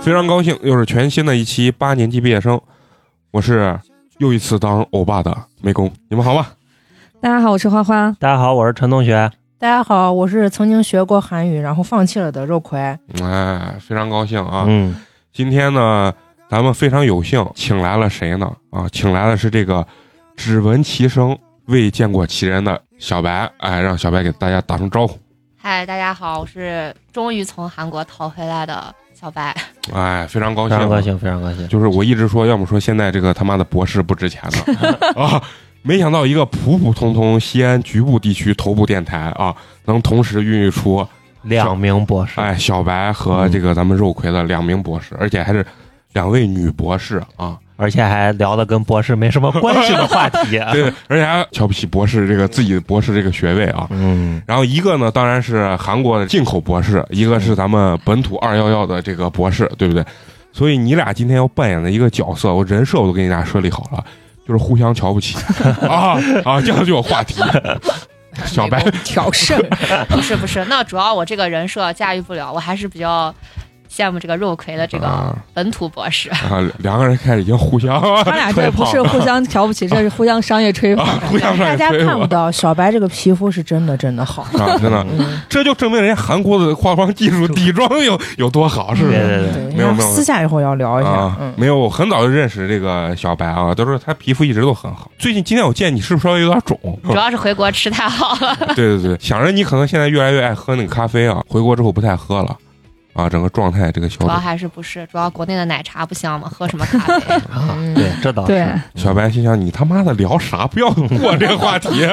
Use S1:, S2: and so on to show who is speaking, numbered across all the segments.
S1: 非常高兴，又是全新的一期八年级毕业生，我是又一次当欧巴的美工，你们好吗？
S2: 大家好，我是花 花。
S3: 大家好，我是陈同学。
S4: 大家好，我是曾经学过韩语然后放弃了的肉葵。
S1: 哎，非常高兴啊！
S3: 嗯，
S1: 今天呢，咱们非常有幸请来了谁呢？啊，请来的是这个只闻其声未见过其人的小白，哎，让小白给大家打声招呼。
S5: 嗨，大家好，我是终于从韩国逃回来的小白。
S1: 哎，非常高
S3: 非
S1: 兴，
S3: 常高。兴，非常高兴。
S1: 就是我一直说，要么说现在这个他妈的博士不值钱了啊，没想到一个普普通通西安局部地区头部电台啊，能同时孕育出
S3: 两名博士，
S1: 哎小白和这个咱们肉葵的两名博士，而且还是两位女博士啊，
S3: 而且还聊的跟博士没什么关系的话题。啊
S1: 对，而且还瞧不起博士这个自己的博士这个学位啊。
S3: 嗯，
S1: 然后一个呢，当然是韩国的进口博士，一个是咱们本土二幺幺的这个博士，对不对？所以你俩今天要扮演的一个角色，我人设我都给你俩设立好了，就是互相瞧不起啊啊，这样就有话题。小白
S5: 美工
S6: 调圣。
S5: 不是不是，那主要我这个人设驾驭不了，我还是比较羡慕这个肉葵的这个
S1: 啊
S5: 本土博 士。
S1: 啊，两个人开始已经互相
S2: 他俩这不是互相瞧不起，这是互相商业吹 捧。
S1: 啊，互相
S4: 大
S1: 上
S4: 家
S1: 来吹
S4: 看
S1: 我
S4: 不到，小白这个皮肤是真的真的好。
S1: 啊，真的，
S4: 嗯，
S1: 这就证明人家韩国的化妆技术底妆有有多好，是不
S3: 对
S1: 是？
S3: 对对，
S4: 对，
S1: 没有没有
S4: 私下以后要聊一下。
S1: 啊
S4: 嗯，，
S1: 没有，我很早就认识这个小白啊，都说他皮肤一直都很好。最近今天我见你是不是稍微有点肿？
S5: 主要是回国吃太好了，
S1: 对对对，想着你可能现在越来越爱喝那个咖啡啊，回国之后不太喝了，啊，整个状态这个小
S5: 主要还是不是，主要国内的奶茶不香吗？喝什么咖啡？
S3: 啊
S4: 嗯
S3: 对，这倒
S2: 对
S3: 是。，
S1: 小白心想你他妈的聊啥？不要过这个话题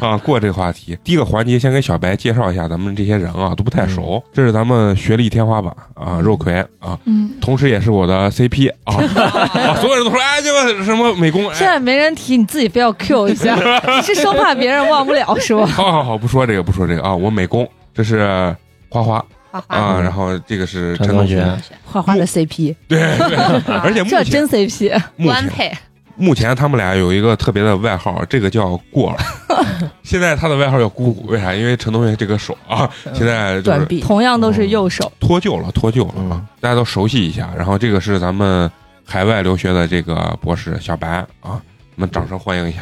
S1: 啊，过这个话题。第一个环节先给小白介绍一下咱们这些人啊，都不太熟，这是咱们学历天花板啊，肉葵啊，
S2: 嗯，
S1: 同时也是我的 CP 啊，啊所有人都说哎这个什么美工，
S2: 现
S1: 哎，
S2: 在没人提，你自己非要 Q 一 下，你是生怕别人忘不了是吧？
S1: 好好好，不说这个不说这个啊，我美工，这是花花
S5: 花花
S1: 啊，然后这个是
S3: 陈
S1: 陈同
S3: 同
S1: 学
S3: 学，
S4: 花花的 CP，
S1: 对 对，
S4: 啊
S1: 而且目
S2: 这
S1: 前
S2: 真 CP，
S1: 目
S5: 官
S1: 前。
S5: 配
S1: 目前他们俩有一个特别的外号，这个叫过儿。 现在他的外号叫姑姑，为啥？因为陈同学这个手啊，现在就
S4: 嗯断
S1: 是
S4: 臂。
S2: 同样都是右手。
S1: 脱臼了，脱臼了啊！
S3: 嗯
S1: 大家都熟悉一下。然后这个是咱们海外留学的这个博士小白啊，我们掌声欢迎一下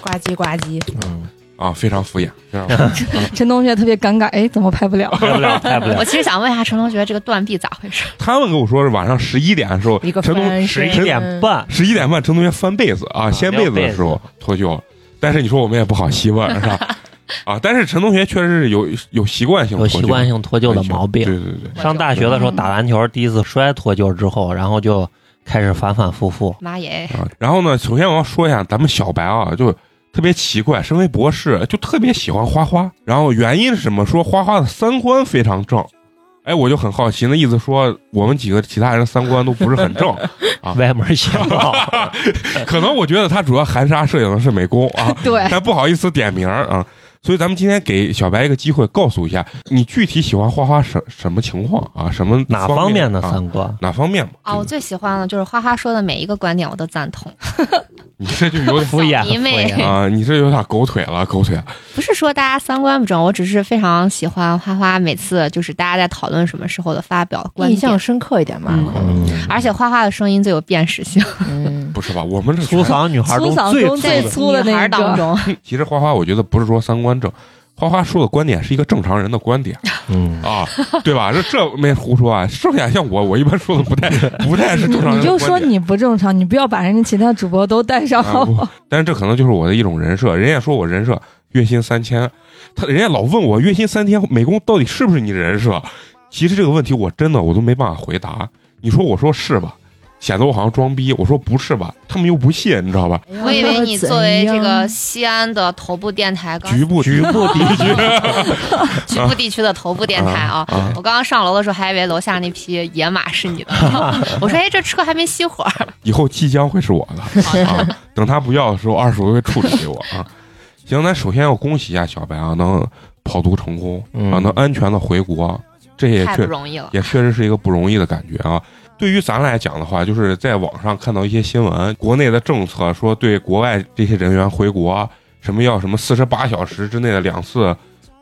S4: 呱唧呱唧，
S3: 嗯，
S1: 啊！非常敷衍，非常敷衍
S2: 陈同学特别尴尬，哎，怎么拍不了？
S3: 拍不了，拍不了
S5: 我。其实想问一下陈同学，这个断臂咋回事？
S1: 他们跟我说是晚上十一点的时候，
S4: 一个
S1: 陈同
S4: 翻
S3: 十
S4: 身
S3: 一点半，
S1: 十一点半陈同学翻被子啊，
S3: 啊
S1: 掀被子的时候脱臼。但是你说我们也不好细问是 吧？啊，但是陈同学确实是有有习惯性
S3: 有
S1: 脱臼
S3: 习惯性脱臼的毛病。
S1: 对对对。
S3: 上大学的时候打篮球，第一次摔脱臼之后，然后就开始反反复复。
S5: 妈耶！
S1: 啊，然后呢，首先我要说一下，咱们小白啊，就特别奇怪，身为博士就特别喜欢花花。然后原因是什么？说花花的三观非常正。哎，我就很好奇，那意思说我们几个其他人三观都不是很正，啊
S3: 歪门邪 道，
S1: 可能我觉得他主要含沙射影的是美工啊，
S2: 对，
S1: 但不好意思点名儿啊。所以咱们今天给小白一个机会，告诉一下你具体喜欢花花什什么情况啊？什么
S3: 哪方面的
S1: 啊
S3: 三观？
S1: 哪方面嘛？
S2: 哦
S5: 啊，我最喜欢的就是花花说的每一个观点我都赞同，
S1: 嗯你这就有点
S3: 敷衍，
S5: 小迷
S3: 敷
S5: 妹
S3: 衍。
S1: 啊，你这有点狗腿了，狗腿了。
S5: 不是说大家三观不正，我只是非常喜欢花花每次就是大家在讨论什么时候的发表观
S4: 印
S5: 点
S4: 象，深刻一点嘛。
S3: 嗯，
S5: 而且花花的声音最有辨识性，
S4: 嗯，
S1: 不是吧？我们这
S3: 粗
S1: 全
S3: 嗓女孩
S2: 粗
S3: 中
S2: 嗓
S3: 最
S2: 中
S3: 粗
S2: 最
S3: 的
S2: 粗的
S5: 女孩
S2: 那
S5: 儿当
S2: 个，
S5: 中，
S1: 其实花花，我觉得不是说三观正，花花说的观点是一个正常人的观点
S3: 嗯，
S1: 啊，对吧？这这没胡说啊。剩下像我，我一般说的不太不太 是正常人的
S2: 你
S1: 观点。
S2: 就说你不正常，你不要把人家其他主播都带上
S1: 啊
S2: 好不 好？
S1: 不但是这可能就是我的一种人设。人家说我人设月薪三千，他人家老问我月薪三千美工到底是不是你人设？其实这个问题我真的我都没办法回答。你说我说是吧，显得我好像装逼；我说不是吧，他们又不信，你知道吧？
S3: 哎
S5: 我以为你作为这个西安的头部电台，刚
S1: 局部
S3: 局部地区，
S5: 局部地区的头部电台啊，
S1: 啊
S5: 我刚刚上楼的时候还以为楼下那匹野马是你的， 我说哎，这车还没熄火，
S1: 以后即将会是我的啊！等他不要的时候，二叔会处理给我啊。行，咱首先要恭喜一下小白啊，能跑毒成功
S3: 嗯
S1: 啊，能安全的回国，这也
S5: 太不
S1: 确
S5: 容易了。
S1: 也确实是一个不容易的感觉啊。对于咱来讲的话，就是在网上看到一些新闻，国内的政策说对国外这些人员回国，啊什么要什么四十八小时之内的两次，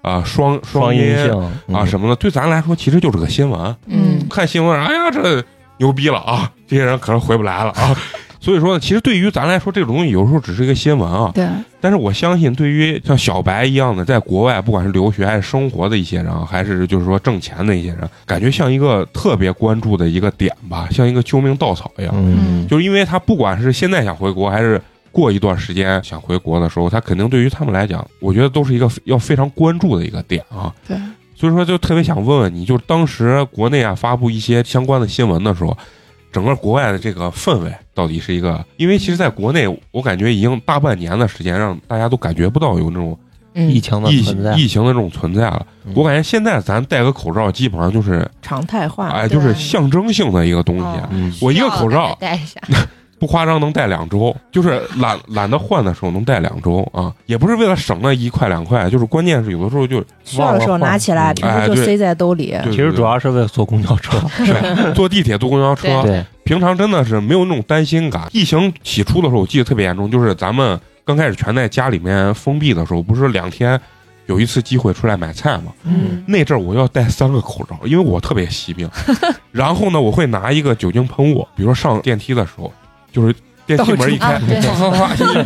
S1: 啊、双
S3: 双
S1: 阴
S3: 阴性嗯
S1: 啊什么的，对咱来说其实就是个新闻。
S4: 嗯
S1: 看新闻，哎呀，这牛逼了啊！这些人可是回不来了啊。 所以说呢，其实对于咱来说，这种东西有时候只是一个新闻啊。
S5: 对，
S1: 但是我相信，对于像小白一样的在国外，不管是留学还是生活的一些人啊，还是就是说挣钱的一些人，感觉像一个特别关注的一个点吧，像一个救命稻草一样。
S3: 嗯
S1: 就是因为他不管是现在想回国，还是过一段时间想回国的时候，他肯定对于他们来讲，我觉得都是一个要非常关注的一个点啊。
S5: 对。
S1: 所以说，就特别想问问你，就是当时国内啊发布一些相关的新闻的时候，整个国外的这个氛围到底是一个？因为其实在国内，我感觉已经大半年的时间，让大家都感觉不到有那种
S3: 疫
S4: 嗯，
S3: 情的
S1: 疫
S3: 存在，
S1: 疫情的这种存在了。
S3: 嗯
S1: 我感觉现在咱戴个口罩，基本上就是
S4: 常态
S3: 啊
S4: 化，
S1: 哎，就是象征性的一个东西。啊
S5: 哦
S3: 嗯
S1: 我一个口罩
S5: 需要戴一下，
S1: 不夸张，能戴两周，就是懒懒得换的时候能戴两周啊，也不是为了省那一块两块，就是关键是有的时候就
S4: 需要的时候拿起来，平
S1: 哎
S4: 时就
S1: 对
S4: 塞在兜里。
S1: 对
S3: 其实主要是为了坐公交车，
S1: 啊是坐地铁、坐公交车，
S3: 对，
S1: 平常真的是没有那种担心感。疫情起初的时候，我记得特别严重，就是咱们刚开始全在家里面封闭的时候，不是两天有一次机会出来买菜嘛？
S3: 嗯
S1: 那阵儿我要戴三个口罩，因为我特别惜命。然后呢，我会拿一个酒精喷雾，比如说上电梯的时候，就是电梯门一开，
S5: 啊对
S1: 唰唰唰进去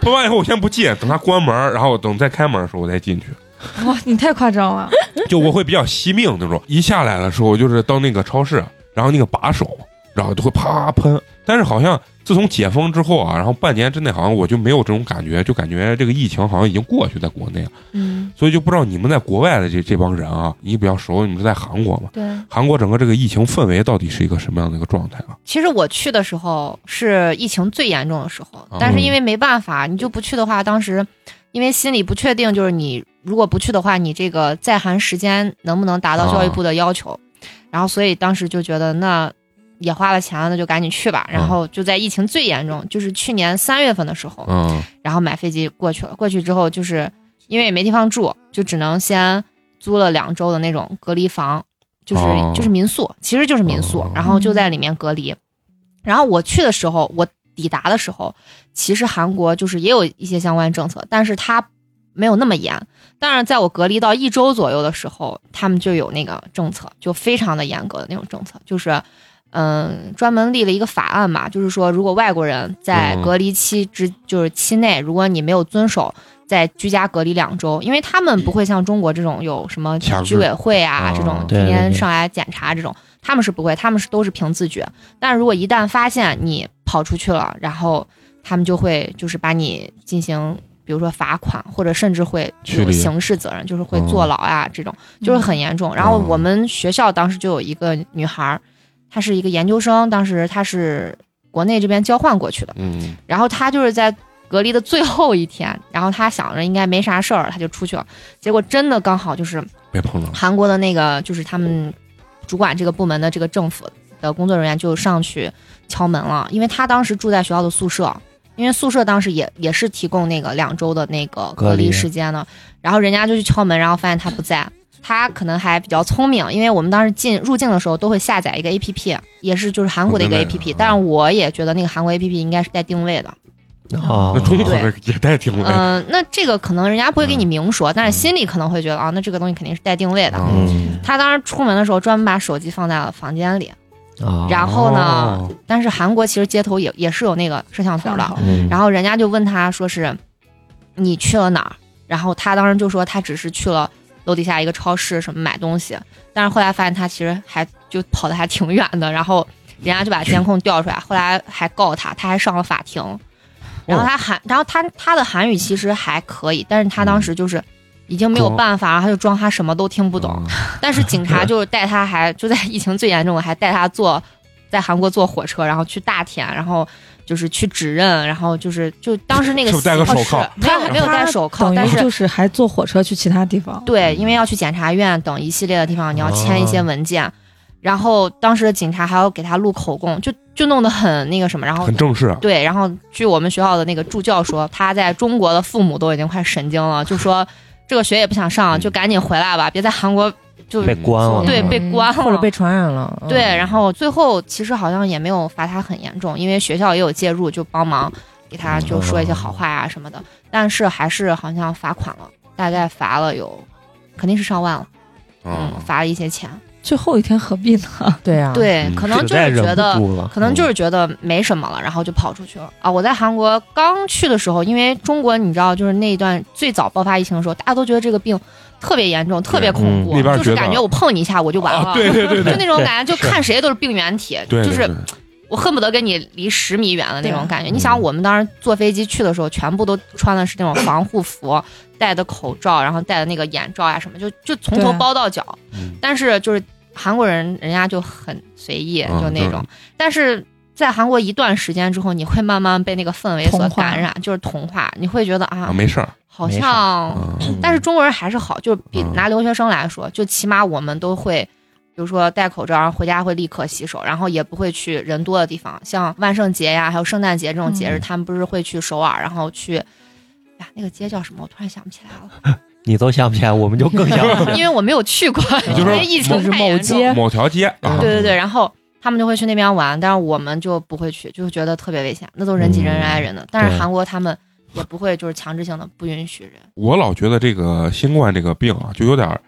S1: 喷完以后我先不进，等它关门，然后等再开门的时候我再进去。
S2: 嗯哇，你太夸张了，
S1: 就我会比较惜命那种。一下来的时候，就是到那个超市，然后那个把手，然后就会啪喷。但是好像自从解封之后啊，然后半年之内好像我就没有这种感觉，就感觉这个疫情好像已经过去，在国内了。
S5: 嗯，
S1: 所以就不知道你们在国外的这这帮人啊，你比较熟，你们是在韩国嘛？
S5: 对。
S1: 韩国整个这个疫情氛围到底是一个什么样的一个状态啊？
S5: 其实我去的时候是疫情最严重的时候，但是因为没办法，你就不去的话，当时因为心里不确定，就是你如果不去的话，你这个在韩时间能不能达到教育部的要求，然后所以当时就觉得那也花了钱了，那就赶紧去吧。然后就在疫情最严重，就是去年三月份的时候，
S1: 嗯
S5: 然后买飞机过去了。过去之后，就是因为也没地方住，就只能先租了两周的那种隔离房，就是、
S1: 哦
S5: 就是民宿，其实就是民宿，
S1: 哦
S5: 然后就在里面隔离。然后我去的时候，我抵达的时候，其实韩国就是也有一些相关政策，但是它没有那么严。但是在我隔离到一周左右的时候，他们就有那个政策，就非常的严格的那种政策，就是。嗯，专门立了一个法案嘛，就是说，如果外国人在
S1: 嗯
S5: 隔离期之、就是期内，如果你没有遵守，在居家隔离两周，因为他们不会像中国这种有什么
S1: 强制
S5: 居委会啊
S1: 啊
S5: 这种
S3: 对
S5: 天
S3: 对
S5: 天
S3: 对
S5: 上来检查这种，他们是不会，他们是都是凭自觉。但如果一旦发现你跑出去了，然后他们就会就是把你进行，比如说罚款，或者甚至会
S1: 驱
S5: 有
S1: 离
S5: 刑事责任，就是会
S1: 嗯
S5: 坐牢啊、这种，就是很严重。然后我们学校当时就有一个女孩儿，她是一个研究生，当时她是国内这边交换过去的，
S1: 嗯，
S5: 然后她就是在。隔离的最后一天，然后她想着应该没啥事儿，她就出去了。结果真的刚好就是
S1: 别碰了，
S5: 韩国的那个就是他们主管这个部门的这个政府的工作人员就上去敲门了，因为他当时住在学校的宿舍，因为宿舍当时也也是提供那个两周的那个隔
S3: 隔离
S5: 离时间的，然后人家就去敲门，然后发现他不在。他可能还比较聪明，因为我们当时进入境的时候都会下载一个 A P P，也是就是韩国的一个 A P
S1: 嗯
S5: P，但是我也觉得那个韩国 A P P 应该是带定位的，
S3: 啊
S1: 那，中国的也太挺累了。
S5: 嗯、那这个可能人家不会给你明说，但是心里可能会觉得啊，那这个东西肯定是带定位的，
S3: 嗯
S5: 他当时出门的时候专门把手机放在了房间里，
S3: 啊，
S5: 然后呢
S3: 哦，
S5: 但是韩国其实街头也也是有那个摄像头的，
S3: 嗯
S5: 然后人家就问他说是你去了哪儿，然后他当时就说他只是去了楼底下一个超市什么买东西，但是后来发现他其实还就跑的还挺远的，然后人家就把监控调出来，后来还告他，他还上了法庭，然后他韩，然后他他的韩语其实还可以，但是他当时就是已经没有
S1: 装哦
S5: 办法了，他就装他什么都听不懂。
S1: 嗯
S5: 但是 警察就是带他还就在疫情最严重的，还带他坐在韩国坐火车，然后去大田，然后就是去指认，然后就是就当时那个
S1: 是不是戴个
S5: 死
S1: 手铐
S5: 哦是没有没有戴手铐，
S2: 等
S5: 但
S2: 于
S5: 是。
S2: 就是还坐火车去其他地方。
S5: 对，因为要去检察院等一系列的地方，你要签一些文件，然后当时的警察还要给他录口供，就就弄得很那个什么，然后
S1: 很正式，啊
S5: 对，然后据我们学校的那个助教说，他在中国的父母都已经快神经了，就说这个学也不想上，就赶紧回来吧，别在韩国就
S3: 被关了，
S5: 对
S4: 嗯
S5: 被关了
S4: 或者被传染了。嗯
S5: 对，然后最后其实好像也没有罚他很严重，因为学校也有介入，就帮忙给他就说一些好话啊什么的，
S1: 嗯
S5: 但是还是好像罚款了，大概罚了有，肯定是上万了，嗯，
S1: 啊，
S5: 罚了一些钱，
S2: 最后一天何必呢？
S4: 对啊
S1: 嗯
S4: 呀，
S5: 对，可能就是觉得。
S3: 得
S5: 可能就是觉得没什么了，然后就跑出去了啊！我在韩国刚去的时候，因为中国你知道，就是那一段最早爆发疫情的时候，大家都觉得这个病特别严重，特别恐怖，
S1: 嗯那边
S5: 就是
S1: 觉得
S5: 感觉我碰你一下我就完了，
S1: 啊对对对
S5: 就
S1: 对
S5: 那种感觉，就是看谁都是病原体，
S1: 对，
S5: 就是
S1: 对
S5: 我恨不得跟你离十米远的那种
S2: 对
S5: 感觉。你想，我们当时坐飞机去的时候，全部都穿的是那种防护服，戴的口罩，然后戴的那个眼罩呀、什么，就就从头
S4: 对
S5: 包到脚。
S1: 嗯
S5: 但是就是韩国人，人家就很随意，
S1: 啊
S5: 就那种。但是在韩国一段时间之后，你会慢慢被那个氛围所
S2: 同化
S5: 感染，就是同化，你会觉得
S1: 啊，
S5: 啊，
S1: 没事儿，
S5: 好
S3: 没事
S5: 像
S1: 啊
S5: 但是中国人还是好，就是比
S1: 嗯
S5: 拿留学生来说，就起码我们都会，比如说戴口罩，然后回家会立刻洗手，然后也不会去人多的地方，像万圣节呀，还有圣诞节这种节日，他们不是会去首尔，然后去。哎呀，那个街叫什么？我突然想不起来
S3: 你都想不起来，我们就更想不起
S5: 了，
S3: 来。
S5: 因为我没有去过，
S1: 你就
S5: 因
S1: 说
S5: 为疫情
S2: 就是
S5: 太
S2: 某
S5: 严重
S2: 街
S1: 某条街啊，
S5: 对对对，然后他们就会去那边玩，但是我们就不会去，就是觉得特别危险，那都人挤人、人挨人的。但是
S3: 对
S5: 韩国他们也不会就是强制性的不允许人。
S1: 我老觉得这个新冠这个病啊，就有点儿，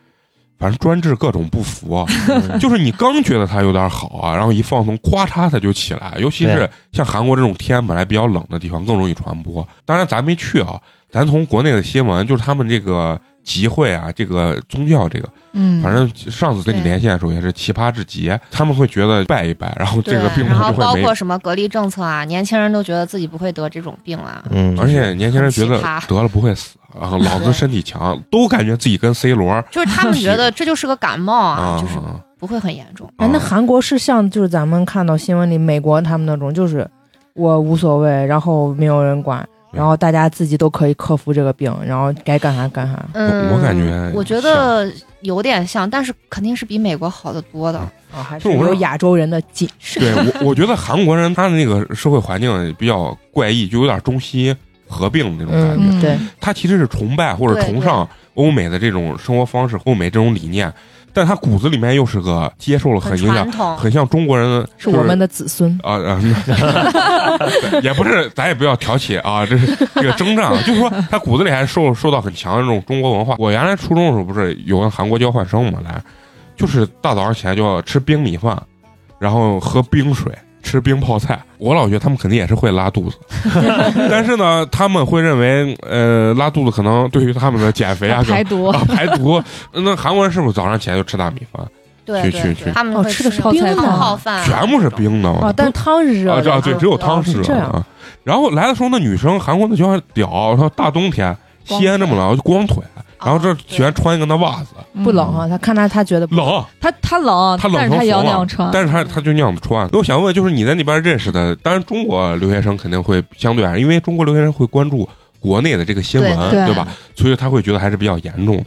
S1: 反正专治各种不服啊。
S3: 嗯
S1: 就是你刚觉得它有点好啊，然后一放松，咵嚓它就起来。尤其是
S3: 对
S1: 像韩国这种天本来比较冷的地方，更容易传播。当然咱没去啊，咱从国内的新闻，就是他们这个集会啊，这个宗教这个，
S4: 嗯，
S1: 反正上次跟你
S5: 对
S1: 连线的时候也是奇葩至极，他们会觉得拜一拜，然后这个
S5: 对，
S1: 病毒
S5: 然后
S1: 就
S5: 包
S1: 会没
S5: 括。什么隔离政策啊，年轻人都觉得自己不会得这种病啊。
S3: 嗯，
S1: 而且年轻人觉得
S5: 很奇葩
S1: 得了不会死啊，老子
S5: 对
S1: 身体强，都感觉自己跟 C 罗
S5: 就是他们觉得这就是个感冒啊，
S1: 啊
S5: 就是不会很严重。
S4: 哎，那
S1: 啊
S4: 韩国是像就是咱们看到新闻里美国他们那种，就是我无所谓，然后没有人管，
S1: 对
S4: 然后大家自己都可以克服这个病，然后该干啥干啥。
S5: 嗯，
S1: 我感觉
S5: 我觉得有点像，但是肯定是比美国好的多的。
S1: 嗯
S4: 啊，还
S1: 就是我说
S4: 有亚洲人的谨慎。
S1: 对我，我觉得韩国人他的那个社会环境比较怪异，就有点中西合并的那种感觉。
S4: 嗯，对，
S1: 他其实是崇拜或者
S5: 对
S1: 崇尚欧美的这种生活方式、欧美这种理念，但他骨子里面又是个接受了很影响
S5: 传，统，
S1: 很像中国人的，
S4: 是我们的子孙。
S1: 啊啊， 也不是，咱也不要挑起啊，这是这个征战啊，就是说他骨子里还是受受到很强的这种中国文化。我原来初中的时候不是有个韩国交换生嘛，来，就是大早上起来就要吃冰米饭，然后喝冰水。吃冰泡菜，我老觉得他们肯定也是会拉肚子， 但是呢，他们会认为，呃，拉肚子可能对于他们的减肥啊、
S2: 排毒
S1: 啊排毒，那韩国人是不是早上起来就吃大米饭，
S5: 对
S1: 去
S5: 对
S1: 去去
S5: 对，他们
S2: 哦
S5: 会
S2: 吃的是
S5: 那
S2: 泡
S5: 种
S2: 菜
S5: 汤
S2: 吗
S5: 泡饭啊，
S1: 全部是冰的？
S4: 哦，但汤是
S1: 啊，
S4: 热
S1: 这
S4: 的。
S1: 啊对，只有汤是
S4: 是
S1: 热
S4: 这
S1: 的
S4: 样
S1: 啊。然后来的时候，那女生韩国那小伙屌，她大冬天
S5: 光
S1: 西安这么
S5: 腿
S1: 冷，就光腿，然后这
S5: 啊
S1: 喜欢穿一个那袜子，
S4: 不冷
S1: 嗯
S4: 啊，他看他他觉得不
S1: 冷，
S2: 他他冷，
S1: 他冷
S2: 但是他也要
S1: 成
S2: 那
S1: 佛
S2: 样
S1: 了
S2: 穿。
S1: 但是她她就那样子穿。那我想问，就是你在那边认识的，当然中国留学生肯定会相对而言，因为中国留学生会关注国内的这个新闻，
S5: 对
S2: 对
S1: 吧？所以他会觉得还是比较严重的。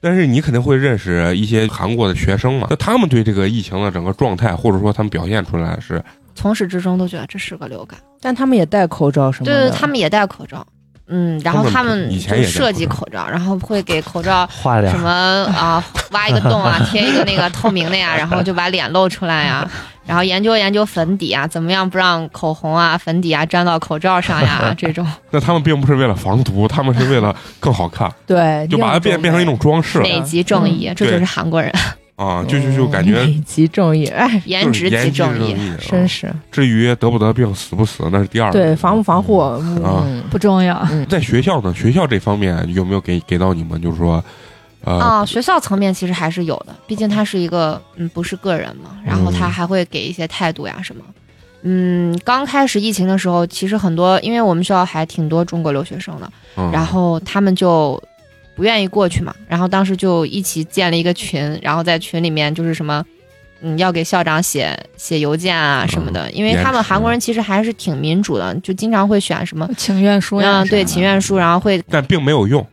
S1: 但是你肯定会认识一些韩国的学生嘛？那他们对这个疫情的整个状态，或者说他们表现出来是
S5: 从始至终都觉得这是个流感。
S1: 嗯
S4: 但他们也戴口罩什么
S5: 对
S4: 的。
S5: 对，他们也戴口罩。嗯，然后
S1: 他
S5: 他
S1: 们
S5: 们
S1: 以前
S5: 就
S1: 也戴
S5: 设计
S1: 口
S5: 口罩，然后会给口罩
S3: 画点
S5: 什么啊，挖一个 洞啊，贴一个那个透明的呀，然后就把脸露出来呀，然后研究研究粉底啊，怎么样不让口红啊、粉底啊沾到口罩上 呀，这种
S1: 那他们并不是为了防毒，他们是为了更好看，
S4: 对，
S1: 就把它变变成一种装饰
S5: 美极正
S1: 嗯
S5: 义，这就是韩国人嗯
S1: 啊，就就就感觉
S4: 美极正义，哎，
S5: 颜值
S1: 就是
S5: 即
S1: 颜值
S5: 正义。
S1: 义啊
S4: 真是
S1: 至于得不得病、死不死，那是第二。
S4: 对防不防护，
S1: 啊
S4: 嗯，
S2: 不重要，
S1: 在学校呢，学校这方面有没有给给到你们？就是说，呃，
S5: 啊，学校层面其实还是有的，毕竟他是一个嗯，不是个人嘛，然后他还会给一些态度呀什么。嗯，刚开始疫情的时候，其实很多，因为我们学校还挺多中国留学生的，
S1: 嗯
S5: 然后他们就。不愿意过去嘛，然后当时就一起建了一个群，然后在群里面就是什么，嗯，要给校长写写邮件啊什么
S1: 嗯
S5: 的，因为他们韩国人其实还是挺民主的，就经常会选什么，
S2: 情愿书啊呀
S5: 嗯，，对，请愿书，然后会
S1: 但并没有用，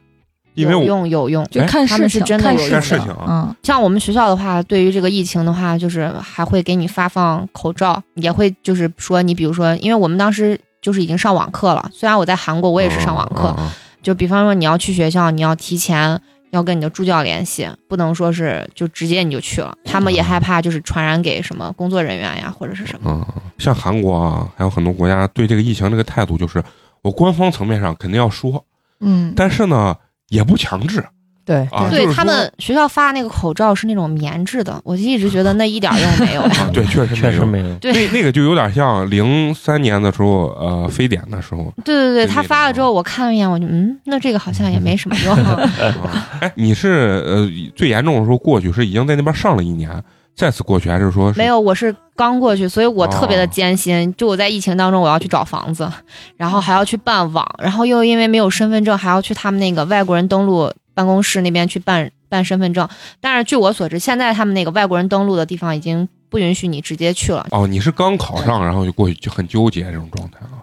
S1: 因为
S5: 有
S1: 我
S5: 用有用。
S2: 就看
S5: 他
S2: 事
S5: 们是
S2: 情，
S5: 真的
S2: 看
S5: 有
S2: 事
S1: 看事情
S2: 嗯，
S5: 像我们学校的话，对于这个疫情的话，就是还会给你发放口罩，也会就是说你比如说，因为我们当时就是已经上网课了，虽然我在韩国我也是上网课，
S1: 嗯嗯
S5: 就比方说你要去学校，你要提前要跟你的助教联系，不能说是就直接你就去了，他们也害怕就是传染给什么工作人员呀或者是什么。
S1: 嗯，嗯像韩国啊，还有很多国家对这个疫情这个态度，就是我官方层面上肯定要说，
S2: 嗯，
S1: 但是呢也不强制
S4: 对，
S1: 啊，
S5: 对
S1: 就是说
S5: 他们学校发那个口罩是那种棉质的，我一直觉得那一点用没有。
S1: 啊，对，确实
S3: 确实
S1: 有。
S3: 没有。啊
S1: 那
S5: 对
S1: 那个就有点像零三年的时候，呃，非典的时候。
S5: 对 对对，
S1: 对
S5: 他发了之后我看了一眼，我就嗯，那这个好像也没什么 用。
S1: 啊哎，你是呃最严重的时候过去是已经在那边上了一年，再次过去还是说是
S5: 没有，我是刚过去，所以我特别
S1: 哦
S5: 的艰辛。就我在疫情当中，我要去找房子，然后还要去办网，然后又因为没有身份证，还要去他们那个外国人登录办公室那边去办办身份证。但是据我所知，现在他们那个外国人登录的地方已经不允许你直接去了。
S1: 哦，你是刚考上，然后就过去就很纠结这种状态啊，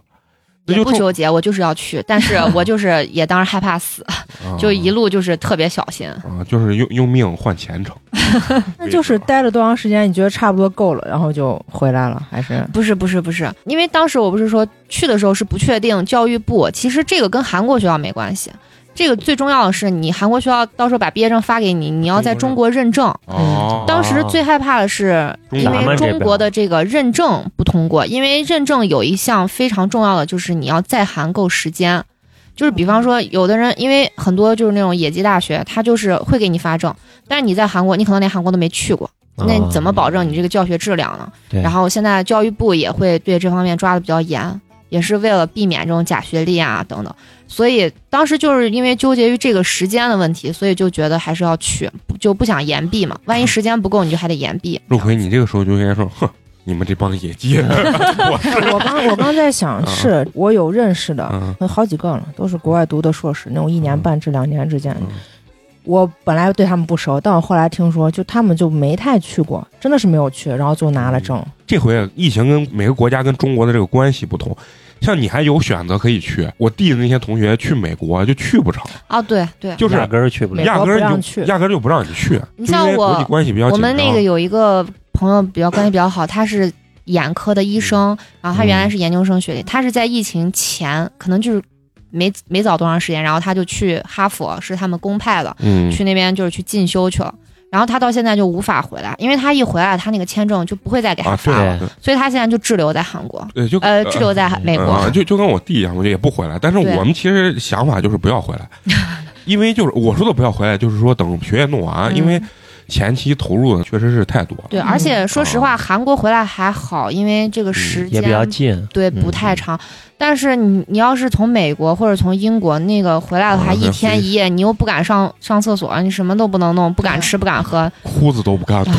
S1: 那
S5: 也
S1: 就
S5: 不
S1: 冲
S5: 纠结，我就是要去，但是我就是也当时害怕死，
S1: 啊
S5: 就一路就是特别小心。
S1: 啊，就是用用命换前 程，
S4: 那就是待了多长时间？你觉得差不多够了，然后就回来了，还是
S5: 不是不是不是，因为当时我不是说去的时候是不确定教育部，其实这个跟韩国学校没关系，这个最重要的是你韩国学校到时候把毕业证发给你，你要在中国认证。
S1: 哦，
S5: 嗯当时最害怕的是，
S1: 中
S5: 因
S1: 国咱
S5: 为
S1: 们这啊
S5: 中国的这个认证不通过，因为认证有一项非常重要的就是你要在韩够时间，就是比方说有的人因为很多就是那种野鸡大学，他就是会给你发证，但是你在韩国，你可能连韩国都没去过，那
S1: 哦
S5: 你怎么保证你这个教学质量呢？
S3: 对
S5: 然后现在教育部也会对这方面抓的比较严，也是为了避免这种假学历啊等等。所以当时就是因为纠结于这个时间的问题，所以就觉得还是要去，不就不想延毕嘛。万一时间不够，你就还得延毕。
S1: 陆奎，你这个时候就应该说，哼，你们这帮野 鸡，
S4: 我刚我刚在想，是我有认识的，
S1: 嗯
S4: 有好几个了，都是国外读的硕士，那种一年半至两年之间
S1: 嗯。
S4: 我本来对他们不熟，但我后来听说，就他们就没太去过，真的是没有去，然后就拿
S1: 嗯
S4: 了证。
S1: 这回疫情跟每个国家跟中国的这个关系不同，像你还有选择可以去，我弟的那些同学去美国就去不成，
S5: 啊，对对，
S1: 就是
S3: 压根儿去不了
S4: 美。
S1: 压
S4: 国
S1: 根儿
S4: 不让
S1: 就
S4: 去
S1: 压根儿就不让你去，
S5: 你
S1: 就
S5: 像
S1: 因为
S5: 我
S1: 国际关系比较
S5: 我
S1: 紧张。
S5: 们那个有一个朋友比较关系比较好，他是眼科的医生，然后他原来是研究生学历，他是在疫情前可能就是没没早多长时间，然后他就去哈佛，是他们公派的。
S1: 嗯，
S5: 去那边就是去进修去了。然后他到现在就无法回来，因为他一回来，他那个签证就不会再给他
S1: 啊，
S5: 发
S1: 对
S5: 了，
S1: 啊，
S5: 所以他现在就滞留在韩国，
S1: 对，就
S5: 呃，滞留在韩美国。
S1: 啊，就就跟我弟一样，我就也不回来。但是
S5: 对
S1: 我们其实想法就是不要 回来，因为就是我说的不要回来，就是说等学业弄完，
S5: 嗯
S1: 因为前期投入的确实是太多了。
S5: 对，而且说实
S1: 嗯
S5: 话，韩国回来还好，因为这个时
S3: 嗯也
S5: 间
S3: 比较近，
S5: 对
S3: 嗯
S5: 不太长。但是你你要是从美国或者从英国那个回来的话，
S1: 啊
S5: 一天一夜，你又不敢上上厕所，你什么都不能弄，不敢吃，不敢喝。
S1: 裤子都不敢 脱，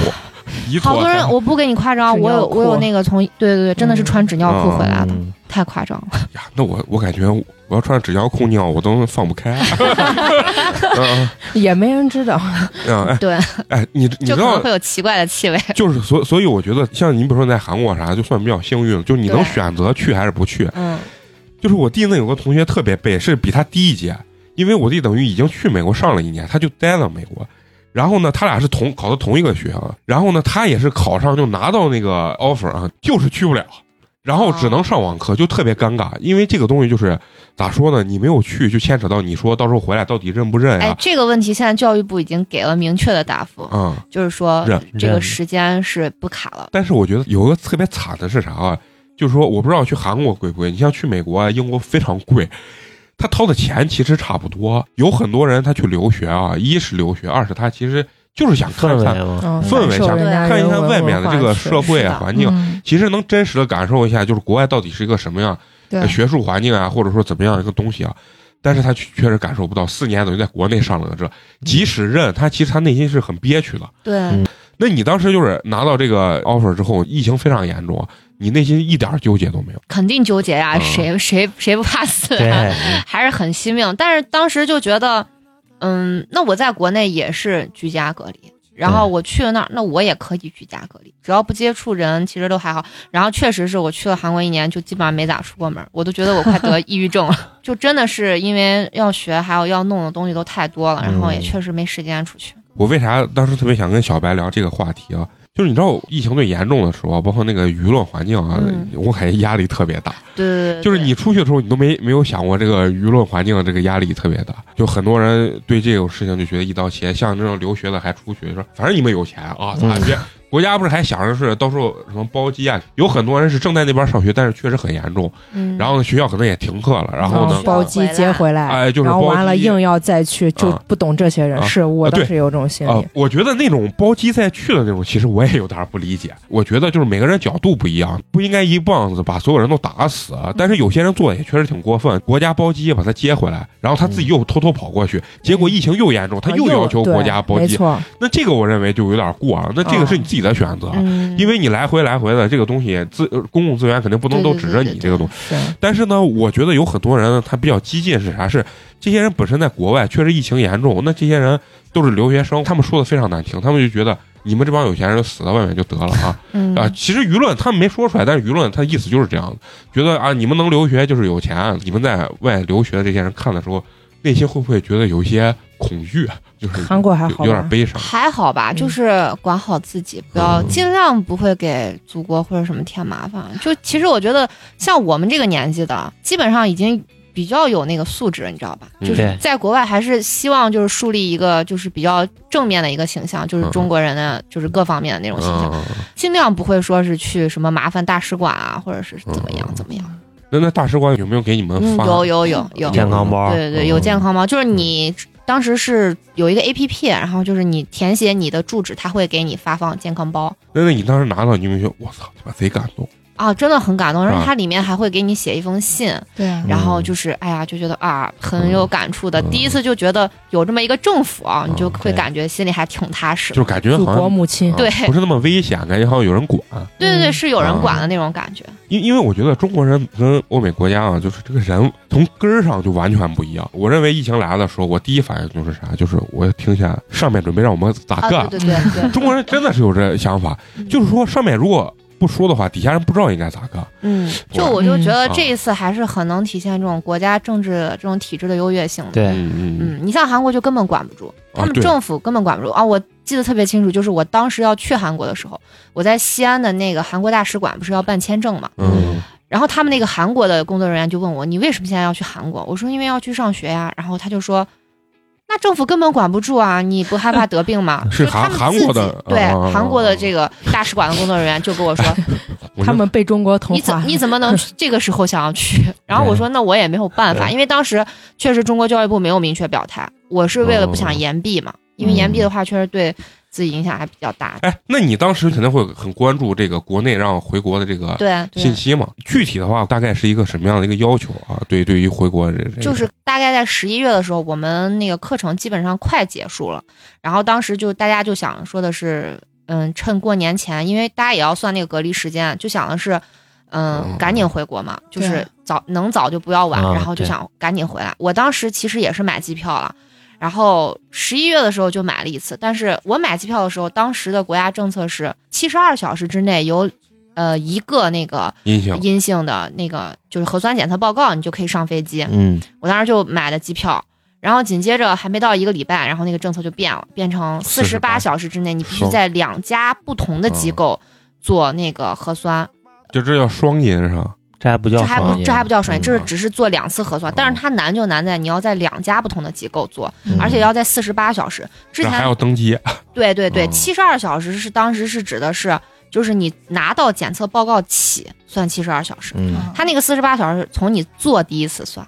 S1: 一脱
S5: 好多人，
S1: 三
S5: 我不跟你夸张，
S4: 纸
S5: 我
S4: 尿
S5: 有
S4: 裤
S5: 我有那个从对对对，真的是穿纸尿裤回来的，啊
S3: 嗯
S5: 太夸张了。
S1: 哎呀，那我我感觉我要穿纸尿裤尿，我都放不 开。嗯
S4: 也没人知道，
S1: 嗯，哎
S5: 对，
S1: 哎，你你知
S5: 就可
S1: 道
S5: 能会有奇怪的气味。
S1: 就是所所以我觉得像你比如说你在韩国啥，就算比较幸运，就你能
S5: 对
S1: 选择去还是不去。
S5: 嗯，
S1: 就是我弟那有个同学特别背，是比他低一届，因为我弟等于已经去美国上了一年，他就待了美国。然后呢，他俩是同考的同一个学校的，然后呢，他也是考上就拿到那个 offer 啊，就是去不了，然后
S5: 哦
S1: 只能上网课，就特别尴尬。因为这个东西就是咋说呢，你没有去就牵扯到你说到时候回来到底认不认
S5: 哎
S1: 呀，、
S5: 这个问题现在教育部已经给了明确的答复，
S1: 啊？嗯，
S5: 就是说
S1: 认
S5: 这个
S3: 认
S5: 时间是不卡了。
S1: 但是我觉得有个特别惨的是啥啊？就是说，我不知道去韩国贵不贵，你像去美国啊、英国非常贵，他掏的钱其实差不多。有很多人他去留学啊，一是留学，二是他其实就是想看
S3: 氛围
S1: 看
S3: 嘛，
S4: 嗯，
S1: 氛围
S4: 感受
S1: 下
S4: 人家
S1: 看一
S4: 人
S1: 看
S4: 文
S1: 外面的这
S4: 文化
S1: 个
S4: 是
S1: 社会
S5: 是
S1: 啊
S5: 的
S1: 环境，
S2: 嗯
S1: 其实能真实的感受一下，就是国外到底是一个什么样、
S2: 对
S1: 呃，学术环境啊，或者说怎么样一个东西啊。但是他确确实感受不到，四年等于在国内上了个这，即使认他，其实他内心是很憋屈的。
S5: 对，
S3: 嗯
S1: 那你当时就是拿到这个 offer 之后，疫情非常严重，啊你内心一点儿纠结都没有。
S5: 肯定纠结呀、啊
S1: 嗯
S5: 谁谁谁不怕死 啊
S3: 对
S5: 啊？还是很惜命。但是当时就觉得，嗯、嗯，那我在国内也是居家隔离，然后我去了那儿，那我也可以居家隔离，只要不接触人，其实都还好。然后确实是我去了韩国一年，就基本上没咋出过门，我都觉得我快得抑郁症 了，就真的是因为要学还有要弄的东西都太多了，然后也
S1: 嗯
S5: 确实没时间出去。
S1: 我为啥当时特别想跟小白聊这个话题啊？就是你知道疫情最严重的时候，包括那个舆论环境啊，
S5: 嗯
S1: 我感觉压力特别大。
S5: 对对对，
S1: 就是
S5: 对
S1: 你出去的时候，你都没没有想过这个舆论环境的这个压力特别大，就很多人对这种事情就觉得一刀切。像这种留学的还出去说，反正你们有钱啊，咋
S3: 嗯
S1: 别、国家不是还想着是到时候什么包机啊？有很多人是正在那边上学，但是确实很严重，
S5: 嗯，
S1: 然后呢学校可能也停课了，然后
S4: 嗯
S1: 呢
S5: 哦
S4: 包机接回来，
S1: 哎就是
S4: 然后
S1: 包
S4: 完了
S1: 机
S4: 硬要再去，就
S1: 啊
S4: 不懂这些人。
S1: 啊
S4: 是我
S1: 啊对
S4: 当时有这种心
S1: 呃
S4: 理，，
S1: 我觉得那种包机再去的那种，其实我也有点不理解。我觉得就是每个人角度不一样，不应该一棒子把所有人都打死。啊
S5: 嗯
S1: 但是有些人做的也确实挺过分，国家包机把他接回来，然后他
S5: 嗯
S1: 自己又偷偷跑过去，结果疫情又严重，他
S4: 啊
S1: 又要求
S4: 对
S1: 国家包
S4: 没
S1: 机。啊
S4: 错，
S1: 那这个我认为就有点过啊了，那这个是你自己的选择。
S5: 啊嗯，
S1: 因为你来回来回的这个东西，资呃公共资源肯定不能
S5: 对
S1: 都
S5: 对
S1: 指
S5: 对
S1: 着
S5: 对
S1: 你
S5: 对
S1: 这个东西。
S4: 是
S1: 但是呢，我觉得有很多人呢他比较激进是啥？是这些人本身在国外确实疫情严重，那这些人都是留学生，
S4: 嗯
S1: 他们说的非常难听，他们就觉得你们这帮有钱人死在外面就得了啊
S5: 嗯
S1: 啊！其实舆论他们没说出来，但是舆论他意思就是这样的，觉得啊你们能留学就是有钱，你们在外留学的这些人看的时候，内心会不会觉得有一些恐惧？就是
S4: 韩国 还好吧
S1: 有点悲伤。
S5: 还好吧，
S4: 嗯
S5: 就是管好自己，不要
S1: 嗯
S5: 尽量不会给祖国或者什么添 麻烦。就其实我觉得，像我们这个年纪的，基本上已经比较有那个素质，你知道吧？
S1: 嗯
S5: 就是在国外还是希望就是树立一个就是比较正面的一个形象，就是中国人的就是各方面的那种形象，
S1: 嗯，
S5: 尽量不会说是去什么麻烦大使馆啊，或者是怎么样
S1: 嗯
S5: 怎么样。
S1: 那那大使馆有没有给你们
S5: 嗯，
S1: 发？
S5: 有有有有，
S3: 健康包，
S5: 对对，
S1: 嗯
S5: 有健康包，就是你当时是有一个 A P P，然后就是你填写你的住址，它会给你发放健康包
S1: 那那你当时拿到，你有没有觉得我操，他妈贼感动？
S5: 啊，真的很感动。然
S1: 啊嗯
S5: 后它里面还会给你写一封信，
S4: 对啊
S5: 然后就是哎呀，就觉得啊很有感触的
S1: 嗯，
S5: 第一次就觉得有这么一个政府啊，
S1: 嗯
S5: 你就会
S3: 对
S5: 感觉心里还挺踏实
S1: 就。是感觉
S4: 祖
S1: 好像
S4: 国母亲
S1: 啊，
S5: 对
S1: 不是那么危险，感觉好像有人管。
S5: 对对对，
S4: 嗯
S5: 是有人管的那种感觉。
S1: 因因为我觉得中国人跟欧美国家啊，就是这个人从根儿上就完全不一样。我认为疫情来的时候，我第一反应就是啥，就是我听下上面准备让我们咋
S5: 啊，
S1: 干。
S5: 对对对对， 嗯
S1: 中国人真的是有这想法，就是说上面如果不说的话，底下人不知道应该咋干。
S5: 嗯，就
S1: 对
S5: 我就觉得
S1: 嗯
S5: 这一次还是很能体现这种国家政治这种体制的优越性的。
S3: 对，
S1: 嗯嗯
S5: 嗯，你像韩国就根本管不住，
S1: 啊
S5: 嗯他们
S1: 对
S5: 政府根本管不住啊我记得特别清楚，就是我当时要去韩国的时候，我在西安的那个韩国大使馆不是要办签证嘛，
S1: 嗯？
S5: 然后他们那个韩国的工作人员就问我，你为什么现在要去韩国？我说因为要去上学呀。然后他就说，那政府根本管不住啊，你不害怕得病吗
S1: 是
S5: 就他们
S1: 韩
S5: 自己
S1: 韩国的
S5: 对、
S1: 哦
S5: 韩国的这个大使馆的工作人员就跟我说，
S1: 我觉得
S4: 他们被中国同
S5: 你怎
S4: 化，
S5: 你怎么能这个时候想要去？然后我说那我也没有办法，
S3: 对
S5: 因为当时确实中国教育部没有明确表态，我是为了不想延毕嘛，因为延毕的话确实对自己影响还比较大。
S1: 哎，那你当时肯定会很关注这个国内让回国的这个
S5: 对对
S1: 信，息嘛？具体的话，大概是一个什么样的一个要求啊？对，对于回国这这个
S5: 就是大概在十一月的时候，我们那个课程基本上快结束了，然后当时就大家就想说的是，嗯，趁过年前，因为大家也要算那个隔离时间，啊就想的是。
S1: 嗯
S5: 嗯，赶紧回国嘛，就是
S4: 对
S5: 早能早就不要晚，
S3: 哦啊
S5: 然后就
S3: 对
S5: 想赶紧回来。我当时其实也是买机票了，然后十一月的时候就买了一次，但是我买机票的时候，当时的国家政策是七十二小时之内有呃一个那个
S1: 印象
S5: 阴性的那个就是核酸检测报告，你就可以上飞机。
S3: 嗯，
S5: 我当时就买了机票，然后紧接着还没到一个礼拜，然后那个政策就变了，变成四十
S1: 48
S5: 八小时之内你必须
S1: 收
S5: 在两家不同的机构做那个核酸，
S1: 就这叫双音是吧？
S3: 这还不
S5: 这
S3: 叫
S5: 还
S3: 创
S5: 不
S3: 业，
S5: 这还不叫双
S1: 嗯
S5: 这是只是做两次核酸，但是它难就难在你要在两家不同的机构做，
S3: 嗯
S5: 而且要在四十八小时之
S1: 这还
S5: 前，
S1: 要登机，
S5: 对对对，
S1: 嗯
S5: 七十二小时是当时是指的是就是你拿到检测报告起算七十二小时。
S3: 嗯，
S5: 它那个四十八小时从你做第一次算，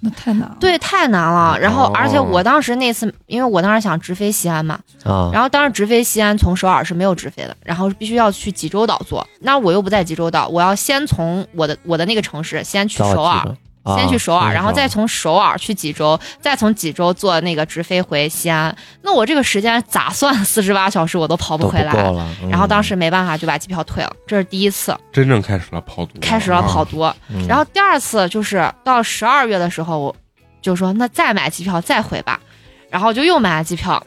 S7: 那太难了。
S5: 对，太难了。然后
S1: 哦，
S5: 而且我当时那次，因为我当时想直飞西安嘛，
S3: 啊，
S5: 然后当时直飞西安从首尔是没有直飞的，然后必须要去济州岛做。那我又不在济州岛，我要先从我的我的那个城市先去
S3: 到
S5: 首尔，
S3: 济州啊
S5: 先去首尔，然后再
S3: 首
S5: 从首尔去济州，再从济州坐那个直飞回西安。那我这个时间咋算？四十八小时我都跑
S3: 尔都
S5: 回来。
S3: 够了，嗯
S5: 然后当时没办法就把机票退了，这是第一次
S1: 真正开始了跑毒，
S5: 开始了跑毒。
S3: 嗯
S5: 然后第二次就是到十二月的时候，我就说那再买机票再回吧。然后就又买了机票。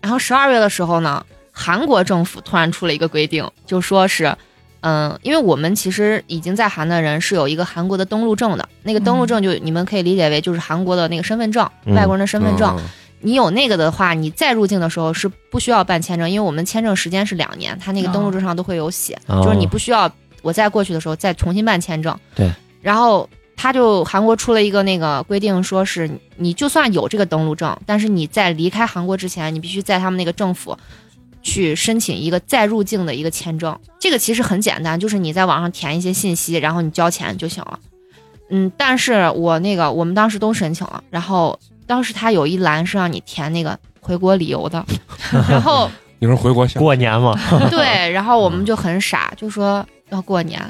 S5: 然后十二月的时候呢，韩国政府突然出了一个规定，就说是，嗯，因为我们其实已经在韩的人是有一个韩国的登陆证的，那个登陆证就你们可以理解为就是韩国的那个身份证，
S3: 嗯
S5: 外国人的身份证。
S1: 嗯
S5: 你有那个的话，你再入境的时候是不需要办签证，因为我们签证时间是两年，它那个登陆证上都会有写，
S3: 哦
S5: 就是你不需要我再过去的时候再重新办签证。
S3: 对，
S5: 然后他就韩国出了一个那个规定，说是你就算有这个登陆证，但是你在离开韩国之前，你必须在他们那个政府去申请一个再入境的一个签证。这个其实很简单，就是你在网上填一些信息，然后你交钱就行了。嗯，但是我那个我们当时都申请了，然后当时他有一栏是让你填那个回国理 由的，然后
S1: 你说回国下
S3: 过年嘛，
S5: 对， 然后我们就很
S1: 嗯
S5: 傻，就说要过年，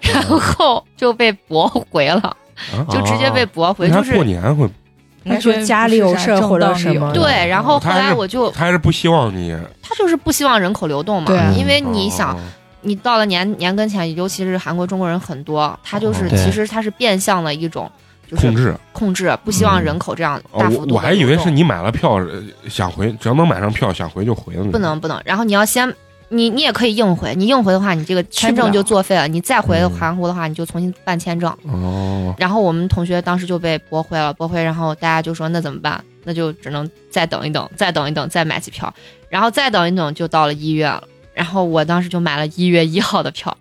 S5: 然后就被驳回了， 就直接
S3: 啊
S5: 被驳回，
S1: 为啥
S5: 就是
S1: 哦过年会？
S4: 应该说家里有事儿或者什么，
S5: 对。然后后
S1: 哦他还
S5: 来
S1: 是
S5: 我就
S1: 他还是不希望你，
S5: 他就是不希望人口流动嘛
S2: 对啊，
S5: 因为你想
S1: 哦，，
S5: 你到了年年跟前，尤其是韩国中国人很多，他就是
S1: 哦
S3: 对
S5: 其实他是变相的一种就
S1: 控
S5: 是
S1: 制。
S5: 控制，不希望人口这样
S1: 哦
S5: 大幅
S1: 我
S5: 度地
S1: 我还以为
S5: 流动
S1: 是你买了票呃想回，只要能买上票想回就回了。
S5: 不，能不能，然后你要先。你你也可以硬回，你硬回的话，你这个签证就作废了。你再回
S1: 嗯
S5: 韩国的话，你就重新办签证。
S1: 哦，
S5: 然后我们同学当时就被驳回了，驳回，然后大家就说那怎么办？那就只能再等一等，再等一等，再买机票，然后再等一等就到了一月了。然后我当时就买了一月一号的票，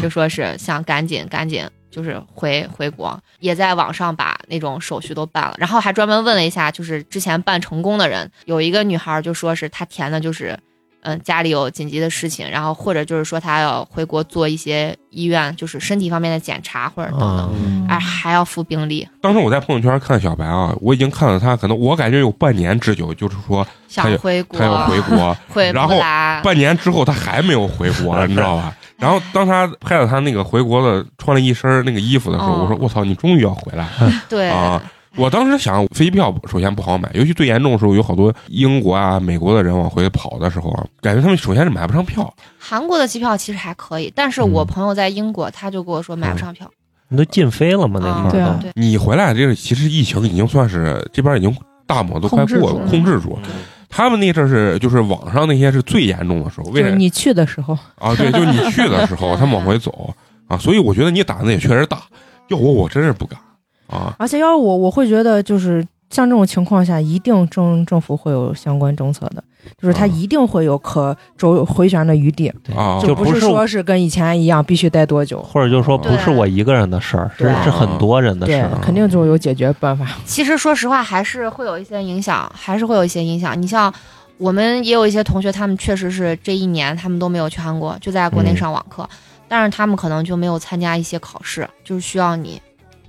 S5: 就说是想赶紧赶紧就是回回国，也在网上把那种手续都办了，然后还专门问了一下，就是之前办成功的人，有一个女孩就说是她填的就是。嗯，家里有紧急的事情，然后或者就是说她要回国做一些医院，就是身体方面的检查或者等等。
S3: 啊，
S5: 哎，还要服兵役，
S1: 当时我在朋友圈看小白啊，我已经看了他，可能我感觉有半年之久，就是说他
S5: 想
S1: 有
S5: 回国，
S1: 他要回国，
S5: 回
S1: 然
S5: 不
S1: 后
S5: 来，
S1: 半年之后他还没有回国，你知道吧？然后当他拍到他那个回国的穿了一身那个衣服的时候，
S5: 哦
S1: 我说我操，你终于要回来
S5: 对，
S1: 啊！我当时想，飞机票首先不好买，尤其最严重的时候，有好多英国啊、美国的人往回跑的时候啊，感觉他们首先是买不上票，
S5: 韩国的机票其实还可以，但是我
S3: 嗯
S5: 朋友在英国，他就跟我说
S1: 嗯
S5: 买不上票，
S3: 你都禁飞了嘛那
S5: 啊
S3: 块儿
S5: 对，
S1: 你回来这个其实疫情已经算是这边已经大抹都快
S4: 控制
S1: 过
S4: 住
S1: 了
S5: 了
S1: 控制
S3: 嗯
S1: 住了。他们那阵儿是就是网上那些是最严重的时候，为
S4: 就是
S1: 啥
S4: 你去的时候，
S1: 啊？对，就是你去的时 候，他们往回走啊，所以我觉得你胆子也确实大。要我，我真是不敢啊。
S4: 而且要是我，我会觉得就是像这种情况下，一定政政府会有相关政策的，就是它
S1: 啊
S4: 一定会有可周回旋的余地，
S3: 对
S1: 啊
S3: 就
S4: 就
S3: 不
S4: 不
S3: 是
S4: 是说是跟以前一样必须待多久。
S3: 或者就是说
S1: 对
S3: 不
S5: 啊
S3: 是我一个人的事儿，是
S4: 对
S3: 是很多人的事
S4: 对
S1: 啊
S3: 儿，，
S4: 肯定就有解决办法。
S5: 其实说实话还是会有一些影响，还是会有一些影响。你像我们也有一些同学，他们确实是这一年他们都没有去韩国，就在国内
S3: 嗯
S5: 上网课，但是他们可能就没有参加一些考试，就是需要你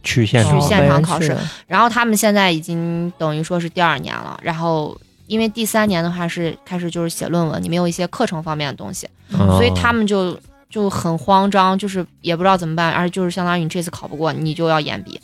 S3: 去现场
S5: 去现
S3: 呗
S5: 场考试
S4: 哦，
S5: 然后他们现在已经等于说是第二年了，然后因为第三年的话是开始就是写论文，你没有一些课程方面的东西，
S1: 嗯
S3: 啊
S5: 所以他们就就很慌张，就是也不知道怎么办，而就是相当于你这次考不过，你就要延毕，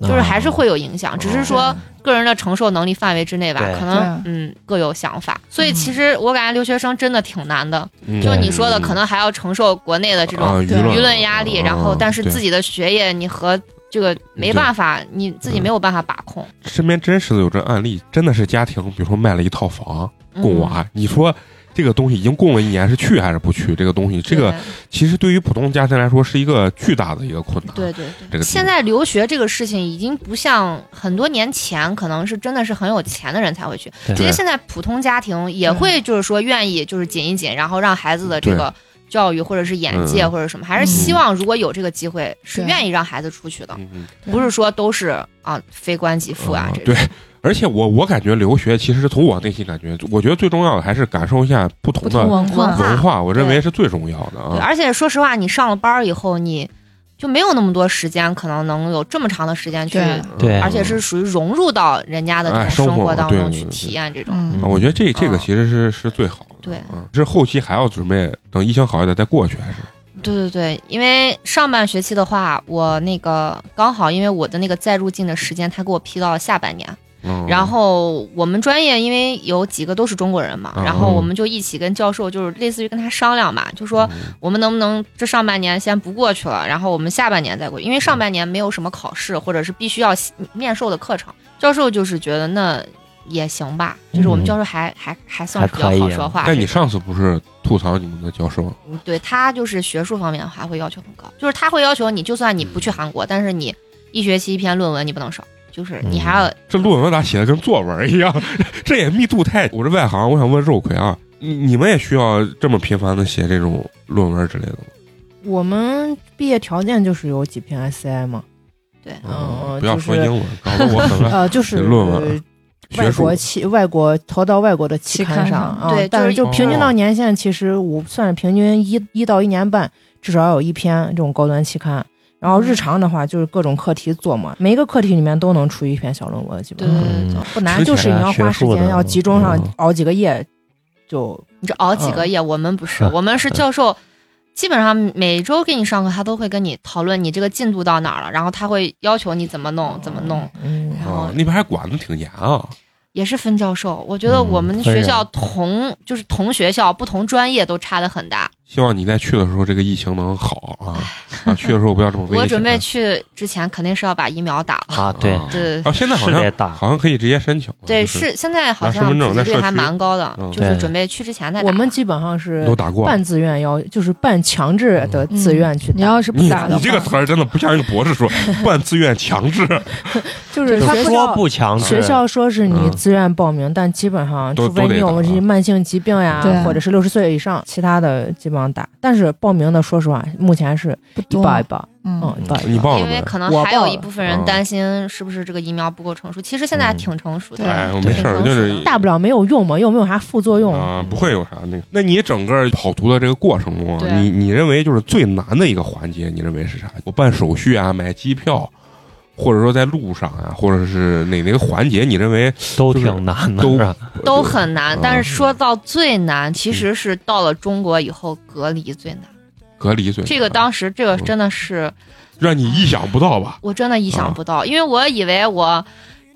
S1: 嗯
S3: 啊
S5: 就是还是会有影响，只是说个人的承受能力范围之内吧
S3: 对，
S5: 可
S2: 对
S5: 能
S2: 啊
S5: 嗯各有想法。所以其实我感觉留学生真的挺难的，就你说的，可能还要承受国内的这种
S1: 嗯啊
S2: 对
S1: 舆
S5: 舆论压力，然后但是自
S1: 己
S5: 己的学业你和这个没办法，你自己没有办法把控。
S1: 身边真实的有这案例，真的是家庭，比如说卖了一套房供
S5: 嗯
S1: 娃，你说这个东西已经供了一年，是去还是不去？这个东西，这个其实对于普通家庭来说是一个巨大的一个困难。
S5: 对对对
S1: 这个地方
S5: 现在留学这个事情已经不像很多年前，可能是真的是很有钱的人才会去。
S3: 对
S5: 其实现在普通家庭也会就是说愿意就是紧一紧，然后让孩子的这个教育或者是眼界
S1: 嗯
S5: 或者什么，还是希望如果有这个机会是
S2: 对
S5: 愿意让孩子出去的，
S1: 嗯嗯
S5: 不是说都是啊非官即富啊
S1: 啊
S5: 这种。
S1: 对，而且我我感觉留学其实从我内心感觉，我觉得最重要的还是感受一下不同
S2: 不
S1: 的
S2: 同文
S5: 文
S2: 化，
S5: 化
S1: 文化，我认
S5: 对
S1: 为是最重要的
S5: 对，
S1: 啊。
S5: 而且说实话，你上了班儿以后，你就没有那么多时间，可能能有这么长的时间去，
S2: 对
S3: 对
S5: 而且是属于融入到人家的这
S1: 哎
S5: 种
S1: 生活
S5: 活当
S1: 对
S5: 中
S1: 对
S5: 去
S1: 对
S5: 体验这种。
S2: 嗯
S1: 啊，我觉得这这个
S5: 嗯
S1: 其实是是最好的。
S5: 对
S1: 啊，这后期还要准备等疫情好一点再过去，还是
S5: 对对对，因为上半学期的话，我那个刚好因为我的那个再入境的时间，他给我批到了下半年。
S3: 哦
S1: 嗯，
S5: 然后我们专业因为有几个都是中国人
S3: 哦
S5: 嘛，
S1: 嗯
S5: 然后我们就一起跟教授就是类似于跟他商量
S3: 嗯
S5: 嘛，就
S1: 嗯
S5: 说我们能不能这上半年先不过去了，然后我们下半年再过去，因为上半年没有什么考试或者是必须要面授的课程。教授就是觉得那也行吧，就是我们
S3: 嗯
S5: 教授还还还算是比较
S3: 还可以
S5: 好
S3: 啊
S5: 说话。
S1: 但你上次不是吐槽你们的教授？
S5: 嗯对他就是学术方面的话会要求很高，就是他会要求你，就算你不去韩国，但是你一学期一篇论文你不能少，就是你还要、
S1: 这论文咋写的跟作文一样？ 这也密度太……我是外行，我想问肉葵啊，你你们也需要这么频繁的写这种论文之类的吗？
S4: 我们毕业条件就是有几篇 SI 嘛，
S5: 对
S4: 嗯
S1: 不要说
S4: 就是
S1: 英文，搞得我很
S4: 呃，就是
S1: 啊写论文啊
S4: 呃
S1: 学
S4: 外
S1: 术
S4: 国。期外国投到外国的期刊
S2: 期刊
S4: 上
S2: 上
S4: 啊，
S5: 对
S4: 但
S5: 就是
S4: 就平均
S1: 哦
S4: 到年限，其实我算平均一一到一年半，至少要有一篇这种高端期刊。然后日常的话就是各种课题做嘛，每一个课题里面都能出一篇小论文，基本
S5: 对
S4: 上
S5: 对
S3: 嗯
S5: 对对，
S4: 不难，就是你要花时
S3: 学术
S4: 间，
S3: 的
S4: 要集中上
S1: 嗯
S4: 熬几个夜，就
S5: 你这熬几个夜，我们不是，我们是教授。基本上每周给你上课，他都会跟你讨论你这个进度到哪儿了，然后他会要求你怎么弄，怎么弄，
S4: 嗯
S5: 然后
S1: 啊，那边还管的挺严啊！
S5: 也是分教授。我觉得我们学校同就是同学校不同专业都差的很大。
S1: 希望你在去的时候，这个疫情能好啊！啊，去的时候不要这么危险。
S5: 我准备去之前肯定是要把疫苗打了。
S3: 啊，对，
S1: 啊
S5: 对
S1: 啊，现在好
S3: 是
S1: 像
S3: 得打，
S1: 好像可以直接申请了。
S5: 对，
S1: 就是
S5: 现在好
S1: 拿身
S5: 像
S1: 份证
S5: 普及
S1: 在社
S5: 率还
S1: 区
S5: 蛮高的
S1: 嗯，
S5: 就是
S3: 对
S5: 准备去之前再打。
S4: 我们基本上
S1: 是
S4: 是
S1: 都打过。嗯
S4: 半自愿要，就是半强制的自愿去
S2: 你
S4: 打，
S2: 要是不
S1: 你
S2: 打的
S1: 你
S2: 话，
S1: 这个词儿真的不像一个博士说， 半自愿强制
S4: 就是
S3: 就
S4: 他
S3: 是
S4: 不
S3: 说
S4: 要
S3: 不强制，
S4: 学校说是你
S1: 嗯
S4: 自愿报名，但基本上，
S1: 都
S4: 除非
S1: 都得
S4: 你
S1: 打啊
S4: 有这些慢性疾病呀
S2: 对，
S4: 或者是六十岁以上，其他的基本上打。但是报名的，说实话，目前是
S2: 不
S4: 一
S2: 多
S4: 报一报，嗯
S2: 嗯，，
S4: 一报一
S1: 你
S4: 报。
S1: 报了
S5: 因为
S1: 没？
S5: 可能
S4: 我
S5: 还有
S4: 报
S5: 一
S4: 了
S5: 部分人
S1: 嗯
S5: 担心是不是这个疫苗不够成熟，其实现在还
S1: 嗯
S5: 挺成熟的。
S2: 对
S1: 哎，我没事儿，
S5: 挺成熟
S1: 就是
S5: 的
S4: 大不了没有用嘛，又没有啥副作用。
S1: 啊，不会有啥那个。那你整个跑图的这个过程中啊，
S5: 对
S1: 你你认为就是最难的一个环节，你认为是啥？我办手续啊，买机票，或者说在路上啊，或者是哪哪个环节，你认为
S3: 都
S1: 就是
S3: 挺难的，
S1: 都
S3: 是吧？
S5: 都很难，
S1: 嗯
S5: 但是说到最难，其实是到了中国以后隔离最难。
S1: 隔离最嗯
S5: 这个当时这个真的是
S1: 啊让你意想不到吧？
S5: 我真的意
S1: 嗯
S5: 想不到，因为我以为我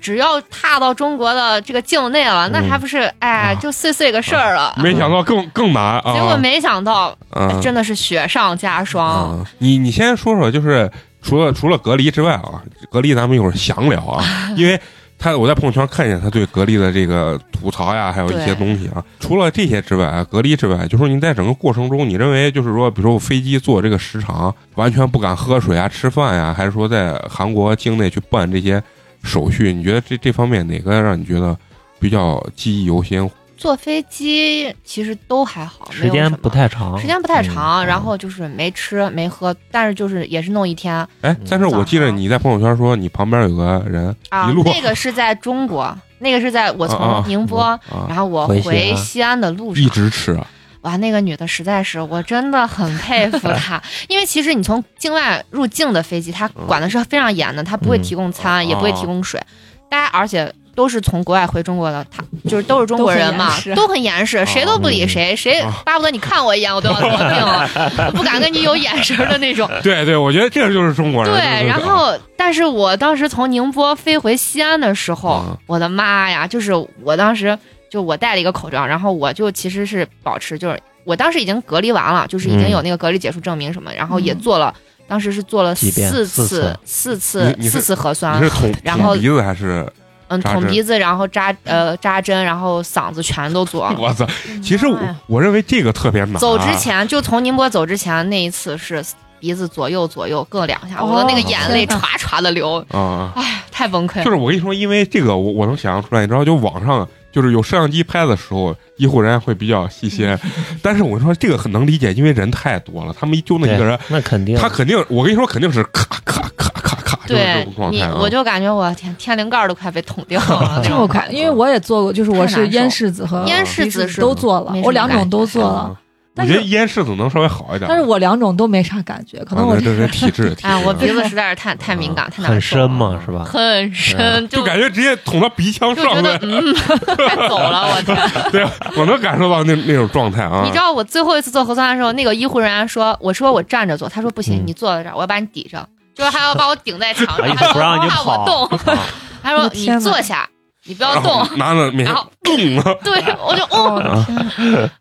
S5: 只要踏到中国的这个境内了，那
S1: 嗯
S5: 还不是哎
S1: 啊
S5: 就碎碎个事儿了。
S1: 没想到更更难啊！
S5: 结果没想到，哎
S1: 啊，
S5: 真的是雪上加霜。
S1: 啊，你你先说说，就是除了除了隔离之外啊，隔离咱们一会儿详聊啊， 因为他我在朋友圈看见他对隔离的这个吐槽呀，还有一些
S5: 对
S1: 东西啊。除了这些之外啊，隔离之外，就说您在整个过程中，你认为就是说，比如说我飞机坐这个时长，完全不敢喝水啊、吃饭呀，还是说在韩国境内去办这些手续，你觉得这这方面哪个让你觉得比较记忆犹新？
S5: 坐飞机其实都还好，没
S3: 时
S5: 有
S3: 间
S5: 什么
S3: 不太长，
S5: 时间不太长，
S1: 嗯
S5: 然后就是没吃没喝，但是就是也是弄一天
S1: 哎，但是我记得你在朋友圈说你旁边有个人
S5: 啊
S1: 一路。。
S5: 那个是在中国，那个是在我
S1: 啊啊
S5: 从宁波，
S1: 啊
S5: 然后我
S3: 回西
S5: 回
S3: 安
S5: 西安的路上
S1: 一，直吃啊，
S5: 哇，那个女的实在是，我真的很佩服她，因为其实你从境外入境的飞机，她管的是非常严的，她不会提供餐，
S1: 嗯
S5: 也不会提供水，大家而且。都是从国外回中国的，她就是都是中国人
S2: 都
S5: 嘛
S2: 很严，实
S5: 都很严实，谁都不理
S3: 嗯
S5: 谁，谁
S1: 啊
S5: 巴不得你看我一眼，我都要得病了，不敢跟你有眼神儿的那种。
S1: 对对，我觉得这就是中国人。
S5: 对，然后，但是我当时从宁波飞回西安的时候，
S1: 嗯
S5: 我的妈呀！就是我当时就我戴了一个口罩，然后我就其实是保持就是我当时已经隔离完了，就是已经
S1: 嗯
S5: 有那个隔离解除证明什么，然后
S2: 嗯
S5: 也做了，当时是做了
S3: 几遍
S5: 四
S3: 四
S5: 次
S3: 次
S5: 四次
S1: 你你是
S5: 四次核酸
S1: 你，是捅
S5: 然后
S1: 捅鼻子还是？
S5: 嗯，
S1: 扎
S5: 捅
S1: 针
S5: 鼻子，然后扎呃扎针，然后嗓子全都做。
S1: 我操！其实我
S4: 妈呀
S1: 我认为这个特别难。
S5: 嗯哎
S1: 啊
S5: 走之前就从宁波走之前那一次是鼻子左右左右各两下，我的那个
S2: 哦
S5: 眼泪
S2: 天
S5: 唰唰的流，
S1: 啊，
S5: 太崩溃了
S1: 就。是我跟你说，因为这个我我能想象出来，你知道，就网上就是有摄像机拍的时候，医护人员会比较细心，
S5: 嗯
S1: 但是我跟你说这个很能理解，因为人太多了，他们一揪那一个人，
S3: 对那肯定
S1: 他肯定，我跟你说肯定是咔咔咔咔咔，就是这
S5: 对
S1: 种状
S5: 你
S1: 态，啊
S5: 我。就感觉我天，天灵盖儿都快被捅掉了 那
S2: 这
S5: 种
S2: 么
S5: 感
S2: 快，
S5: 觉。
S2: 因为我也做过，就是我
S5: 太
S2: 是
S5: 难受
S2: 咽拭子和
S5: 咽拭子
S2: 鼻
S5: 是
S2: 都做了
S5: 没什，么
S2: 我两种都做了，
S1: 啊我
S2: 但
S1: 觉
S2: 是
S1: 得咽拭子能稍微好一点，
S2: 但是我两种都没啥感觉，可能我
S1: 啊那这是体质，体质啊
S5: 哎，我鼻子实在是太太敏感，太难
S3: 很
S5: 受
S3: 深
S5: 了，
S3: 嘛，是吧？
S5: 很深，
S1: 嗯就
S5: 就
S1: 感觉直接捅到鼻腔
S5: 就
S1: 上
S5: 觉
S1: 面
S5: 得，嗯， 快走了，我天！
S1: 对， 我能感受到那那种状态啊。
S5: 你知道我最后一次做核酸的时候，那个医护人员说，我说我站着做，他说不行，
S3: 嗯
S5: 你坐在这儿，我要把你抵上，就是还要把我顶在墙上，
S3: 哎
S5: 还
S3: 不让你
S5: 怕
S3: 跑
S5: 我动，
S1: 啊
S5: 他说
S2: 我的
S5: 你
S2: 天哪
S5: 坐下，你不要
S1: 然后
S5: 动。
S1: 拿着棉
S5: 然后哎
S1: 动啊！
S5: 对， 我就哦，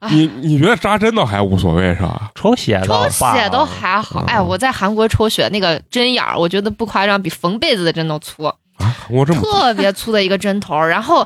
S1: 你你觉得扎针倒还无所谓是吧？
S3: 抽血的
S5: 抽
S3: 话
S5: 血都还好。
S3: 嗯
S5: 哎，我在韩国抽血那个针眼儿，我觉得不夸张，比缝被子的针都粗。
S1: 啊，我这么
S5: 特别粗的一个针头儿，然后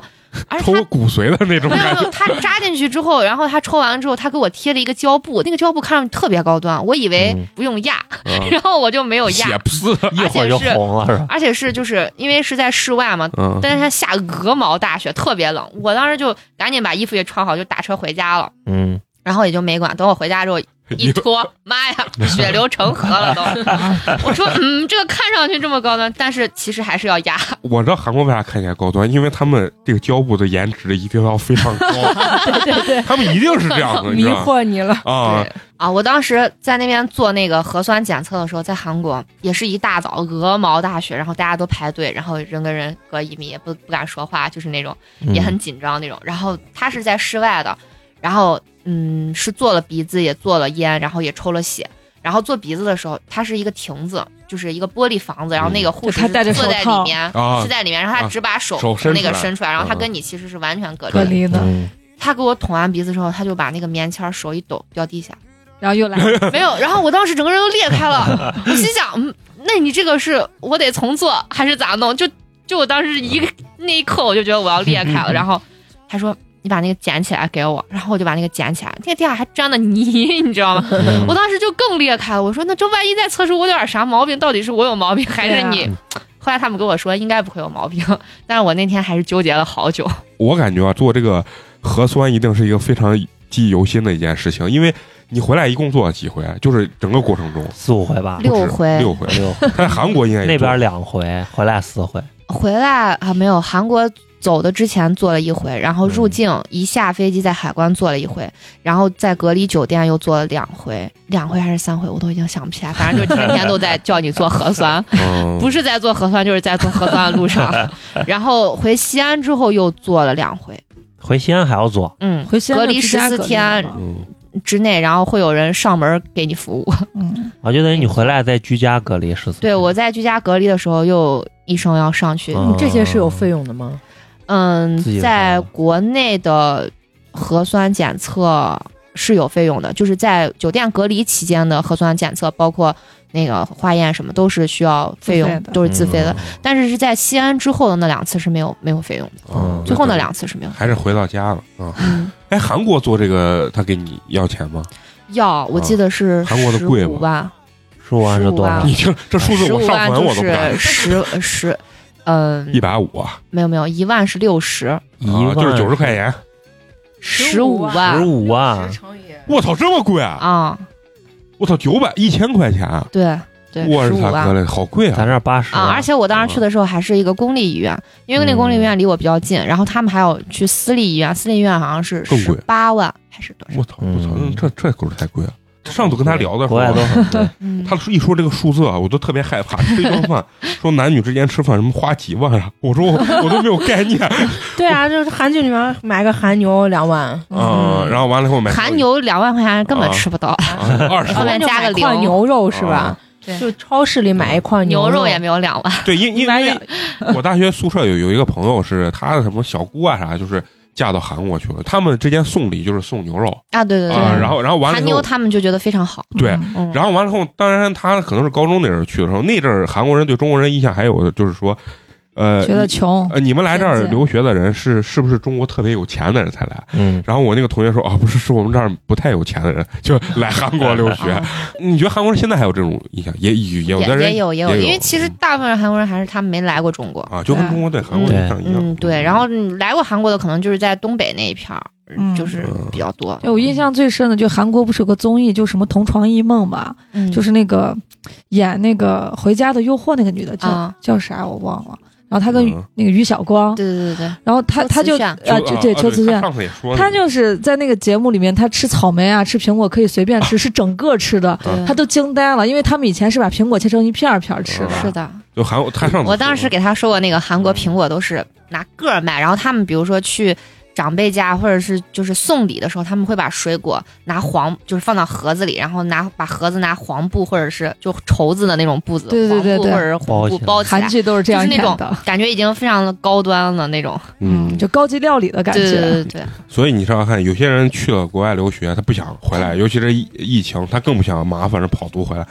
S5: 而且
S1: 抽
S5: 他
S1: 我骨髓的那种
S5: 没有
S1: 感
S5: 没
S1: 觉
S5: 有，他扎进去之后，然后他抽完了之后，他给我贴了一个胶布，那个胶布看上去特别高端，我以为
S3: 嗯
S5: 不用压，
S1: 嗯，
S5: 然后我就没有
S1: 血
S5: 压，
S1: 丝，
S3: 一会儿就红了，是吧？
S5: 而且是就是因为是在室外嘛，
S1: 嗯，
S5: 但是他下鹅毛大雪，特别冷，我当时就赶紧把衣服也穿好，就打车回家了。
S3: 嗯，
S5: 然后也就没管，等我回家 之后一脱，妈呀，血流成河了都！ 我说，嗯，这个看上去这么高端，但是其实还是要压。
S1: 我知道韩国为啥看起来高端，因为他们这个胶布的颜值一定要非常 高，
S4: 对对对，
S1: 他们一 定是这样的，你
S4: 迷
S1: 知道吗？
S4: 惑你了。
S1: 啊
S5: 对啊，我当时在那边做那个核酸检测的时候，在韩国也是一大早鹅毛大雪，然后大家都排队，然后人跟人隔一米，也不不敢说话，就是那种
S3: 嗯
S5: 也很紧张那种。然后他是在室外的，然后嗯是做了鼻子，也做了烟，然后也抽了血。然后做鼻子的时候，它是一个亭子，就是一个玻璃房子，然后那个护士
S2: 就他
S5: 是
S2: 戴着
S5: 坐
S2: 手
S5: 在里
S2: 套
S5: 面，
S1: 啊
S5: 是在里面，然后他
S1: 啊
S5: 只把手
S1: 手伸
S5: 那个
S1: 出来
S5: 伸出来，然后他
S1: 嗯
S5: 跟你其实是完全隔
S4: 隔
S5: 着的。
S4: 离的，
S3: 嗯
S5: 他给我捅完鼻子之后，他就把那个棉签儿手一抖掉地下，
S2: 然后又来，
S5: 没有，然后我当时整个人都裂开了，我心想，嗯，那你这个是我得重做还是咋弄？就就我当时一那一刻我就觉得我要裂开了，然后他说你把那个捡起来给我，然后我就把那个捡起来，那个地下还沾了泥，你知 道吗？
S3: 嗯
S5: 我当时就更裂开了，我说那这万一再测出我有点啥毛病，到底是我有毛病还是你？
S3: 对啊
S5: 后来他们跟我说应该不会有毛病，但是我那天还是纠结了好久。
S1: 我感觉啊，做这个核酸一定是一个非常记忆犹新的一件事情，因为你回来一共做了几回？啊就是整个过程中
S3: 四五回吧，
S5: 六
S1: 不止
S5: 回
S1: 六回。
S3: 六
S1: 但是韩国应该也
S3: 那
S1: 做
S3: 边两回，回来四回，
S5: 回来啊，没有韩国走的之前做了一回，然后入境、一下飞机在海关做了一回，然后在隔离酒店又做了两回，两回还是三回，我都已经想不起来，反正就天天都在叫你做核酸，
S1: 嗯
S5: 不是在做核酸就是在做核酸的路上。然后回西安之后又做了两回，
S3: 回西安还要做，
S5: 嗯，
S2: 回西安
S5: 隔
S2: 就
S5: 离
S2: 居家
S5: 14
S2: 隔离
S5: 天
S2: 了
S1: 嗯
S5: 之内，然后会有人上门给你服务。
S4: 嗯，
S3: 啊，就等于你回来再居家隔离十四。
S5: 对我在居家隔离的时候，又医生要上去
S3: 嗯
S4: 你这
S1: 啊
S4: 些是有费用的吗？
S5: 嗯
S3: 自己，的
S5: 在
S3: 话
S5: 国内的核酸检测是有费用的，就是在酒店隔离期间的核酸检测，包括那个化验什么，都是需要费
S2: 自费
S5: 用，
S2: 的
S5: 都是自费的。
S3: 嗯
S5: 但是是在西安之后的那两次是没有没有费用的，
S1: 嗯
S3: 嗯
S5: 最后那两次是没有。
S1: 还是回到家了啊。
S5: 嗯，
S1: 哎，韩国做这个他给你要钱吗？
S5: 要我记得是
S1: 韩国的贵吗
S5: 15万，
S3: 十五万是多少
S5: 15
S1: 你？听这数字，
S5: 啊十
S1: 我
S5: 五
S1: 上
S5: 万
S1: 坟
S5: 就
S1: 我都不敢
S5: 是。十十，嗯，
S1: 一百五啊，
S5: 没有没有，一万是六十，
S3: 一万
S1: 就是九十块钱。
S5: 十五
S2: 15
S3: 十
S5: 万
S3: 五
S1: 啊
S3: 万，
S1: 我操，这么贵啊！
S5: 啊，
S1: 我操，九百一千块钱啊！
S5: 对对，
S1: 我
S5: 十
S1: 日
S5: 五
S1: 他
S5: 万
S1: 哥。嘞，好贵啊！
S3: 咱这儿八十
S5: 啊！而且我当时去的时候还是一个公立医院，因为那个公立医院离我比较近，然后他们还有去私立医院，私立医院好像是
S1: 嗯更
S5: 十
S1: 贵
S5: 八万还是多少？
S1: 我操，我操，
S3: 嗯
S1: 这这狗太贵了。上次跟他聊的时候
S3: 国
S1: 啊，
S3: 外都很贵，
S5: 嗯，
S1: 他一说这个数字啊，我都特别害怕。吃一顿饭，说男女之间吃饭什么花几万啊，我说我我都没有概 念
S4: 对啊，就是韩剧里面买个韩牛两万，
S1: 啊。然后完了以后买
S5: 韩牛啊两万块钱根本
S1: 啊
S5: 吃不到，
S1: 二十
S5: 后
S1: 万，
S5: 面加个
S4: 一块
S5: 零，
S4: 牛肉是吧
S1: 啊？
S5: 对
S4: 就超市里买一块
S5: 牛
S4: 肉
S5: 肉也没有 两万，
S1: 对，因因
S4: 买
S1: 为我大学宿舍有有一个朋友是他的什么小姑啊啥，就是嫁到韩国去了，他们之间送礼就是送牛肉
S5: 啊，对对
S1: 啊，
S5: 对，
S1: 然后然后完了
S5: 韩
S1: 以
S5: 妞
S1: 后
S5: 他们就觉得非常好，
S1: 对，
S5: 嗯，
S1: 然后完了后，当然他可能是高中那阵儿去的时候，那阵儿韩国人对中国人印象还有的就是说，呃，
S2: 觉得
S1: 你
S2: 穷，
S1: 呃你们来这儿
S2: 偏见
S1: 留学的人是是不是中国特别有钱的人才来？
S3: 嗯，
S1: 然后我那个同学说啊，不是，是我们这儿不太有钱的人就来韩国留学。 你觉得韩国人现在还有这种印象？也也有的
S5: 哦嗯也
S1: 人
S5: 也有也有，
S1: 也有嗯
S5: 因为其实大部分韩国人还是他们没来过中国，
S1: 啊，就跟中国对韩国
S3: 对
S1: 印象一样。
S5: 嗯，对，然后来过韩国的可能就是在东北那一片儿，就是
S1: 嗯
S5: 比较多，
S2: 嗯哎对我印象最深的就韩国不是有个综艺，就什么同床异梦吧，
S5: 嗯
S2: 就是那个演那个《回家的诱惑》那个女的叫、
S5: 啊
S2: 叫啥我忘了，然后她跟
S1: 嗯
S2: 那个于晓光，
S5: 对对对
S1: 啊
S5: 对，
S2: 然后她
S5: 秋
S2: 她
S5: 瓷
S2: 就
S5: 炫
S2: 啊就对秋瓷炫
S1: 他。上次也说了，
S2: 她就是在那个节目里面，她吃草莓啊，吃苹果可以随 便吃，是整个吃的，
S5: 对
S2: 她都惊呆了，因为他们以前是把苹果切成一片儿片儿吃的。
S1: 嗯
S5: 是的，
S1: 就韩国，他上次说
S5: 我当时给他说过，那个韩国苹果都是拿个儿卖，然后他们比如说去长辈家或者是就是送礼的时候，他们会把水果拿黄就是放到盒子里，然后拿把盒子拿黄布或者是就绸子的那种布子，
S2: 对对对
S5: 黄布
S2: 对
S5: 或者是红布包
S3: 包
S5: 起
S2: 韩
S5: 来，
S2: 剧都是这样
S5: 就是
S2: 演
S5: 那
S2: 的
S5: 种，感觉已经非常的高端了那种。
S1: 嗯，
S2: 就高级料理的感
S5: 对对
S2: 觉。
S5: 对对，
S1: 所以你想想看，有些人去了国外留学，他不想回来，尤其是疫疫情，他更不想麻烦着跑毒回来。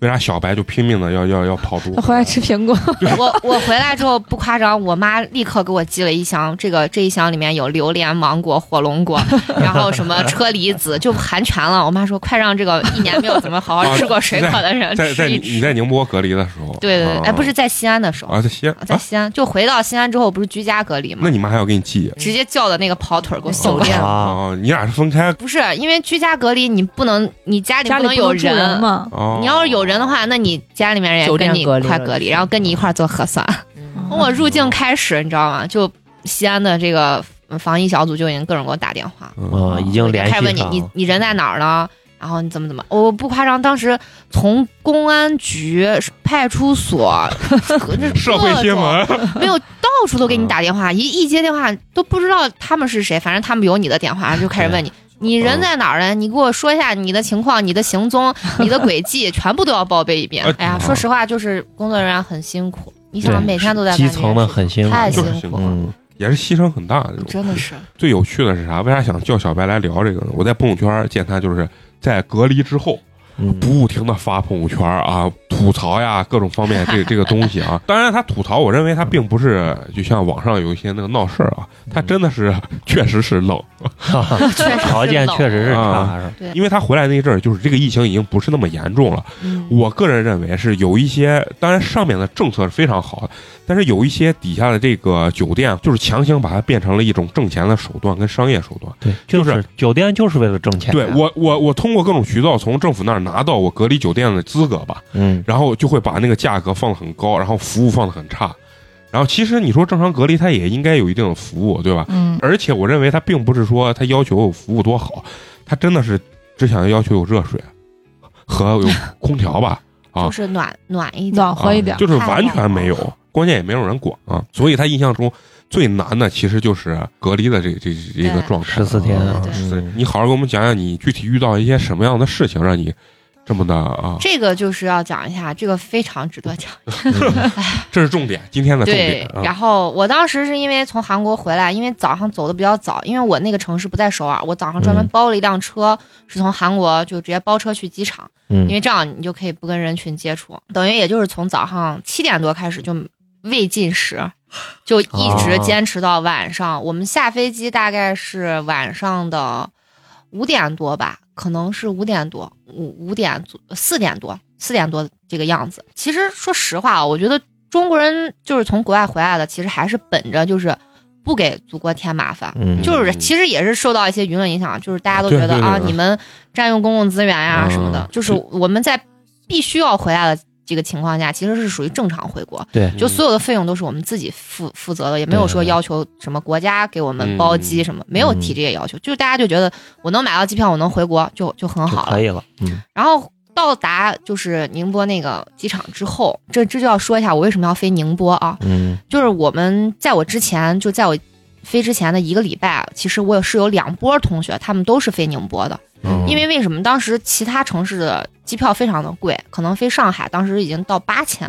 S1: 为啥小白就拼命的要要要跑步？
S2: 回来吃苹果，
S5: 我我回来之后不夸张，我妈立刻给我寄了一箱，这个这一箱里面有榴莲、芒果、火龙果，然后什 么车厘子，就含全了。我妈说，快让这个一年没有怎么好好吃过水果的人
S1: 啊在在
S5: 吃
S1: 你
S5: 一
S1: 你
S5: 吃。
S1: 在宁波隔离的时候，
S5: 对对对，
S1: 啊
S5: 哎，不是在西安的时候，
S1: 啊，在西安
S5: 在
S1: 啊，
S5: 西安就回到西安之后，不是居家隔离
S1: 那
S5: 嘛，
S1: 你妈还要给你寄
S5: 直接叫的那个跑腿儿给我送过来。
S3: 啊，
S1: 哦，你俩是分开
S5: 不是因为居家隔离，你不能，你家里
S2: 家
S5: 不
S2: 里
S5: 能
S2: 不
S5: 有
S2: 能住人嘛。
S1: 哦，
S5: 你要是有人的话，那你家里面人也
S4: 酒店
S5: 跟你
S4: 隔离
S5: 快
S4: 了
S5: 隔离，
S4: 就是
S5: 然后跟你一块儿做核酸。
S2: 嗯
S5: 我入境开始，你知道吗？就西安的这个呃防疫小组就已经各种给我打电话，
S1: 嗯，
S3: 嗯，已经联
S5: 开始
S3: 系
S5: 问你
S3: 上
S5: 你
S3: 了。
S5: 你人在哪儿呢？然后你怎么怎么？我不夸张，当时从公安局、派出所、 这
S1: 社会新闻，
S5: 没有，到处都给你打电话，一一接电话都不知道他们是谁，反正他们有你的电话，就开始问你。你人在哪儿呢？你给我说一下你的情况、你的行踪、你的轨迹，全部都要报备一遍
S1: 哎。
S5: 哎呀，
S1: 嗯
S5: 说实话，就是工作人员很辛苦。你
S3: 对
S5: 想，每天都在
S3: 基
S5: 干这
S3: 层
S5: 个
S3: 的
S5: 事
S3: 很辛苦，
S5: 太
S1: 就
S5: 辛
S1: 是辛
S5: 苦
S1: 苦
S5: 了，
S3: 嗯，
S1: 也是牺牲很大的这种。
S5: 真的是。
S1: 最有趣的是啥？为啥想叫小白来聊这个呢？我在朋友圈见他就是在隔离之后，
S3: 嗯
S1: 不停的发朋友圈啊，吐槽呀，各种方面这这个东西啊。当然，他吐槽，我认为他并不是就像网上有一些那个闹事儿啊，他真的是确实是冷，
S3: 哈哈
S5: 确实是
S3: 条件
S5: 冷
S3: 确实是差，
S1: 啊
S3: 是吧
S1: 因为他回来那一阵儿，就是这个疫情已经不是那么严重了。
S5: 嗯
S1: 我个人认为是有一些，当然上面的政策是非常好的，但是有一些底下的这个酒店就是强行把它变成了一种挣钱的手段跟商业手段。
S3: 对，
S1: 就
S3: 就是是酒店就是为了挣钱，
S1: 对，我，我我通过各种渠道从政府那儿拿到我隔离酒店的资格吧，
S3: 嗯，
S1: 然后就会把那个价格放得很高，然后服务放得很差。然后其实你说正常隔离，它也应该有一定的服务，对吧？
S2: 嗯，
S1: 而且我认为它并不是说它要求服务多好，它真的是只想要求有热水和有空调 吧，啊
S5: 就是暖暖一点
S2: 暖，和一点
S1: 啊，
S2: 啊
S1: 就是完全没有，关键也没有人管啊。所以他印象中最难的其实就是隔离的这这这一个
S5: 对
S1: 状态，
S3: 十四天
S1: 啊
S5: 对
S1: 14
S3: 嗯
S1: 你好好给我们讲讲你具体遇到一些什么样的事情，让你这么的 啊？
S5: 这个就是要讲一下，这个非常值得讲。
S1: 这是重点，今天的重点
S5: 对，
S1: 啊
S5: 然后我当时是因为从韩国回来，因为早上走的比较早，因为我那个城市不在首尔，我早上专门
S3: 嗯
S5: 包了一辆车，是从韩国就直接包车去机场，
S3: 嗯
S5: 因为这样你就可以不跟人群接触，等于也就是从早上七点多开始就未进食，就一直坚持到晚上。我们下飞机大概是晚上的五点多吧，可能是五点多，五五点左四点多，四点多这个样子。其实说实话啊，我觉得中国人就是从国外回来的，其实还是本着就是不给祖国添麻烦。
S3: 嗯
S5: 就是其实也是受到一些舆论影响，就是大家都
S1: 对
S5: 觉得
S1: 对对
S5: 啊，
S1: 对
S5: 你们占用公共资源呀、什么的
S1: 嗯，
S5: 就是我们在必须要回来的这个情况下，其实是属于正常回国，
S3: 对
S1: 嗯
S5: 就所有的费用都是我们自己负负责的，也没有说
S3: 对
S5: 要求什么国家给我们包机什么，没有提这些要求，就是大家就觉得我能买到机票，我能回国就就很
S3: 就
S5: 好了
S3: 可。以了，嗯
S5: 然后到达就是宁波那个机场之后，这这就要说一下我为什么要飞宁波啊，
S3: 嗯
S5: 就是我们在我之前，就在我飞之前的一个礼拜，啊其实我是有两波同学，他们都是飞宁波的。
S3: 嗯，
S5: 因为为什么？当时其他城市的机票非常的贵，可能飞上海当时已经到八千，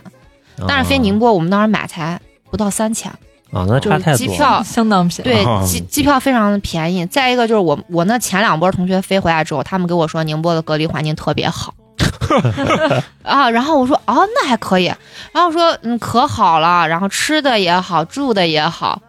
S3: 嗯
S5: 但是飞宁波我们当时买才不到三千，
S3: 啊，那
S5: 就
S3: 差太
S5: 是
S3: 多
S5: 机
S3: 了，
S5: 票。
S2: 相当便宜。
S5: 对
S1: 啊
S5: 机机票非常的便宜，再一个就是我我那前两波同学飞回来之后，他们跟我说宁波的隔离环境特 别好，啊，然后我说哦那还可以，然后我说嗯可好了，然后吃的也好，住的也好，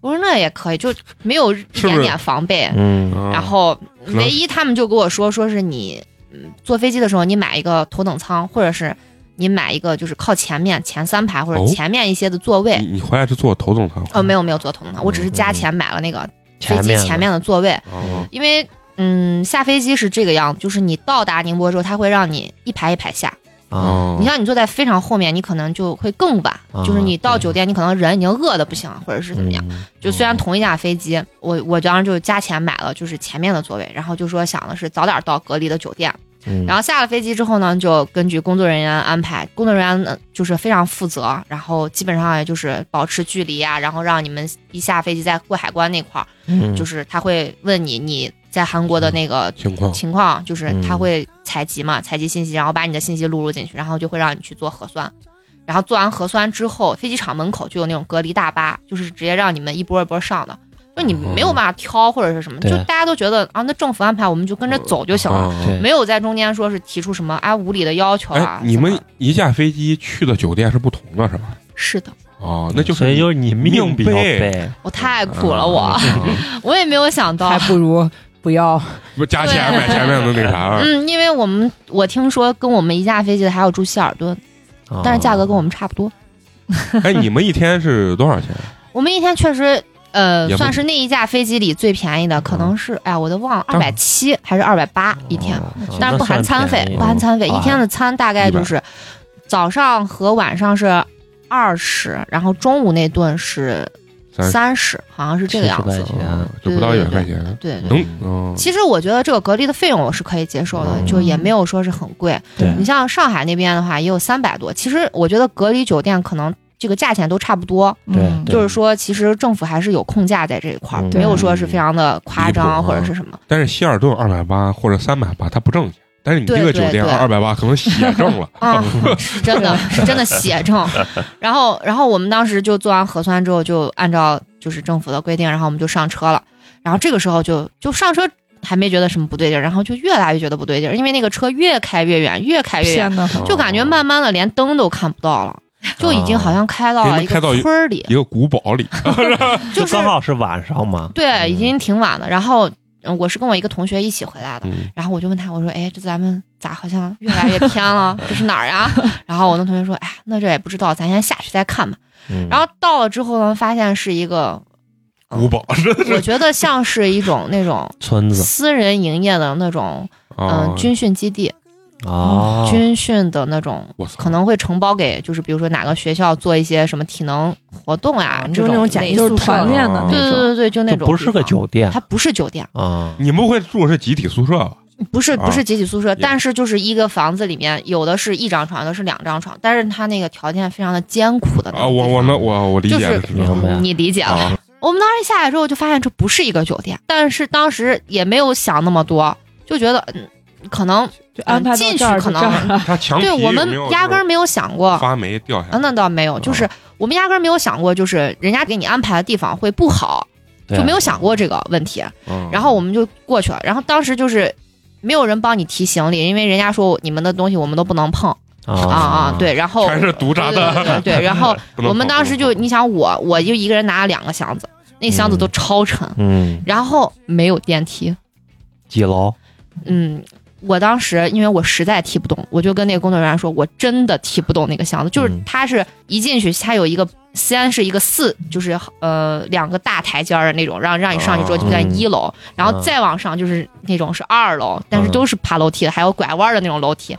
S5: 我说那也可以，就没有一
S1: 是不
S5: 点
S1: 是
S5: 点防备，
S3: 嗯
S1: 啊
S5: 然后
S1: 能
S5: 唯一他们就跟我说，说是你嗯坐飞机的时候，你买一个头等舱，或者是你买一个就是靠前面前三排或
S1: 哦
S5: 者前面一些的座位。
S1: 你你回来是坐头等舱
S5: 哦，没有没有坐头等舱，我只是
S1: 嗯
S5: 加钱买了那个飞
S3: 前
S5: 机
S3: 面
S5: 前面的座位，
S1: 啊？
S5: 因为嗯下飞机是这个样子，就是你到达宁波之后，它会让你一排一排下。
S3: 啊，
S1: 哦
S5: 你像你坐在非常后面，你可能就会更晚，
S3: 啊
S5: 就是你到
S3: 对
S5: 酒店，你可能人已经饿的不行，或者是怎么样。
S3: 嗯
S5: 就虽然同一架飞机，我我当时就加钱买了就是前面的座位，然后就说想的是早点到隔离的酒店，
S3: 嗯
S5: 然后下了飞机之后呢，就根据工作人员安排，工作人员呢就是非常负责，然后基本上也就是保持距离啊，然后让你们一下飞机在过海关那块儿，
S3: 嗯
S5: 就是他会问你你在韩国
S1: 嗯
S5: 的那个
S1: 情况
S5: 情况，就是他
S3: 嗯
S5: 会采集嘛，采集信息，然后把你的信息录入进去，然后就会让你去做核酸。然后做完核酸之后，飞机场门口就有那种隔离大巴，就是直接让你们一波一波上的。就你没有
S1: 哦
S5: 办法挑或者是什么，
S3: 对
S5: 就大家都觉得啊，那政府安排我们就跟着走就行了，
S1: 啊
S3: 对，
S5: 没有在中间说是提出什么哎无理的要求啊
S1: 哎，。
S5: 什
S1: 你们
S5: 么
S1: 一下飞机去的酒店是不同的，是吧？
S5: 是的，
S1: 哦，那就是
S3: 所以就是你命比较哦
S1: 命背
S3: 背，
S5: 我太苦了，
S1: 啊
S5: 我
S1: 啊
S5: 我也没有想到
S4: 还，不如 不要。
S1: 不加钱买前面的那啥，啊
S5: 嗯，因为我们我听说跟我们一架飞机的还有住希尔顿，
S1: 哦
S3: 啊
S5: 但是价格跟我们差不多。嗯
S1: 哎，你们一天是多少钱？
S5: 我们一天确实，呃
S1: 也，不
S5: 算是那一架飞机里最便宜的，可能是，哎呀，我都忘了，二百七还是二百八一天，
S3: 哦
S5: 但是不含餐费，不含餐费，一天
S3: 啊
S5: 的餐大概就是早上和晚上是二十，然后中午那顿是
S1: 三
S5: 三十，好像是这个样
S3: 70块。
S5: 子
S3: 钱
S1: 就不到一百块钱，
S5: 对对。
S1: 能嗯，
S5: 其实我觉得这个隔离的费用我是可以接受的，
S1: 嗯
S5: 就也没有说是很贵。
S3: 对
S5: 你像上海那边的话，也有三百多。其实我觉得隔离酒店可能这个价钱都差不多，
S3: 对，
S5: 就是说，其实政府还是有控价在这一块儿，
S3: 嗯
S5: 没有说是非常的夸
S1: 离谱啊
S5: 张或者是什么。
S1: 但是希尔顿二百八或者三百八，它不挣钱。但是你这个酒店
S5: 对对对
S1: 二百八可能血挣了，
S5: 啊，是真的，是真的邪正。然后，然后我们当时就做完核酸之后，就按照就是政府的规定，然后我们就上车了。然后这个时候就就上车还没觉得什么不对劲儿，然后就越来越觉得不对劲儿，因为那个车越开越远，越开越远，
S2: 天呐，
S1: 哦
S5: 就感觉慢慢的连灯都看不到 了，就已经好像开到
S1: 啊
S5: 了一
S1: 给他
S5: 个
S1: 们开到一
S5: 村儿里，
S1: 一个古堡里，
S5: 就是
S3: 刚好是晚上嘛，
S5: 对，
S3: 嗯
S5: 已经挺晚了。然后嗯我是跟我一个同学一起回来的，
S1: 嗯，
S5: 然后我就问他，我说，哎，这咱们咋好像越来越偏 了？这是哪儿呀？然后我那同学说，哎呀，那这也不知道，咱先下去再看吧。
S3: 嗯
S5: 然后到了之后呢，发现是一 个，嗯
S1: 古堡是
S5: 我觉得像是一种那种
S3: 村子
S5: 私人营业的那种，
S1: 啊
S5: 嗯，，军训基地，
S1: 哦
S3: 啊，
S5: 嗯军训的那种。
S1: 我操，
S5: 可能会承包给，就是比如说哪个学校做一些什么体能活动啊，
S4: 就是那种简易
S5: 类
S4: 宿
S2: 就
S5: 似
S2: 是
S5: 的
S2: 团练的
S1: 啊
S5: 对
S2: 那
S5: 对
S2: 种。
S5: 对对，就那
S3: 就
S5: 种
S3: 不是
S5: 地
S3: 个
S5: 方
S3: 酒店
S5: 它不是酒店，
S3: 啊，
S1: 你们会住的是集体宿舍吧？
S5: 不是
S1: 啊
S5: 不是集体宿舍，
S1: 也
S5: 但是就是一个房子里面有的是一张床，有的是两张床，但是它那个条件非常的艰苦的那
S1: 啊，
S5: 种
S1: 我我能我我理
S5: 就
S1: 解
S5: 是
S1: 的是这样
S3: 明白
S5: 你理解了。
S1: 啊，
S5: 我们当时下来之后就发现这不是一个酒店，但是当时也没有想那么多，就觉得嗯，可能
S2: 就安排到
S5: 进去
S2: 这儿
S5: 可
S2: 就
S5: 能
S2: 这儿了。
S1: 他墙皮
S5: 啊对我
S1: 有没有
S5: 们压根儿没有想过
S1: 发霉掉下
S5: 啊，
S1: 来，
S5: 那倒没有，就是
S1: 嗯
S5: 我们压根儿没有想过，就是人家给你安排的地方会不好，
S3: 对
S5: 就没有想过这个问题。
S1: 嗯
S5: 然后我们就过去了，然后当时就是没有人帮你提行李，因为人家说你们的东西我们都不能碰啊
S3: 啊，
S5: 啊，对，然后
S1: 全是毒渣
S5: 对对对
S1: 的，
S5: 对对，然后
S1: 哦 不能碰
S5: 我们当时就
S1: 不能碰
S5: 你想我我就一个人拿了两个箱子，那箱子都超沉，
S3: 嗯，
S5: 然后没有电梯，
S3: 几楼？
S5: 嗯。我当时因为我实在提不动，我就跟那个工作人员说，我真的提不动那个箱子。就是
S3: 嗯
S5: 它是一进去，它有一个先是一个四，就是呃两个大台阶儿的那种，让让你上去之后就在
S3: 嗯
S5: 一楼，然后
S3: 嗯
S5: 再往上就是那种是二楼，但是
S3: 嗯
S5: 都是爬楼梯的，还有拐弯的那种楼
S3: 啊
S5: 梯。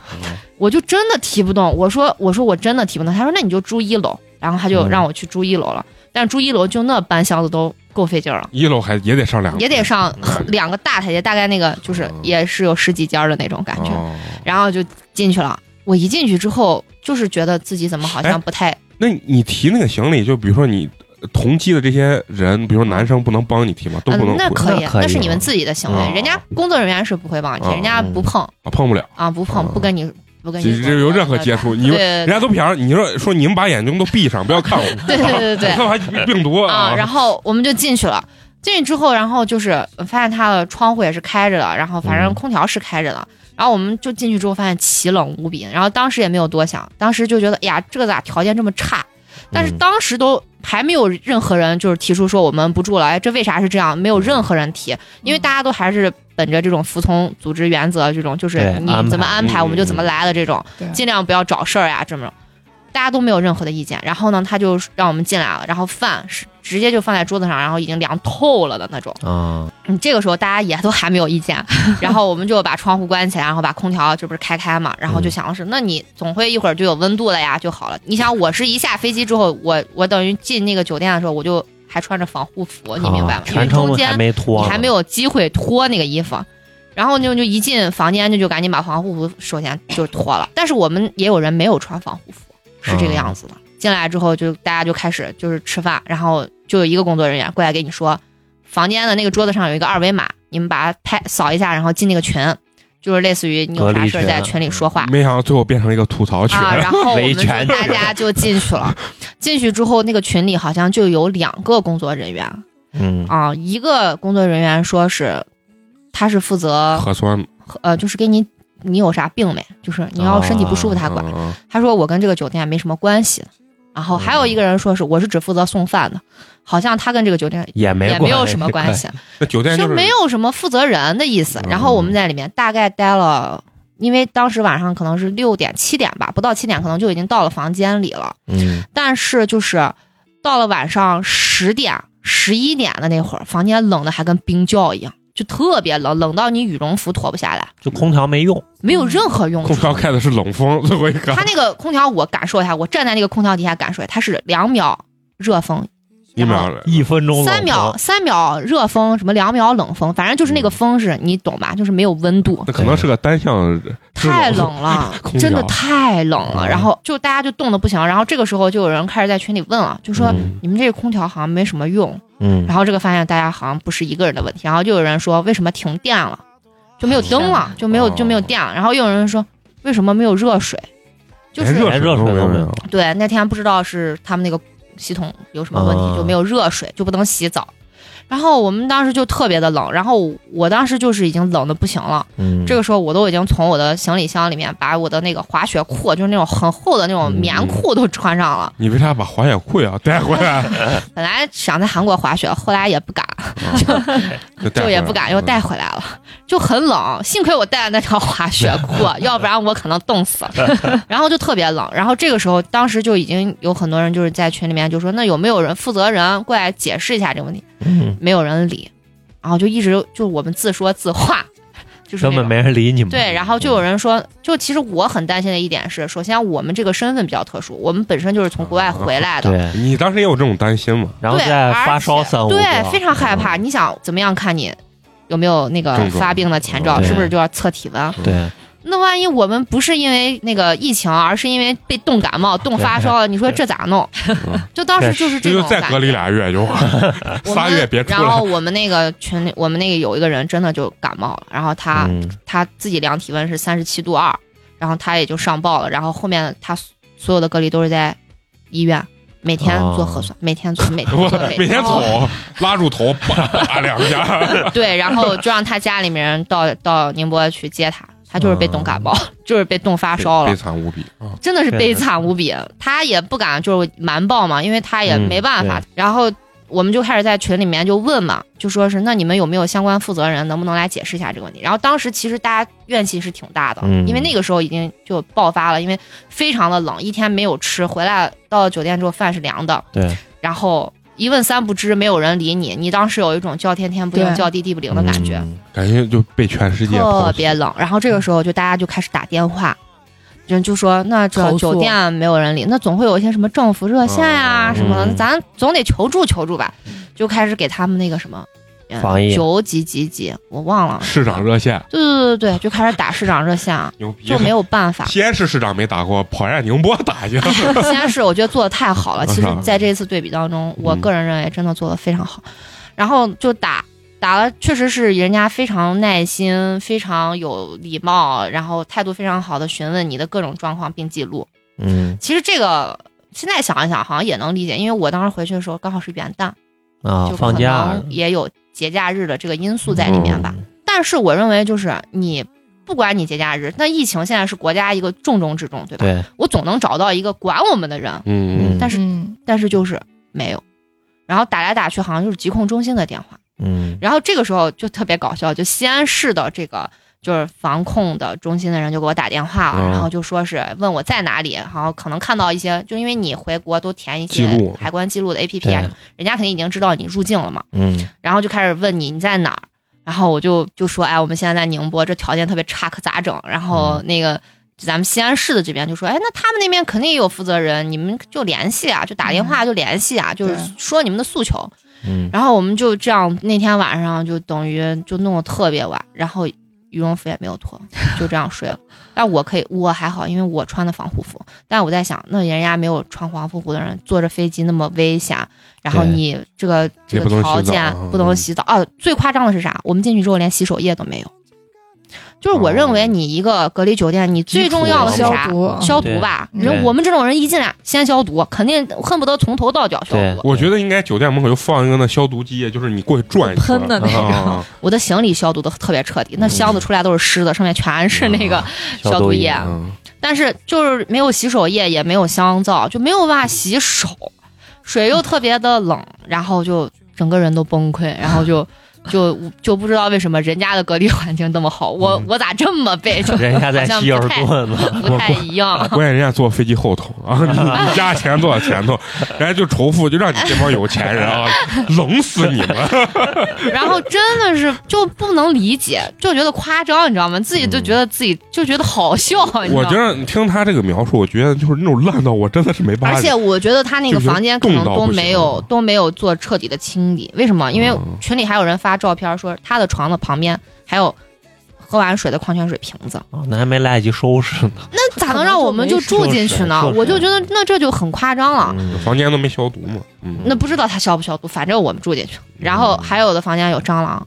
S5: 我就真的提不动。我说我说我真的提不动。他说那你就住一楼，然后他就
S3: 嗯
S5: 让我去住一楼了。但住一楼就那搬箱子都够费劲儿了，
S1: 一楼还也得上两个，
S5: 也得上
S1: 嗯
S5: 两个大台阶，大概那个就是
S1: 嗯
S5: 也是有十几间儿的那种感觉。
S1: 哦
S5: 然后就进去了。我一进去之后，就是觉得自己怎么好
S1: 哎
S5: 像不太
S1: 那你提那个行李，就比如说你呃同机的这些人，比如说男生不能帮你提吗？都不能
S5: 嗯，那
S1: 不
S5: 可以
S3: 那，可以啊
S5: 是你们自己的行为，
S1: 嗯
S5: 人家工作人员是不会帮你，
S1: 嗯
S5: 人家不碰
S1: 啊碰不了，
S5: 啊，不碰，
S1: 嗯
S5: 不跟你不跟
S1: 就
S5: 你
S1: 就有任何接触，你
S5: 对
S1: 们
S5: 对
S1: 人家都不想让你说说你们把眼睛都闭上，不要看我，
S5: 对对 对对 对
S1: 看完病毒
S5: 啊，然后我们就进去了。进去之后，然后就是呃发现它的窗户也是开着的，然后反正
S3: 嗯
S5: 空调是开着的。然后我们就进去之后，发现奇冷无比。然后当时也没有多想，当时就觉得，哎呀，这个咋条件这么差？但是
S3: 嗯
S5: 当时都还没有任何人就是提出说我们不住了，哎，这为啥是这样？没有任何人
S3: 嗯
S5: 提，因为大家都还是本着这种服从组织原则，这种就是
S3: 对
S5: 你
S3: 安排嗯
S5: 怎么安排
S1: 嗯
S5: 我们就怎么来的这种
S2: 对，
S5: 尽量不要找事儿呀，这么。大家都没有任何的意见。然后呢，他就让我们进来了，然后饭是直接就放在桌子上，然后已经凉透了的那种。
S3: 啊，
S5: 嗯，这个时候大家也都还没有意见，然后我们就把窗户关起来，然后把空调这不是开开嘛，然后
S3: 嗯
S5: 就想的是，那你总会一会儿就有温度了呀，就好了。你想，我是一下飞机之后，我我等于进那个酒店的时候，我就还穿着防护服，你明白吗
S3: 啊？
S5: 因为
S3: 全
S5: 中
S3: 程
S5: 间
S3: 还没脱
S5: 你
S3: 呢，
S5: 还没有机会脱那个衣服。然后就就一进房间就就赶紧把防护服首先就脱了，但是我们也有人没有穿防护服，是这个样子的。进来之后就大家就开始就是吃饭，然后就有一个工作人员过来给你说，房间的那个桌子上有一个二维码，你们把它拍扫一下，然后进那个群，就是类似于你有啥事儿在群里说话。
S1: 没想到最后变成了一个吐槽群，
S5: 啊，然后我
S3: 维
S5: 们就
S3: 权
S5: 大家就进去了，进去之后那个群里好像就有两个工作人员，
S3: 嗯
S5: 啊，一个工作人员说是他是负责
S1: 核酸
S5: 呃，就是给你你有啥病没，就是你要身体不舒服他管。
S1: 嗯嗯
S5: 他说我跟这个酒店没什么关系的。然后还有一个人说是我是只负责送饭的，好像他跟这个酒店
S3: 也没
S5: 也没有什么关，系，
S1: 那酒店
S5: 就是嗯没有什么负责人的意思。然后我们在里面大概待了，因为当时晚上可能是六点七点吧，不到七点可能就已经到了房间里了。
S3: 嗯
S5: 但是就是到了晚上十点、十一点的那会儿，房间冷的还跟冰窖一样，就特别冷，冷到你羽绒服脱不下来，
S3: 就空调没用，
S5: 没有任何用
S1: 空
S5: 处。
S1: 调开的是冷风，最后一看
S5: 它那个空调我感受一下，我站在那个空调底下感受一下，它是两秒热风，
S1: 一秒
S3: 一分钟冷
S5: 三秒
S3: 风，
S5: 三秒热风，什么两秒冷风，反正就是那个风是你懂吧，就是没有温度，
S1: 那可能是个单向制
S5: 太冷了
S1: 空，调
S5: 真的太冷了。
S1: 嗯
S5: 然后就大家就冻得不行，然后这个时候就有人开始在群里问了，就说、
S3: 嗯
S5: 你们这个空调好像没什么用。
S3: 嗯
S5: 然后这个发现大家好像不是一个人的问题，然后就有人说为什么停电了，就没有灯
S3: 啊
S5: 了，就没有就没有电了，然后又有人说为什么没有热水，就是
S1: 连
S3: 连哎热水
S1: 水
S3: 都
S1: 没
S3: 没有。
S5: 对，那天不知道是他们那个系统有什么问
S3: 啊
S5: 题，就没有热水，就不能洗澡。然后我们当时就特别的冷，然后我当时就是已经冷的不行了。
S3: 嗯，
S5: 这个时候我都已经从我的行李箱里面把我的那个滑雪裤，就是那种很厚的那种棉裤都穿上了。
S1: 你为啥把滑雪裤也要啊 带回来？
S5: 本来想在韩国滑雪，后来也不敢，
S1: 就带回
S5: 就
S1: 来嗯
S5: 也不敢
S3: 嗯
S5: 又带回来了，就很冷。幸亏我带了那条滑雪裤，要不然我可能冻死 了。然后就特别冷，然后这个时候当时就已经有很多人就是在群里面就说，那有没有人负责人过来解释一下这个问题？
S3: 嗯
S5: 没有人理，然后就一直就我们自说自话，就是那
S3: 根
S5: 种
S3: 本没人理你们。
S5: 对，然后就有人说，就其实我很担心的一点是，首先我们这个身份比较特殊，我们本身就是从国外回来的，
S3: 对，
S1: 你当时也有这种担心吗？
S3: 然后再发烧三五个，
S5: 对，非常
S3: 嗯
S5: 害怕。你想怎么样看你有没有那个
S1: 症状
S5: 发病的前兆，
S3: 对
S5: 是不是就要测体温？
S3: 对，
S5: 那万一我们不是因为那个疫情，而是因为被冻感冒、冻发烧了，你说这咋弄？就当时就是
S1: 这
S5: 这种
S1: 就再
S5: 感
S1: 隔离
S5: 觉。
S1: 俩月就
S5: 我
S1: 仨
S5: 们
S1: 月别出
S5: 然后
S1: 来。
S5: 我们那个群里，我们那个有一个人真的就感冒了，然后他、
S3: 嗯
S5: 他自己量体温是三十七度二，然后他也就上报了，然后后面他所所有的隔离都是在医院，每天做
S3: 哦
S5: 核酸，每天做，每 天
S1: 我
S5: 做，
S1: 每天
S5: 做。
S1: 捅，拉住头叭叭两下，
S5: 对，然后就让他家里面人到到宁波去接他，他就是被冻感冒， 就是 被冻发烧
S1: 悲
S5: 了，
S1: 惨无比啊！
S5: 真的是悲惨无比。他也不敢就是瞒报嘛，因为他也
S3: 嗯
S5: 没办法。
S3: 对
S5: 然后我们就开始在群里面就问嘛，就说是那你们有没有相关负责人，能不能来解释一下这个问题？然后当时其实大家怨气是挺大的，
S3: 嗯
S5: 因为那个时候已经就爆发了，因为非常的冷，一天没有吃，回来到酒店之后饭是凉的，
S3: 对，
S5: 然后。一问三不知，没有人理你。你当时有一种叫天天不应，
S2: 对
S5: 叫地地不灵的感觉。
S3: 嗯
S1: 感觉就被全世界抛
S5: 特
S1: 弃
S5: 别冷。然后这个时候就大家就开始打电话，人就说那这
S4: 投诉
S5: 酒店没有人理，那总会有一些什么政府热线呀、
S1: 嗯
S5: 什么的，
S3: 嗯
S5: 咱总得求助求助吧，就开始给他们那个什么。呃
S3: 防疫
S5: 九几几几，我忘了。
S1: 市长热线
S5: 对对对对，就开始打市长热线，啊
S1: 牛逼，
S5: 就没有办法。
S1: 西安市市长没打过，跑人家宁波打 去了。
S5: 西安市我觉得做的太好了，
S1: 是
S5: 其
S1: 吧
S5: 实在这一次对比当中，我
S1: 嗯
S5: 个人认为真的做的非常好。然后就打打了，确实是人家非常耐心、非常有礼貌，然后态度非常好的询问你的各种状况并记录。
S3: 嗯
S5: 其实这个现在想一想，好像也能理解，因为我当时回去的时候刚好是元旦，
S3: 啊，
S5: 就可
S3: 放假
S5: 能也有节假日的这个因素在里面吧。
S3: 嗯
S5: 但是我认为就是你。不管你节假日，那疫情现在是国家一个重中之重，对吧？
S3: 对，
S5: 我总能找到一个管我们的人，
S1: 嗯，
S5: 但是
S2: 嗯，
S5: 但是就是没有。然后打来打去，好像就是疾控中心的电话。
S3: 嗯
S5: 然后这个时候就特别搞笑，就西安市的这个就是防控的中心的人就给我打电话了，
S1: 嗯
S5: 然后就说是问我在哪里，然后可能看到一些，就因为你回国都填一
S1: 记
S5: 些
S1: 录
S5: 海关记录的 APP，
S3: 对
S5: 啊，人家肯定已经知道你入境了嘛，
S3: 嗯
S5: 然后就开始问你你在哪儿，然后我就就说哎，我们现在在宁波，这条件特别差，可咋整？然后那个。咱们西安市的这边就说，哎，那他们那边肯定也有负责人，你们就联系啊，就打电话就联系啊，就是
S2: 对
S5: 说你们的诉求。
S3: 嗯，
S5: 然后我们就这样，那天晚上就等于就弄得特别晚，然后羽绒服也没有脱， 就这样睡了。但我可以，我还好，因为我穿的防护服。但我在想，那人家没有穿防护服的人坐着飞机那么危险，然后
S3: 对
S5: 你这个这
S1: 也不
S5: 个
S1: 能洗
S5: 条
S1: 澡
S5: 件
S1: 啊
S5: 不能洗澡啊。最夸张的是啥？我们进去之后连洗手液都没有，就是我认为你一个隔离酒店，你最重要的是
S2: 消
S5: 啥？
S2: 毒，
S5: 消毒吧，
S2: 对
S5: 人
S3: 对
S5: 我们这种人一进来先消毒，肯定恨不得从头到脚消
S3: 对
S5: 毒。
S1: 我觉得应该酒店门口就放一个那消毒机，就是你过去转一圈
S2: 喷的那个
S1: 啊
S5: 我的行李消毒的特别彻底，那
S1: 嗯
S5: 箱子出来都是湿的，上面全是那个消毒液，啊
S1: 嗯
S5: 但是就是没有洗手液，也没有香皂，就没有办法洗手，水又特别的冷，然后就整个人都崩溃，然后 就就就不知道为什么人家的隔离环境那么好，我
S1: 嗯
S5: 我咋这么 背？就
S3: 人家在
S5: 好像
S3: 希尔
S5: 不太
S3: 顿呢，
S5: 不太一样。
S1: 关键人家坐飞机后头 啊，你你家前座前头，人家就仇富，就让你这帮有钱人啊，冷死你 们！
S5: 然后真的是就不能理解，就觉得夸张，你知道吗？自己就觉得自己就觉得好笑，你知
S1: 我
S5: 道
S1: 觉
S5: 吗？
S1: 得听他这个描述，我觉得就是那种烂到我真的是没办法
S5: 而
S1: 理解。
S5: 且我觉得他那个房间可能都没
S1: 就
S5: 有
S1: 是
S5: 都没有做彻底的清理，为什么？因为
S1: 嗯
S5: 群里还有人发照片说他的床的旁边还有喝完水的矿泉水瓶子，
S1: 嗯
S3: 哦那还没来得及收拾呢。
S5: 那咋能让我们就住进去呢
S3: 可能就没收？拾
S5: 我就觉得那这就很夸张了。
S3: 嗯
S1: 房间都没消毒嘛，嗯，
S5: 那不知道他消不消毒，反正我们住进去。然后还有的房间有蟑螂，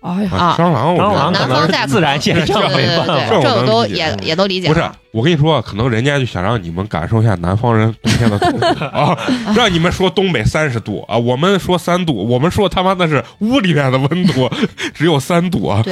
S2: 哎呀，
S1: 啊
S5: 啊
S1: 蟑螂，我
S3: 蟑
S1: 觉
S3: 螂
S1: 得
S3: 可
S5: 南
S3: 能
S5: 方在
S3: 是自然现
S5: 对
S3: 象
S5: 对
S3: 没
S5: 对
S3: 办
S5: 对，
S3: 法
S1: 这。
S5: 这
S1: 我
S5: 我
S1: 能
S5: 都
S1: 理解嗯
S5: 也也都理解
S1: 不是啊
S5: 了。，
S1: 我跟你说，可能人家就想让你们感受一下南方人冬天的 痛苦啊，让你们说东北三十度啊，我们说三度，我们说他妈的是屋里面的温度 只有三度啊，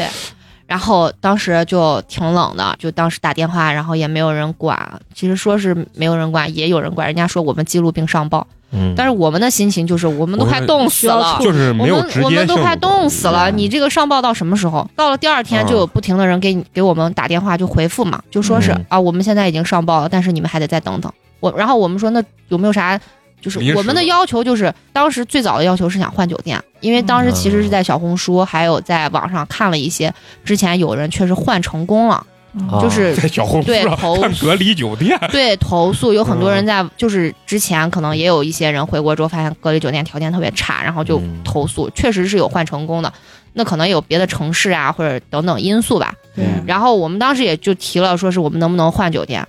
S5: 然后当时就挺冷的，就当时打电话，然后也没有人管。其实说是没有人管，也有人管。人家说我们记录并上报，
S3: 嗯
S5: 但是我们的心情就是我们都
S1: 我
S5: 快
S1: 们
S5: 冻死
S2: 需要
S5: 了。
S1: 就是没
S5: 哦我
S1: 有
S5: 们
S1: 直接性。嗯
S5: 我们都快冻死了，你这个上报到什么时候？到了第二天
S1: 啊
S5: 就有不停的人给你给我们打电话就回复嘛，就说是、
S3: 嗯
S5: 啊，我们现在已经上报了，但是你们还得再等等。我然后我们说那有没有啥？就是
S1: 临时
S5: 我们的
S1: 的
S5: 要求就是当时最早的要求是想换酒店，因为当时其实是在小红书还有在网上看了一些，之前有人确实换成功了，
S3: 啊
S5: 就是
S1: 在小红书
S5: 对
S1: 上
S5: 投
S1: 看隔离酒店，
S5: 对投诉有很多人
S1: 嗯
S5: 在，就是之前可能也有一些人回国之后发现隔离酒店条件特别差，然后就
S3: 嗯
S5: 投诉，确实是有换成功的，那可能有别的城市啊或者等等因素吧。
S2: 对
S3: 嗯
S5: 然后我们当时也就提了，说是我们能不能换酒店，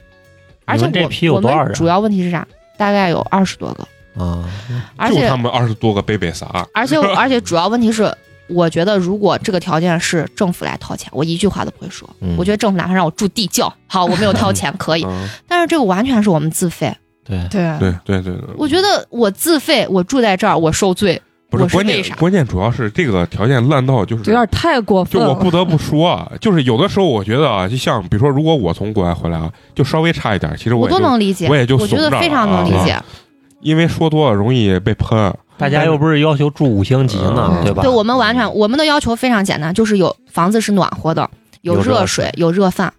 S5: 而且
S3: 你们这批
S5: 我
S3: 有
S5: 我
S3: 多少
S5: 们
S3: 人
S5: 主要问题是啥？大概有二十多个，
S3: 啊，
S5: 而
S1: 就
S5: 且
S1: 他们二十多个贝贝撒，
S5: 而 且而且主要问题是。我觉得，如果这个条件是政府来掏钱，我一句话都不会说。
S3: 嗯
S5: 我觉得政府哪怕让我住地窖，好，我没有掏 钱，可以。
S1: 嗯
S5: 但是这个完全是我们自费，
S3: 对，
S2: 对，
S1: 对对对对，
S5: 我觉得我自费，我住在这儿，我受罪。
S1: 不是
S5: 我是
S1: 关
S5: 为
S1: 键
S5: 啥，
S1: 关键主要是这个条件烂到就是
S2: 有点太过
S1: 就
S2: 分
S1: 我
S2: 了。
S1: 不得不说，啊，就是有的时候我觉得啊，就像比如说，如果我从国外回来啊，就稍微差一点，其实
S5: 我
S1: 也
S5: 都
S1: 就
S5: 能理解，
S1: 我也就
S5: 觉得
S1: 怂着啊
S5: 非常能理解。
S1: 因为说多了容易被喷。
S3: 大家又不是要求住五星级呢，
S1: 嗯
S3: 对吧？
S5: 对我们完全，我们的要求非常简单，就是有房子是暖和的，有
S3: 有热
S5: 热水，有热饭，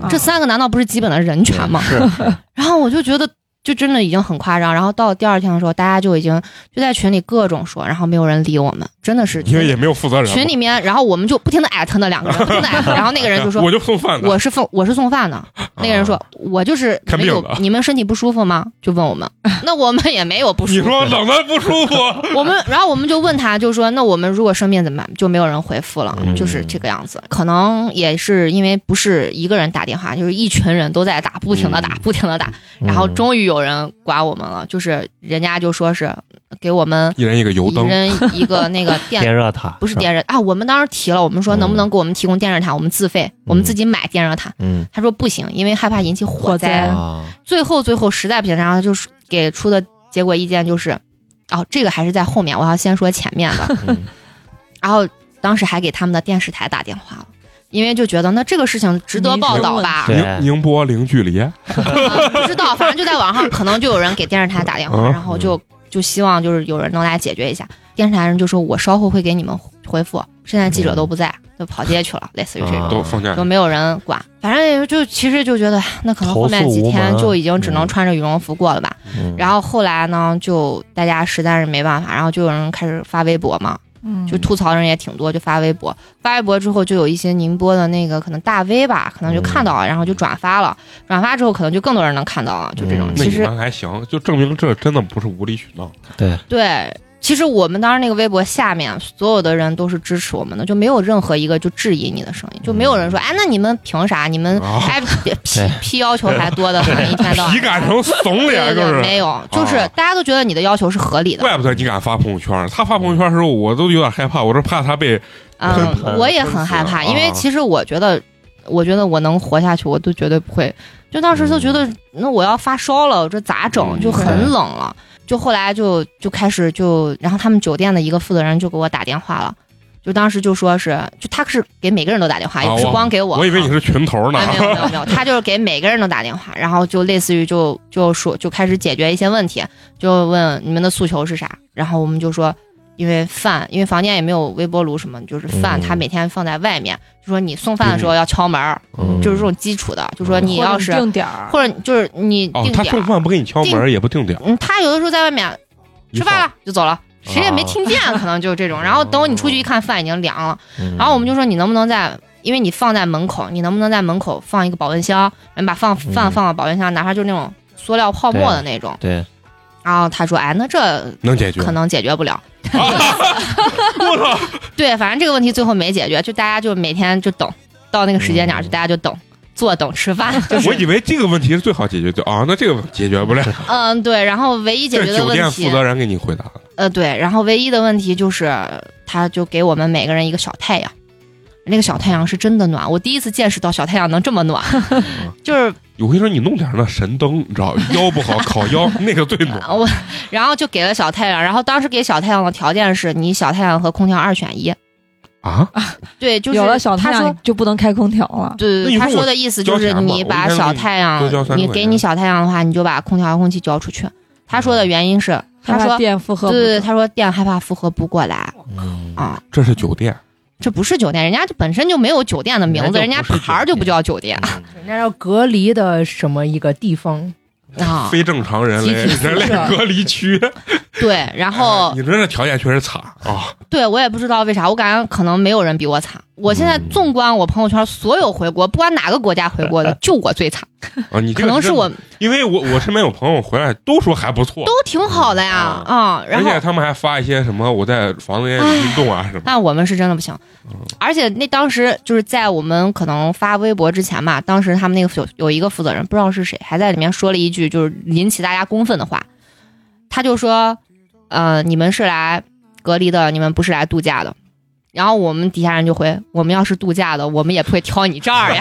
S1: 啊
S5: 这三个难道不是基本的人权吗？
S3: 是是
S5: 然后我就觉得。就真的已经很夸张，然后到第二天的时候，大家就已经就在群里各种说，然后没有人理我们，真的是
S1: 因为也没有负责人嘛。
S5: 群里面，然后我们就不停的艾特那两个人，不停的艾特，然后那个人就 说
S1: 我就送饭的。啊
S5: 我是送我是送饭的，那个人说：“我就是
S1: 看
S5: 没
S1: 病
S5: 有
S1: 的
S5: 你们身体不舒服吗？”就问 我们，那我们也没有不
S1: 你
S5: 舒服。
S1: 说冷的不舒服，
S5: 我们，然后我们就问他，就说：“那我们如果生病怎么办？”就没有人回复了，
S3: 嗯
S5: 就是这个样子。可能也是因为不是一个人打电话，就是一群人都在打，不停的打，
S1: 嗯
S5: 不停的打， 然
S3: 嗯
S5: 后终于有人管我们了，就是人家就说是给我们
S1: 一人一个油
S5: 一
S1: 灯，
S5: 人一个 那个电
S3: 电热塔
S5: 啊不是，电热啊，我们当时提了，我们说能不
S1: 嗯
S5: 能给我们提供电热毯，我们自费，我们自己买电热毯。
S3: 嗯
S5: 他说不行，因为害怕引起火
S2: 火灾
S5: 灾。
S3: 啊，
S5: 最后最后实在不行，然后就是给出的结果意见就是，哦，这个还是在后面，我要先说前面 的。
S3: 嗯
S5: 然后当时还给他们的电视台打电话了。因为就觉得那这个事情值得报道吧，
S3: 对
S1: 宁宁波零距离，
S5: 啊不知道，反正就在网上，可能就有人给电视台打电话，
S1: 嗯
S5: 然后就就希望就是有人能来解决一下。电视台人就说，我稍后会给你们回复，现在记者都不在，就跑街去了，类似于这种。
S3: 啊
S1: 都放假
S5: 就。没有人管，反正也就其实就觉得唉那可能后面几
S3: 投诉无
S5: 天
S3: 门
S5: 就已经只能穿着羽绒服过了吧。
S3: 嗯
S5: 然后后来呢，就大家实在是没办法，然后就有人开始发微博嘛，
S2: 嗯，
S5: 就吐槽人也挺多，就发微博。发微博之后，就有一些宁波的那个可能大 V 吧，可能就看到了，然后就转发了。转发之后，可能就更多人能看到了，就这种
S3: 嗯。
S1: 那
S5: 其
S1: 你
S5: 实
S1: 们还行，就证明这真的不是无理取闹。
S3: 对，
S5: 对，其实我们当时那个微博下面所有的人都是支持我们的，就没有任何一个就质疑你的声音，就没有人说，哎，那你们凭啥？你们
S1: 啊
S5: 哎别批
S3: 对
S5: 批 要求还多的，一天到晚
S1: 你敢成怂
S5: 对
S1: 脸
S5: 对
S1: 就
S5: 对，
S1: 是，
S5: 没有，就是
S1: 啊
S5: 大家都觉得你的要求是合理的。
S1: 怪不得你敢发朋友圈。他发朋友圈的时候，我都有点害怕，我是怕他被
S5: 嗯
S1: 喷，啊
S5: 我也很害怕，
S1: 喷死了
S5: 因为其实我觉得我觉得我能活下去，我都绝对不会。就当时就觉得，那我要发烧了，这咋整？
S1: 嗯
S5: 就很冷了。就后来就就开始就，然后他们酒店的一个负责人就给我打电话了，就当时就说是，就他是给每个人都打电话，也不是
S1: 啊
S5: 光给我。
S1: 我以为你
S5: 啊
S1: 是群头呢
S5: 哎，没 有没有没有，他就是给每个人都打电话，然后就类似于就就说就开始解决一些问题，就问你们的诉求是啥，然后我们就说，因为饭，因为房间也没有微波炉什么，就是饭
S1: 嗯
S5: 他每天放在外面，就说你送饭的时候要敲门儿，
S1: 嗯
S5: 就是这种基础的，就说你
S2: 或者
S5: 要是
S2: 定点儿，
S5: 或者就是你
S1: 哦
S5: 定，
S1: 他
S5: 点
S1: 送
S5: 儿，
S1: 饭不给你敲门，也不定点儿，
S5: 嗯，他有的时候在外面吃饭了就走了。
S3: 嗯
S5: 谁
S1: 啊
S5: 也没
S3: 啊
S5: 听见，可能就是这种。然后等你出去一
S1: 哦
S5: 看，饭已经凉了。
S1: 嗯。
S5: 然后我们就说你能不能在，因为你放在门口，你能不能在门口放一个保温箱，你把放饭
S3: 嗯
S5: 放到保温箱，哪怕就是那种塑料泡沫的那种。
S3: 对，
S5: 然后他说，哎，那这
S1: 能解决
S5: 可，能解决不了。
S1: 我操，
S5: 对，反正这个问题最后没解决，就大家就每天就等到那个时间点儿，就大家就等。坐等吃饭， 就
S1: 我
S5: 是
S1: 以为这个问题是最好解决的啊，那这个解决不了，
S5: 嗯对，然后唯一解
S1: 这
S5: 决的
S1: 酒
S5: 问
S1: 店
S5: 题
S1: 负，责人给你回答了，
S5: 呃对，然后唯一的问题就是，呃他就给我们每个人一个小太阳，那个小太阳是真的暖，我第一次见识到小太阳能这么暖，
S1: 嗯
S5: 就是
S1: 我跟你说，你弄点儿那神灯，你知道，腰不好烤 腰，那个最暖。
S5: 啊我然后就给了小太阳，然后当时给小太阳的条件是你小太阳和空调二选一，
S1: 啊，
S5: 对，就是
S2: 有了小太
S5: 他
S2: 阳
S5: 说
S2: 你。就不能开空调了。
S1: 那
S5: 对，
S1: 你说
S5: 他
S1: 我
S5: 说的意思就是
S1: 交钱吧
S5: 你把小太
S1: 我一天给你多交
S5: 阳
S1: 三，十
S5: 你
S1: 块钱
S5: 给你小太阳的话，你就把空调遥控器交出去。他
S1: 嗯
S5: 说的原因是，他
S2: 害怕
S5: 说，对
S2: 电负荷不
S5: 对对，
S2: 住
S5: 他说电害怕负荷不过来
S3: 嗯
S5: 啊，
S1: 这是酒店，
S5: 这不是酒店，人家就本身就没有酒店的名字，人
S3: 人家
S5: 家
S3: 就不是
S5: 牌儿就不叫酒店
S3: 嗯
S4: 人家要隔离的什么一个地方，
S5: 啊。
S1: 嗯非正常人类
S5: 集体宿舍
S1: 人类隔离区。
S5: 对，然后
S1: 哎你这这条件确实惨 啊！
S5: 对我也不知道为啥，我感觉可能没有人比我惨。我现在
S1: 嗯
S5: 纵观我朋友圈所有回国，不管哪个国家回 国的，就我最惨。
S1: 啊，你这
S5: 可
S1: 个
S5: 能是
S1: 真的
S5: 我，
S1: 因为我我身边有朋友回来都说还不错，
S5: 都挺好的呀啊、
S1: 嗯而
S5: 然
S1: 且
S5: 后，
S1: 他们还发一些什么我在房间里运动啊什么。
S5: 但我们是真的不行。
S1: 嗯
S5: 而且那当时就是在我们可能发微博之前嘛，当时他们那个有有一个负责人不知道是谁，还在里面说了一句就是引起大家公愤的话，他就说：“呃，你们是来隔离的，你们不是来度假的。”然后我们底下人就回：“我们要是度假的，我们也不会挑你这儿 呀。”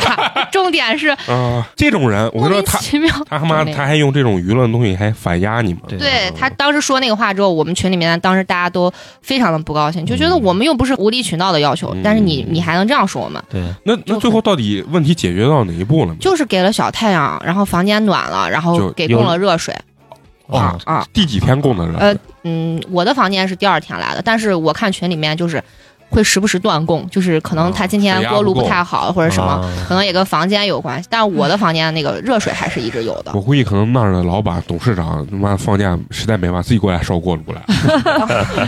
S5: 重点是
S1: 啊，这种人，我
S5: 莫
S1: 跟你说
S5: 名
S1: 他
S5: 其妙。
S1: 他他妈
S5: 对
S1: 他还用这种舆论东西还反压你们，
S3: 对
S5: 对他当时说那个话之后，我们群里面当时大家都非常的不高兴，就觉得我们又不是无理取闹的要求，
S1: 嗯
S5: 但是你你还能这样说我们？
S3: 对，
S1: 那那最后到底问题解决到哪一步了呢？
S5: 就是给了小太阳，然后房间暖了，然
S1: 就
S5: 后给
S3: 有
S5: 供了热水
S3: 哇，
S5: 啊。
S1: 第几天供的热水？
S5: 呃嗯，我的房间是第二天来的，但是我看群里面就是会时不时断供，就是可能他今
S1: 啊水
S5: 天
S1: 压
S5: 锅炉
S1: 不
S5: 不
S1: 够
S5: 太好或者什么，
S3: 啊
S5: 可能也跟房间有关系。但我的房间那个热水还是一直有的
S1: 我。估计可能那儿的老板、董事长他妈放假实在没法，自己过来烧锅炉来，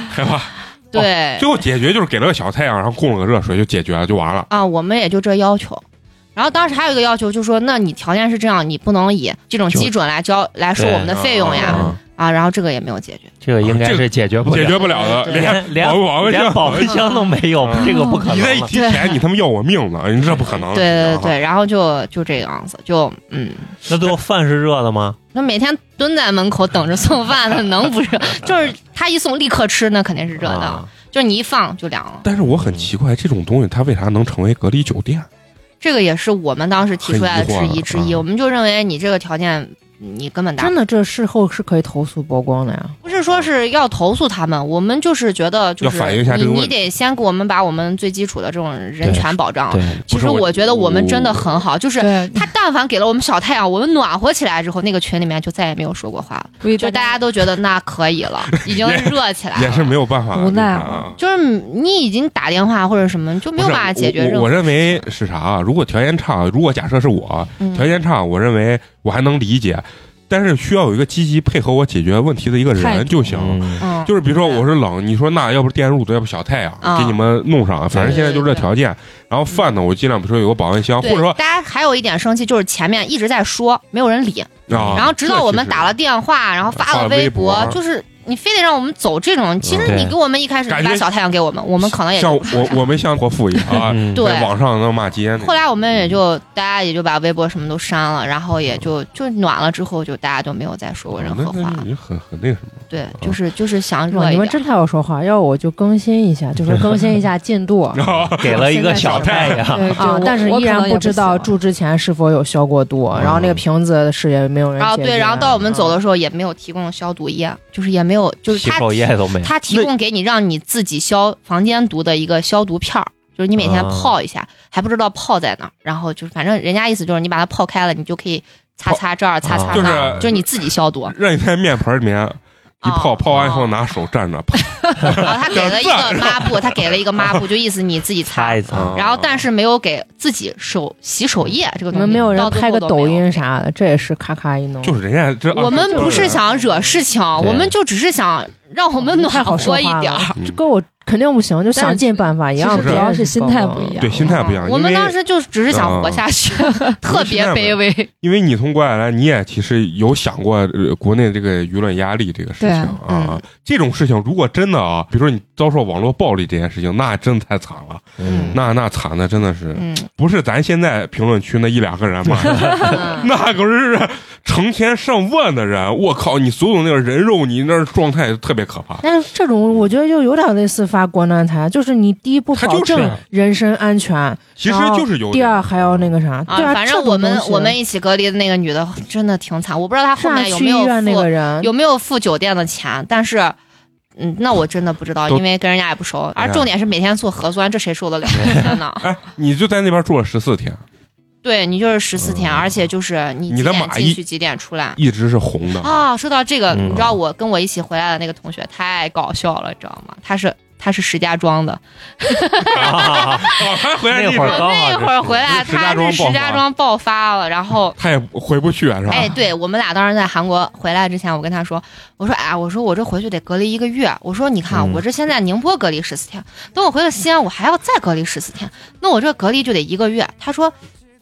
S1: 害怕。
S5: 对
S1: 最后解决就是给了个小太阳，然后供了个热水就解决了，就完了。
S5: 啊，我们也就这要求。然后当时还有一个要求，就是说，那你条件是这样，你不能以这种
S3: 就
S5: 基准来交来收我们的费用
S1: 啊
S5: 呀
S1: 啊
S5: 啊！然后这个也没有解决，
S3: 这个应该是解决不
S1: 解
S3: 了，
S1: 决不了的，
S5: 对
S1: 连
S3: 连
S1: 保
S3: 连
S1: 不保温箱
S3: 连保温箱都没有
S1: 嗯，
S3: 这个不可能
S1: 你再一
S3: 了。
S1: 提钱，你他妈要我命了， 你这不可能。
S5: 对对对
S1: 啊
S5: 对，然后就就这个样子，就嗯，
S3: 那最后饭是热的吗？
S5: 那每天蹲在门口等着送饭的，能不热？就是他一送立刻吃，那肯定是热的，
S3: 啊
S5: 就是你一放就凉了。
S1: 但是我很奇怪，这种东西它为啥能成为隔离酒店？
S5: 这个也是我们当时提出来的质
S1: 很疑惑
S5: 疑之一，
S1: 啊
S5: 我们就认为你这个条件你根本达不到
S4: 真的这事后是可以投诉曝光的呀。
S5: 不是说是要投诉他们，我们就是觉得就是
S1: 啊要反映一下这个
S5: 你
S1: 问
S5: 你
S1: 题
S5: 得先给我们把我们最基础的这种人权保障。
S3: 对，
S5: 其实
S1: 不是我
S5: 我觉得我们真的很好，就是
S2: 对，
S5: 他但凡给了我们小太阳，我们暖和起来之后，那个群里面就再也没有说过话了，
S2: 所以
S5: 就大家都觉得那可以 了，已经
S1: 也
S5: 热起来
S1: 也是
S5: 了。
S1: 没有办法，
S2: 无奈了
S1: 啊。
S5: 就是你已经打电话或者什么，就没有
S1: 不是
S5: 办法解决
S1: 我
S5: 任
S1: 我
S5: 何
S1: 我。认为是啥啊？如果条件差，如果假设是我
S5: 嗯
S1: 条件差，我认为我还能理解，但是需要有一个积极配合我解决问题的一个
S2: 态度
S1: 人就行。
S3: 嗯，
S5: 嗯，
S1: 就是比如说我是冷，你说那要不电褥子，要不小太阳，
S5: 啊
S1: 给你们弄上，反正现在就这
S5: 对对对
S1: 条件。然后饭呢，我尽量比如说有个保温箱，或
S5: 对
S1: 者说
S5: 大家还有一点生气，就是前面一直在说，没有人理，
S1: 啊，
S5: 嗯然后直到我们打了
S1: 这
S5: 电话，然后发
S1: 发了
S5: 了微
S1: 微博
S5: 就是你非得让我们走这种，其实
S3: 对
S5: 你给我们一开始
S1: 感
S5: 你
S1: 觉
S5: 把小太阳给我们，我们可能也
S1: 像我我们像国父一样 啊，
S3: 嗯
S5: 对
S1: 在网上那骂街那种。
S5: 后来我们
S1: 嗯
S5: 也就大家也就把微博什么都删了，然后也就就暖了之后，就大家就没有再说过任
S1: 哦那
S5: 何
S1: 那
S5: 话。
S1: 你很很那什么，
S5: 对，就是就是想
S4: 哇
S5: 热
S4: 你
S5: 一
S4: 们
S5: 点。
S4: 真太会说话，要我就更新一 下，就说更新一下进度
S5: 嗯
S3: 给了一个小太阳，
S2: 对
S4: 啊，但是依然不知道住之前是否有消过毒，
S1: 嗯
S4: 然后那个瓶子是也没有人
S5: 然后
S4: 解决啊
S5: 对，然后到我们走的时候也没有提供消毒液，就是也没有，就是
S3: 洗
S5: 他
S3: 手液都没有。
S5: 他提供给你让你自己消房间毒的一个消毒片儿，就是你每天
S3: 啊
S1: 哦
S5: 泡一下，还不知道泡在哪儿，然后就是反正人家意思就是你把它泡开了，你就可以擦擦这儿，擦擦
S1: 就是
S5: 那儿，就是你自己 消毒。
S1: 让你在面盆里面一泡，
S5: 哦
S1: 泡完以后
S5: 哦
S1: 拿手蘸着，啪
S5: 然后他给了一个抹布，他给了一个抹布，就意思你自 己擦
S1: 哎
S3: 擦一。擦，
S5: 然后，但是没有给自己手洗手液这个
S4: 你
S5: 东西，
S4: 们没有人
S5: 到最后
S4: 拍个
S5: 都没有
S4: 抖。音啥的，这也是咔咔一弄，
S1: 就是人家这
S5: 我们不是想惹事情，我们就只是想让我 们
S4: 太
S5: 暖
S4: 好说
S5: 和一
S4: 话
S5: 点
S4: 了
S5: 儿。，
S1: 嗯
S4: 这跟我肯定不行，就想尽办法一
S2: 其
S4: 样。
S2: 实主要是心态不一。样
S1: 对。心态不一样，
S5: 我
S1: 因
S5: 们
S1: 为哦
S5: 当时就只是想活 下去，特别卑微。
S1: 因为你从国外来，你也其实有想过、呃国内这个舆论压力这个事情啊、
S5: 对嗯
S1: 这种事情如果真的啊，比如说你遭受网络暴力这件事情，那真的太惨了，
S3: 嗯
S1: 那那惨的真的是、
S5: 嗯，
S1: 不是咱现在评论区那一两个人 骂的，
S5: 嗯
S1: 那可是成千上万的人，我靠，你所有那个人肉，你那状态特别可怕。
S4: 但是这种我觉得就有点类似发国难财，就是你第一不
S1: 他
S4: 保
S1: 就是
S4: 证
S1: 啊
S4: 人身安全，
S1: 其实
S4: 然后
S1: 就是有
S4: 第二还要那个啥，对
S5: 啊，反
S4: 这
S5: 正
S4: 种
S5: 我们
S4: 东西
S5: 我们一起隔离的那个女的真的挺惨，我不知道她后
S4: 是啊
S5: 面有
S4: 去
S5: 没有
S4: 医院那
S5: 付
S4: 个人，
S5: 有没有付酒店的钱，但是。嗯，那我真的不知道，
S1: 都
S5: 因为跟人家也不熟，
S1: 哎呀
S5: 而重点是每天做核酸，这谁受得了？天呐，
S1: 哎，你就在那边住了十四天，
S5: 对你就是十四天，而且就是你
S1: 嗯你
S5: 几
S1: 的
S5: 点
S1: 马一
S5: 进去几点出来
S1: 一直是红 的，
S5: 啊？说到这个，
S3: 嗯
S5: 你知道我跟我一起回来的那个同学太搞笑了，你知道吗？他是他是石家庄的，
S3: 啊
S1: 哦，他回来
S3: 那
S1: 地
S3: 会
S5: 我
S3: 儿
S1: 方
S3: 刚好
S5: 那
S3: 是
S5: 会儿回来，
S1: 石石
S5: 他
S1: 家庄
S5: 是
S1: 爆发
S5: 石家庄爆发了，然后
S1: 他也回不去啊是吧？
S5: 哎，对我们俩当时在韩国回来之前，我跟他说，我说哎，我说我这回去得隔离一个月，我说你看啊
S3: 嗯
S5: 我这现在宁波隔离十四天，等我回了西安，我还要再隔离十四天，那我这隔离就得一个月。他说。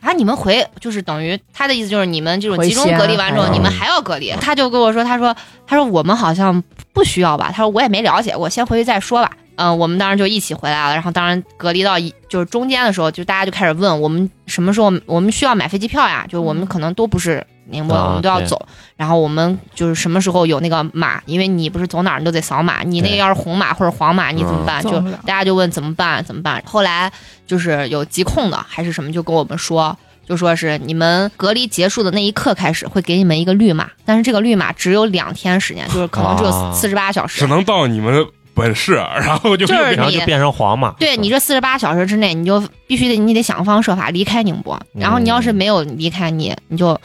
S5: 啊！你们回就是等于他的意思就是你们这种集中
S4: 回西安
S5: 隔离完之后，
S3: 还要
S5: 你们还要隔离。他就跟我说，他说他说我们好像不需要吧，他说我也没了解过，先回去再说吧。嗯，我们当时就一起回来了，然后当然隔离到一就是中间的时候，就大家就开始问我们什么时候我们需要买飞机票呀？就是我们可能都不是宁波的，
S3: 嗯啊
S5: 我们都要
S3: 对
S5: 走。然后我们就是什么时候有那个码，因为你不是走哪儿你都得扫码，你那个
S3: 对
S5: 要是红码或者黄码你怎么办？
S2: 嗯
S5: 就
S2: 走不了
S5: 大家就问怎么办怎么办？后来就是有疾控的还是什么就跟我们说。就说是你们隔离结束的那一刻开始会给你们一个绿码，但是这个绿码只有两天时间，就是可能只有
S3: 啊
S5: 四十八小时，
S1: 只能到你们本市，然后就
S5: 就是
S3: 然后就变成黄马，嗯
S5: 对你这四十八小时之内，你就必须得你得想方设法离开宁波，
S1: 嗯
S5: 然后你要是没有离开你，你就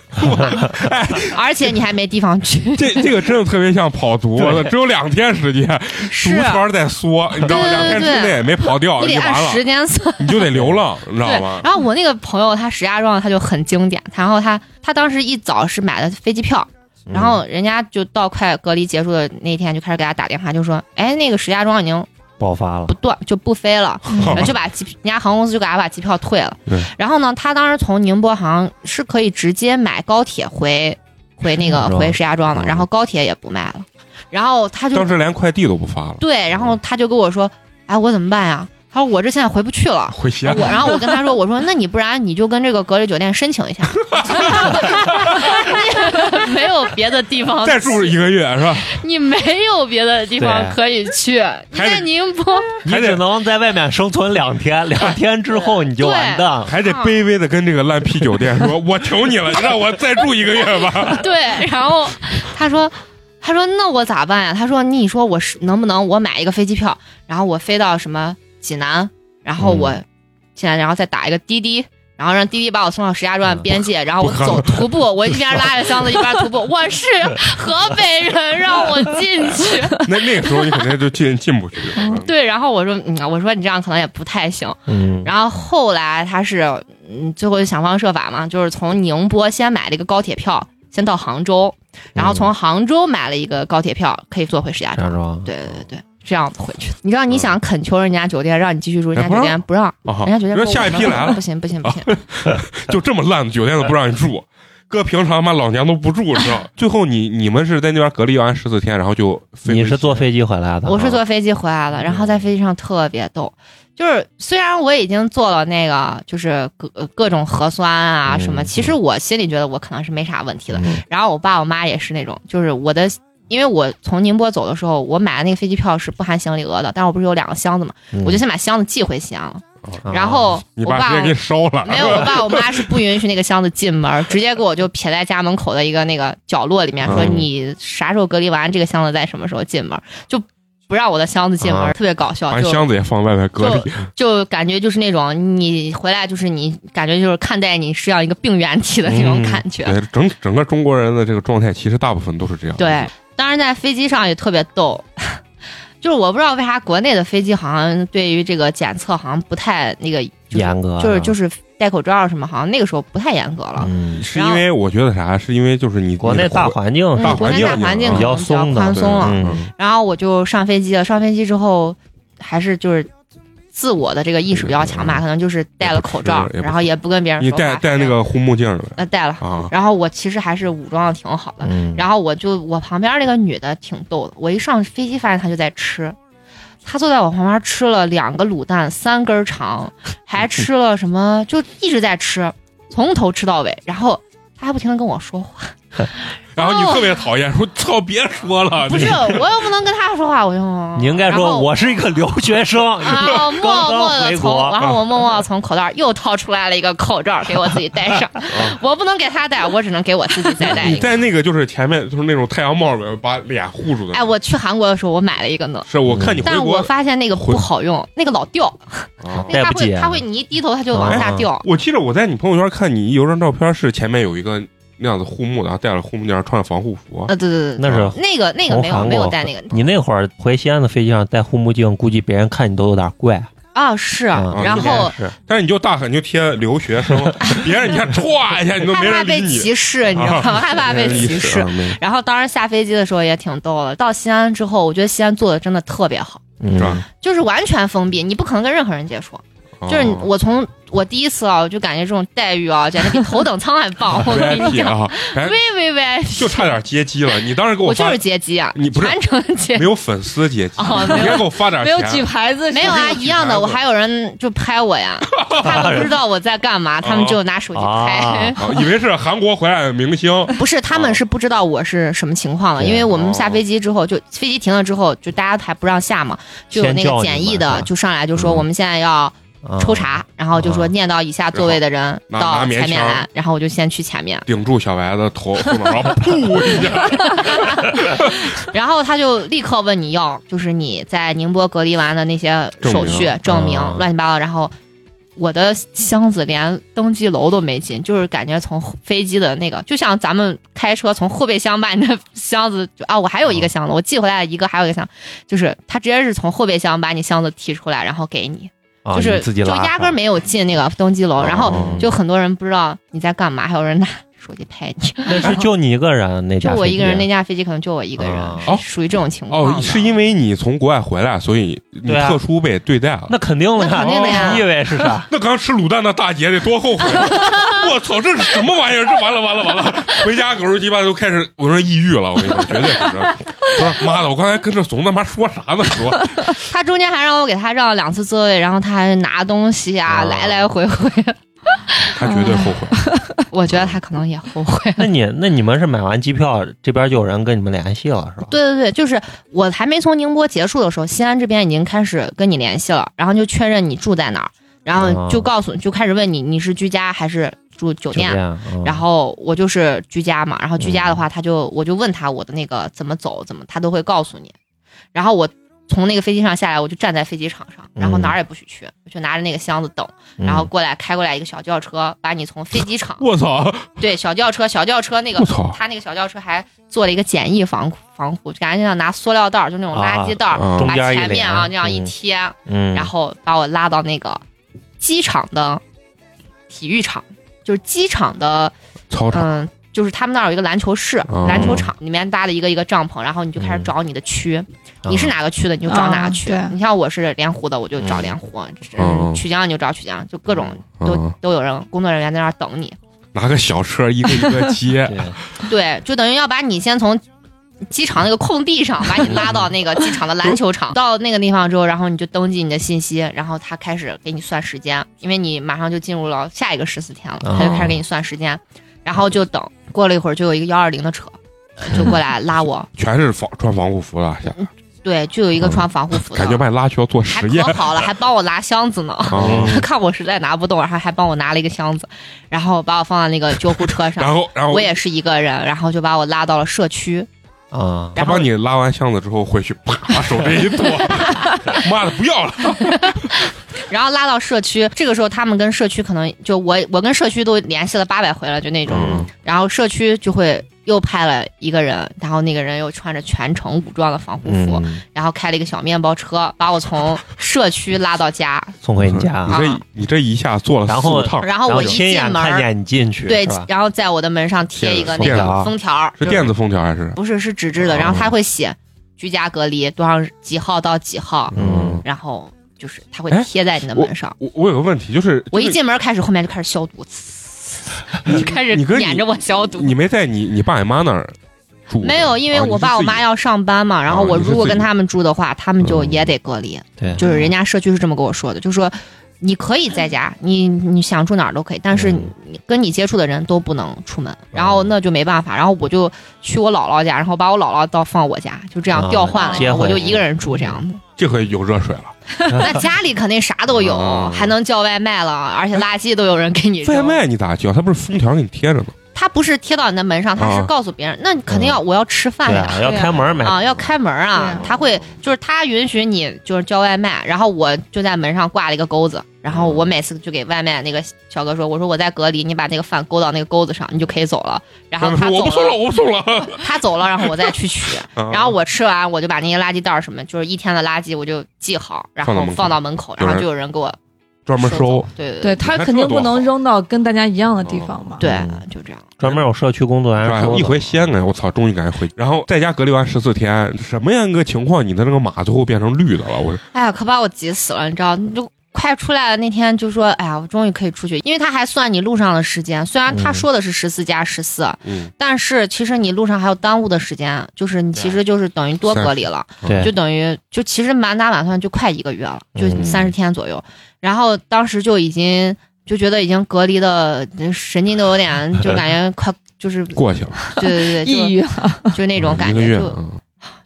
S5: 而且你还没地方去，
S1: 这这个真的特别像跑毒，
S3: 对
S1: 我操只有两天时间，毒
S5: 是，啊
S1: 圈在缩，你知道吗？
S5: 对
S1: 两天之内没跑掉，
S5: 你
S1: 你就
S5: 得
S1: 完
S5: 按时
S1: 了，
S5: 间算。
S1: 你就得流浪，你知
S5: 对
S1: 道吗，？
S5: 然后我那个朋友他石家庄的，他就很经典，然后他他当时一早是买的飞机票，
S3: 嗯
S5: 然后人家就到快隔离结束的那天就开始给他打电话，就说，哎，那个石家庄已经
S3: 爆发了
S5: 不，断就不飞了， 然后就把机人家航空公司就给他把机票退了
S1: 对。
S5: 然后呢，他当时从宁波好像是可以直接买高铁回回那个
S3: 石家庄
S5: 回石家庄的，
S3: 嗯
S5: 然后高铁也不卖了，然后他就
S1: 当时连快递都不发了，
S5: 对，然后他就跟我说，哎，我怎么办呀？他说我这现在回不去 了。
S1: 回西
S5: 我
S1: 安。
S5: 然后我跟他说，我说那你不然你就跟这个隔离酒店申请一下， 没有别的地方
S1: 再住一个月是吧？
S5: 你没有别的地方
S3: 对
S5: 可以去，你
S1: 还
S5: 在
S1: 得
S5: 宁波
S3: 你
S1: 还
S3: 只
S1: 得
S3: 能在外面生存两 天，两天之后你就完蛋了。
S1: 还得
S5: 啊
S1: 卑微的跟这个烂啤酒店 说：“我求你了，你让我再住一个月吧。
S5: 对，然后他说，他说那我咋办呀？他说你说我是能不能我买一个飞机票，然后我飞到什么济南，然
S1: 嗯
S5: 后我现在然后再打一个滴滴。然后让滴滴把我送到石家庄
S3: 嗯
S5: 边界，然后
S1: 不
S5: 我
S1: 可
S5: 走徒步，我一边拉着箱子一边 徒步。我是河北人，让我进 去。”
S1: 那那个时候你肯定就进进不去。
S5: 对，然后我说，嗯，我说你这样可能也不太行。
S3: 嗯，
S5: 然后后来他是，嗯，最后就想方设法嘛，就是从宁波先买了一个高铁票，先到杭州，然后从
S1: 嗯
S5: 杭州买了一个高铁票，可以坐回石家
S3: 石家
S5: 庄。
S3: 庄，
S5: 对对对对，这样子回去。你知道你想恳求人家酒店让你继续住，
S1: 嗯
S5: 人
S1: 哎
S5: 家
S1: 不
S5: 酒
S1: 让
S5: 店不让，
S1: 啊
S5: 人家酒店
S1: 说
S5: 说
S1: 下一
S5: 我们
S1: 批来了
S5: 不行不行不行，
S1: 就这么烂的酒店都不让你住，搁平常嘛，老娘都不住，知道？ 最后你你们是在那边隔离完十四天，然后就飞回
S3: 你是坐
S1: 西
S3: 飞机回
S1: 哦
S3: 来的？啊
S5: 我是坐飞机回来的，然后在飞机上特别逗，就是虽然我已经做了那个就是各呃各种核酸啊
S1: 嗯
S5: 什么，其实我心里觉得我可能是没啥问题的。
S1: 嗯
S5: 然后我爸我妈也是那种，就是我的，因为我从宁波走的时候，我买的那个飞机票是不含行李额的，但是我不是有两个箱子嘛，
S3: 嗯，
S5: 我就先把箱子寄回西安了。
S3: 啊
S5: 然后
S1: 你
S5: 我
S1: 爸
S5: 爸
S1: 直接给你烧了，
S5: 没有，我爸我妈是不允许那个箱子进门，直接给我就撇在家门口的一个那个角落里面，说
S1: 嗯
S5: 你啥时候隔离完，这个箱子在什么时候进门，就不让我的箱子进门，
S1: 啊
S5: 特别搞 笑，
S1: 把
S5: 就
S1: 箱子也放外面隔离，
S5: 就感觉就是那种你回来就是你感觉就是看待你是像一个病原体的那种
S1: 嗯
S5: 感觉。
S1: 对，整整个中国人的这个状态其实大部分都是这样。
S5: 对，当然在飞机上也特别逗， 就是我不知道为啥国内的飞机好像对于这个检测好像不太那个，
S3: 严格，，
S1: 啊
S5: 就是就是是戴口罩什么，好像那个时候不太严格了。
S3: 嗯，
S1: 是因为我觉得啥？是因为就是你
S3: 国内大环境
S5: 嗯
S1: 大
S5: 国
S1: 环
S5: 内
S1: 境
S5: 大环境
S1: 比
S3: 较
S5: 可能比较
S3: 松的
S5: 宽
S1: 对
S5: 松了。
S3: 嗯
S5: 然后我就上飞机了，上飞机之后还是就是。自我的这个意识比较强吧，
S1: 嗯
S5: 可能就是戴了口罩
S1: 也，不吃
S5: 然后也不跟别人
S1: 你
S5: 说话。
S1: 戴戴那个护目镜了呗
S5: 呃戴了，
S1: 啊，
S5: 然后我其实还是武装的挺好的。
S3: 嗯，
S5: 然后我就我旁边那个女的挺逗的，我一上飞机发现她就在吃，她坐在我旁边吃了两个卤蛋、三根肠，还吃了什么，就一直在吃，从头吃到尾，然后她还不停的跟我说话，
S1: 然后你特别讨厌，说操，别说了，
S5: 不是我又不能跟她说话，我就
S3: 你应该
S5: 然后啊
S3: 说我是一个留学生，
S5: 然后默默
S3: 刚
S5: 的
S3: 回
S5: 从
S3: 国，
S5: 然后我 默默的从口袋又掏出来了一个口罩给我自己戴
S3: 啊
S5: 上， 我不能给她戴，我只能给我自己再戴
S1: 你
S3: 嗯
S5: 一个。
S1: 戴那个就是前面就是那种太阳帽呗，把脸护住的。
S5: 哎，我去韩国的时候我买了一个呢，
S1: 是我看你回
S5: 但
S1: 国
S5: 我发现那个
S1: 回
S5: 不好用，那个老掉。
S1: 啊，
S5: 那
S3: 戴
S5: 它
S3: 不
S5: 会
S3: 紧哦
S5: 它会你一低头它就往下掉。
S1: 我记得我在你朋友圈看你有张照片，是前面有一个那样子护目的，然啊后戴了护目镜，穿着防护服。
S5: 呃，对对对，
S3: 那是
S5: 那个那个
S3: 从
S5: 没有
S3: 韩
S5: 没有
S3: 国
S5: 戴那个
S3: 你那会儿回西安的飞机上戴护目镜，估计别人看你都有点怪。
S5: 啊是，
S1: 哦
S3: 嗯
S5: 然
S3: 应该
S5: 后
S3: 是
S1: 但是你就大喊，你就贴留学 生，别人你看歘一下，你都没人
S5: 害怕
S1: 理
S5: 被
S1: 你，
S5: 歧视， 你知道吗？害怕被歧视
S1: 啊。没人
S5: 然后当时下飞机的时候也挺逗的，到西安之后，我觉得西安做的真的特别好，
S1: 是吧
S3: 嗯，
S5: 就是完全封闭，你不可能跟任何人接触。就是
S1: 啊
S5: 我从我第一次啊，我就感觉这种待遇啊，简直比头等舱还棒。 我跟你
S1: VIP
S5: 讲
S1: 啊，哎，
S5: ，VVVIP，
S1: 就差点接机了。你当时给
S5: 我就
S1: 发
S5: 是接机啊，
S1: 你不是
S5: 全程接
S1: 没有粉丝接机，
S5: 哦
S1: 你先给我发点
S2: 没有
S1: 钱
S2: 举牌子，
S5: 没有啊，
S1: 是
S5: 一样的，
S1: 举牌子
S5: 我还有人就拍我呀，他们不知道我在干嘛，他们就拿手机
S1: 啊，
S5: 拍。
S1: 以为是韩国回来的明星，
S5: 哦不是，他们是不知道我是什么情况了，
S3: 对
S5: 因为我们下飞机之后，就飞机停了之后，就大家还不让下嘛，就有那
S3: 先叫
S5: 个
S3: 你
S5: 简易
S3: 嘛
S5: 的
S3: 是吧
S5: 就上来就说
S3: 嗯
S5: 我们现在要
S3: 啊
S5: 抽查，然后就说
S3: 啊
S5: 念到以下座位的人
S1: 嗯然后拿拿
S5: 到
S1: 棉
S5: 前面
S1: 签儿
S5: 来，然后我就先去前面，
S1: 顶住小白的头，后脑勺 噗一下，
S5: 然后他就立刻问你要，就是你在宁波隔离完的那些手续、
S3: 证
S5: 证
S3: 明
S5: 明、
S3: 啊
S5: 乱七八糟。然后我的箱子连登机楼都没进，就是感觉从飞机的那个，就像咱们开车从后备箱把你的 箱子就啊，我还有
S3: 嗯
S5: 一个箱子，我寄回来一个，还有一个箱，就是他直接是从后备箱把你箱子提出来，然后给你，
S3: 啊
S5: 就是
S3: 你自己
S5: 就
S3: 拉
S5: 压根儿
S3: 上
S5: 没有进那个登机楼，然后
S1: 哦
S5: 就很多人不知道你在干嘛，还有人拿手机拍你，
S3: 那 是就你一个人那
S5: 就
S3: 架飞机，
S5: 我一个人，那架飞机可能就我一个人
S3: 啊，
S1: 哦
S5: 属于这种情况的。
S1: 哦，是因为你从国外回来，所以你
S3: 对啊
S1: 特殊被对待了。
S3: 那肯定的
S5: 那
S3: 呀，
S5: 肯定的呀
S3: 你以为是 啥？
S1: 那刚吃卤蛋的大姐得多后悔！啊我操，这是什么玩意儿？这完了完了完了！回家狗日鸡巴都开始，我说抑郁了，我跟你说，绝对是。不是妈的，我刚才跟这怂他妈说啥呢？说
S5: 他中间还让我给他让了两次座位，然后他还拿东西啊，
S1: 啊
S5: 来来回 回，
S1: 他绝对后悔。
S5: 我觉得他可能也后悔。
S3: 那你那你们是买完机票，这边就有人跟你们联系了是吧？
S5: 对对对，就是我还没从宁波结束的时候，西安这边已经开始跟你联系了，然后就确认你住在哪儿，然
S1: 哦
S5: 后就告诉就开始问你你是居家还是住酒
S3: 就这
S5: 店。啊
S3: 样，嗯
S5: 然后我就是居家嘛，然后居家的话，他就
S1: 嗯
S5: 我就问他我的那个怎么走，怎么他都会告诉你。然后我从那个飞机上下来，我就站在飞机场上，然后哪儿也不许去，我就拿着那个箱子等。
S1: 嗯
S5: 然后过来开过来一个小轿车，把你从飞 机场
S1: 我操！
S5: 对小轿车，小轿车那个
S1: 我操
S5: 他那个小轿车还做了一个简易防防护，感觉像拿塑料袋儿，就那种垃圾袋儿，
S1: 啊
S3: 中
S5: 把
S3: 间一
S5: 前面啊
S3: 帘
S5: 那样一
S3: 嗯
S5: 贴，
S3: 嗯，
S5: 然后把我拉到那个机场的体育场，就是机场的
S1: 操场
S5: 嗯。就是他们那儿有一个篮球室，
S1: 哦
S5: 篮球场里面搭了一个一个帐篷，然后你就开始
S3: 嗯
S5: 找你的区，
S1: 哦
S5: 你是哪个区的，你就找哪个区。
S2: 啊对
S5: 你像我是莲湖的，我就找莲湖；
S1: 嗯
S5: 啊曲江你就找曲江，就各种都
S1: 嗯
S5: 都有人工作人员在那儿等你。
S1: 拿个小车一个一个 接，
S3: 对，啊
S5: 对，就等于要把你先从机场那个空地上把你拉到那个机场的篮球场，到那个地方之后，然后你就登记你的信息，然后他开始给你算时间，因为你马上就进入了下一个十四天了，
S3: 哦
S5: 他就开始给你算时间，然后就等。过了一会儿，就有一个幺二零的车就过来拉我，
S1: 全是防穿防护服的，下
S5: 对，就有一个穿防护服的，
S1: 感觉把你拉去要做
S5: 还
S1: 实验
S5: 可好了，还帮我拿箱子呢。
S1: 啊。
S5: 看我实在拿不动，然后还帮我拿了一个箱子，然后把我放在那个救护车
S1: 然
S5: 上。
S1: 后，然后
S5: 我也是一个人，然后就把我拉到了社区。
S3: 啊，
S1: 他
S5: 然后
S1: 帮你拉完箱子之后回去，啪，把手这一 剁，妈的不要了，
S5: 然后拉到社区，这个时候他们跟社区可能就我我跟社区都联系了八百回了，就那种。
S1: 嗯
S5: 然后社区就会又派了一个人，然后那个人又穿着全程武装的防护服，
S3: 嗯，
S5: 然后开了一个小面包车，把我从社区拉到家。
S3: 送回你家，
S1: 你这你这一下做了
S3: 然
S1: 四
S3: 后
S1: 五趟，
S5: 然后
S3: 然
S5: 嗯啊我
S3: 后
S5: 一
S3: 亲
S5: 进
S3: 眼
S5: 门
S3: 看
S5: 儿，
S3: 见你进去，
S5: 对
S3: 是吧，
S5: 然后在我的门上贴一个那
S1: 电子
S5: 个
S3: 封
S5: 封条，
S1: 是电子封条还是？
S5: 不是，是纸质的，
S1: 哦
S5: 然后他会写居家隔离多少几号到几号，
S3: 嗯，
S5: 然后就是他会
S1: 哎
S5: 贴在你的门上。
S1: 我我有个问题，就是
S5: 我
S1: 就
S5: 一
S1: 是
S5: 进门开始，后面就开始消毒，就开始
S1: 你跟你
S5: 撵着我消毒。
S1: 你没在你你爸你妈那儿住着？
S5: 没有，因为
S1: 啊
S5: 我爸我妈，要上班嘛，然后
S1: 哦
S5: 我
S1: 你是
S5: 如果
S1: 自己
S5: 跟他们住的话，他们就
S1: 嗯
S5: 也得隔离。
S3: 对，
S5: 就是人家社区是这么跟我说的，就说你可以在家，你你想住哪儿都可以，但是
S1: 嗯哦
S5: 你跟你接触的人都不能出门，然后那就没办法，然后我就去我姥姥家，然后把我姥姥到放我家，就这样
S3: 啊
S5: 调换
S3: 接
S5: 了，
S3: 回
S5: 我就
S3: 去
S5: 一个人住 这样子。
S1: 这回有热水了，
S5: 那家里肯定啥都有
S1: 啊，
S5: 还能叫外卖了，而且垃圾都有人给你
S1: 外
S5: 扔。
S1: 卖你咋叫？他不是封条给你贴着吗？
S5: 他不是贴到你的门上，他是
S1: 啊
S5: 告诉别人，那你肯定
S1: 嗯
S5: 要我要吃饭
S3: 对
S5: 呀，
S3: 啊，要开门买，
S5: 啊，要开门啊，他会就是他允许你就是叫外卖，然后我就在门上挂了一个钩子，然后
S1: 嗯
S5: 我每次就给外卖那个小哥说，我说我在隔离，你把那个饭勾到那个钩子上，你就可以走了。然后
S1: 他们
S5: 他
S1: 说我不
S5: 走
S1: 送了，
S5: 了，
S1: 我不 送了。啊
S5: 他走了，然后我再 去取。然后我吃完，我就把那些垃圾袋儿什么，就是一天的垃圾我就记好，然
S1: 放到
S5: 后
S1: 门口
S5: 放到门口，
S1: 有
S5: 然后
S1: 人
S5: 就有人给我
S1: 专门收
S5: 走，。对
S2: 对
S5: 对
S2: 他
S1: 这
S2: 肯定
S1: 多
S2: 不能
S1: 好
S2: 扔到跟大家一样的地方嘛。
S5: 对
S3: 嗯，
S5: 就这样。
S3: 专门有社区工作人
S1: 是
S3: 员
S1: 吧
S3: 说？
S1: 啊
S3: 的
S1: 一回西安呢，我操，终于赶紧回。然后在家隔离完十四天，什么样一个情况，你的那个码最后变成绿的了？我
S5: 哎呀，可把我急死了，你知道，就快出来了那天就说，哎呀，我终于可以出去，因为他还算你路上的时间，虽然他
S3: 嗯
S5: 说的是十四加十四，
S1: 嗯，
S5: 但是其实你路上还有耽误的时间，就是你其实就是等于多隔离了，
S3: 对
S5: 就等于就其实满打满算就快一个月了，就
S3: 嗯
S5: 三十天左右。然后当时就已经就觉得已经隔离的神经都有点，就感觉快就是对
S1: 过去了，
S5: 对对，
S2: 抑郁
S5: 就就那种感
S1: 一个
S5: 觉，
S1: 月，
S5: 就
S1: 嗯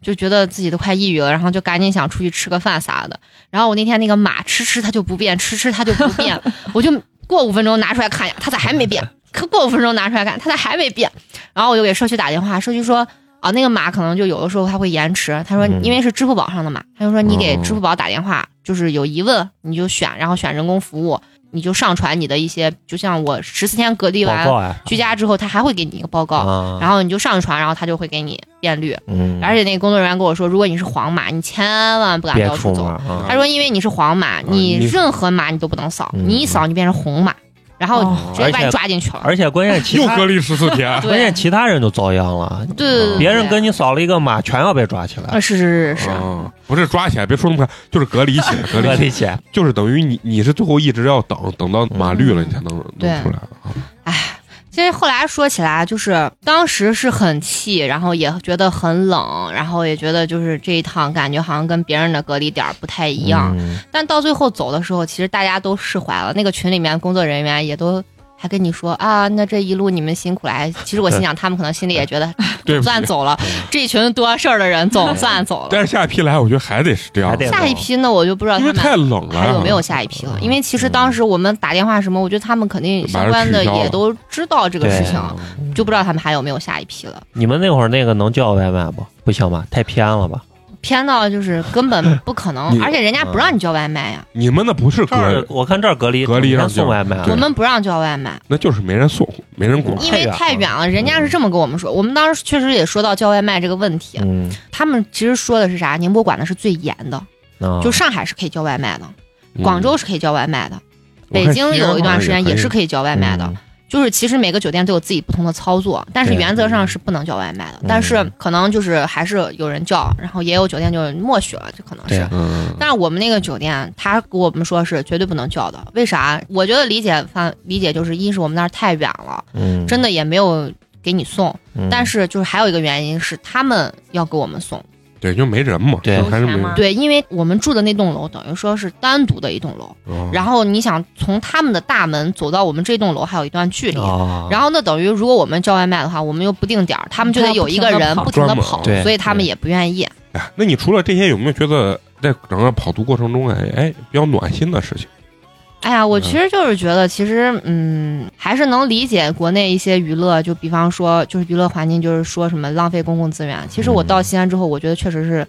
S5: 就觉得自己都快抑郁了，然后就赶紧想出去吃个饭啥的。然后我那天那个码吃吃它就不变，吃吃它就不 变，我就过五分钟拿出来看一下，它咋还没变？可过五分钟拿出来看，它咋还没变？然后我就给社区打电话，社区说啊，那个码可能就有的时候它会延迟。他说
S3: 嗯
S5: 因为是支付宝上的码，他就说你给
S1: 哦
S5: 支付宝打电话，就是有疑问你就选，然后选人工服务，你就上传你的一些，就像我十四天隔离
S3: 报
S5: 完
S3: 告呀，
S5: 居家之后，他还会给你一个报告，
S3: 啊，
S5: 然后你就上传，然后他就会给你变绿。
S3: 嗯，
S5: 而且那个工作人员跟我说，如果你是黄码，你千万不敢
S3: 别
S5: 到
S3: 出
S5: 处
S3: 门
S5: 走。
S3: 啊
S5: 他，说，因为你是黄码，你
S1: 你
S5: 任何码你都不能扫，
S3: 嗯
S5: 你一扫你变成红码，然后
S2: 哦
S5: 直接把
S3: 而且
S5: 你抓进去了。
S3: 而且关键其
S1: 又
S3: 他
S1: 隔离十四天，
S5: 对
S3: 关键其他人就遭殃了，
S5: 对对对，对
S3: 别人跟你扫了一个码，全要被抓起来
S5: 嗯啊，，是是是是，
S1: 嗯不是抓起来，别说那么快，就是隔离起来，隔
S3: 合
S1: 离起来，
S3: 理姐，
S1: 就是等于你你是最后一直要等等到码绿
S5: 嗯
S1: 了，你才能弄
S5: 对
S1: 出来啊。
S5: 其实后来说起来，就是当时是很气，然后也觉得很冷，然后也觉得就是这一趟感觉好像跟别人的隔离点儿不太一样。
S3: 嗯
S5: 但到最后走的时候，其实大家都释怀了。那个群里面工作人员也都还跟你说啊，那这一路你们辛苦了。哎其实 我心想，他们可能心里也觉得
S1: 对
S5: 总
S1: 不起
S5: 算走了，这群多事儿的人总算走了。
S1: 但是下一批来，我觉得还得是这样
S3: 还，得
S5: 下一批呢，我就不知道
S1: 因
S5: 他
S1: 为太
S5: 们
S1: 冷了，啊嗯
S5: 还有没有下一批了。因为其实当时我们打电话什么，我觉得他们肯定相关的也都知道这个事情，就不知道他们还有没有下一批了。
S3: 你们那会儿那个能叫外卖不？不行吧，太偏了吧？
S5: 偏到就是根本不可
S1: 你
S5: 能，而且人家不让你叫外卖呀，
S1: 你们那不是
S3: 这
S1: 隔
S3: 儿，我看这儿隔离，
S1: 隔离
S3: 整天
S1: 上就
S3: 送外卖
S1: 对
S5: 我们不让叫外卖。
S1: 那就是没人送，没人管。
S5: 因为
S3: 太
S5: 太
S3: 远
S5: 远了，人
S1: 嗯
S5: 家是这么跟我们说。我们当时确实也说到叫外卖这个问题，
S3: 嗯，
S5: 他们其实说的是啥？宁波管的是最严的，
S3: 啊
S5: 就上海是可以叫外卖的，广州是可以叫外卖的，
S1: 嗯
S5: 北京有一段时间也是
S1: 可
S5: 可以叫外卖的。
S3: 嗯
S5: 就是其实每个酒店都有自己不同的操作，但是
S3: 对
S5: 原则上是不能叫外卖的。但是
S3: 嗯
S5: 可能就是还是有人叫，然后也有酒店就默许了，这可能
S3: 对
S5: 是
S3: 啊。
S1: 嗯，
S5: 但是我们那个酒店，他给我们说是绝对不能叫的，为啥？我觉得理解范理解就是，一是我们那儿太远了，
S3: 嗯，
S5: 真的也没有给你送，
S3: 嗯，
S5: 但是就是还有一个原因是他们要给我们送，
S1: 对，就没人嘛，
S3: 对
S1: 就还是没
S4: 有钱吗
S1: 人。
S5: 对，因为我们住的那栋楼等于说是单独的一栋楼，
S3: 嗯
S1: 哦
S5: 然后你想从他们的大门走到我们这栋楼还有一段距离，
S3: 哦，
S5: 然后那等于如果我们叫外卖的话，我们又不定点儿，他们就得有一个人
S2: 他要
S5: 不
S1: 不
S5: 停
S1: 停
S5: 的
S1: 地
S5: 跑
S1: 跑，
S3: 嗯对
S5: 所以他们也不愿意。
S1: 哎，那你除了这些，有没有觉得在整个跑图过程中，哎哎，比较暖心的事情？
S5: 哎呀，我其实就是觉得，其实嗯，还是能理解国内一些娱乐，就比方说就是娱乐环境，就是说什么浪费公共资源。其实我
S3: 嗯
S5: 到西安之后，我觉得确实是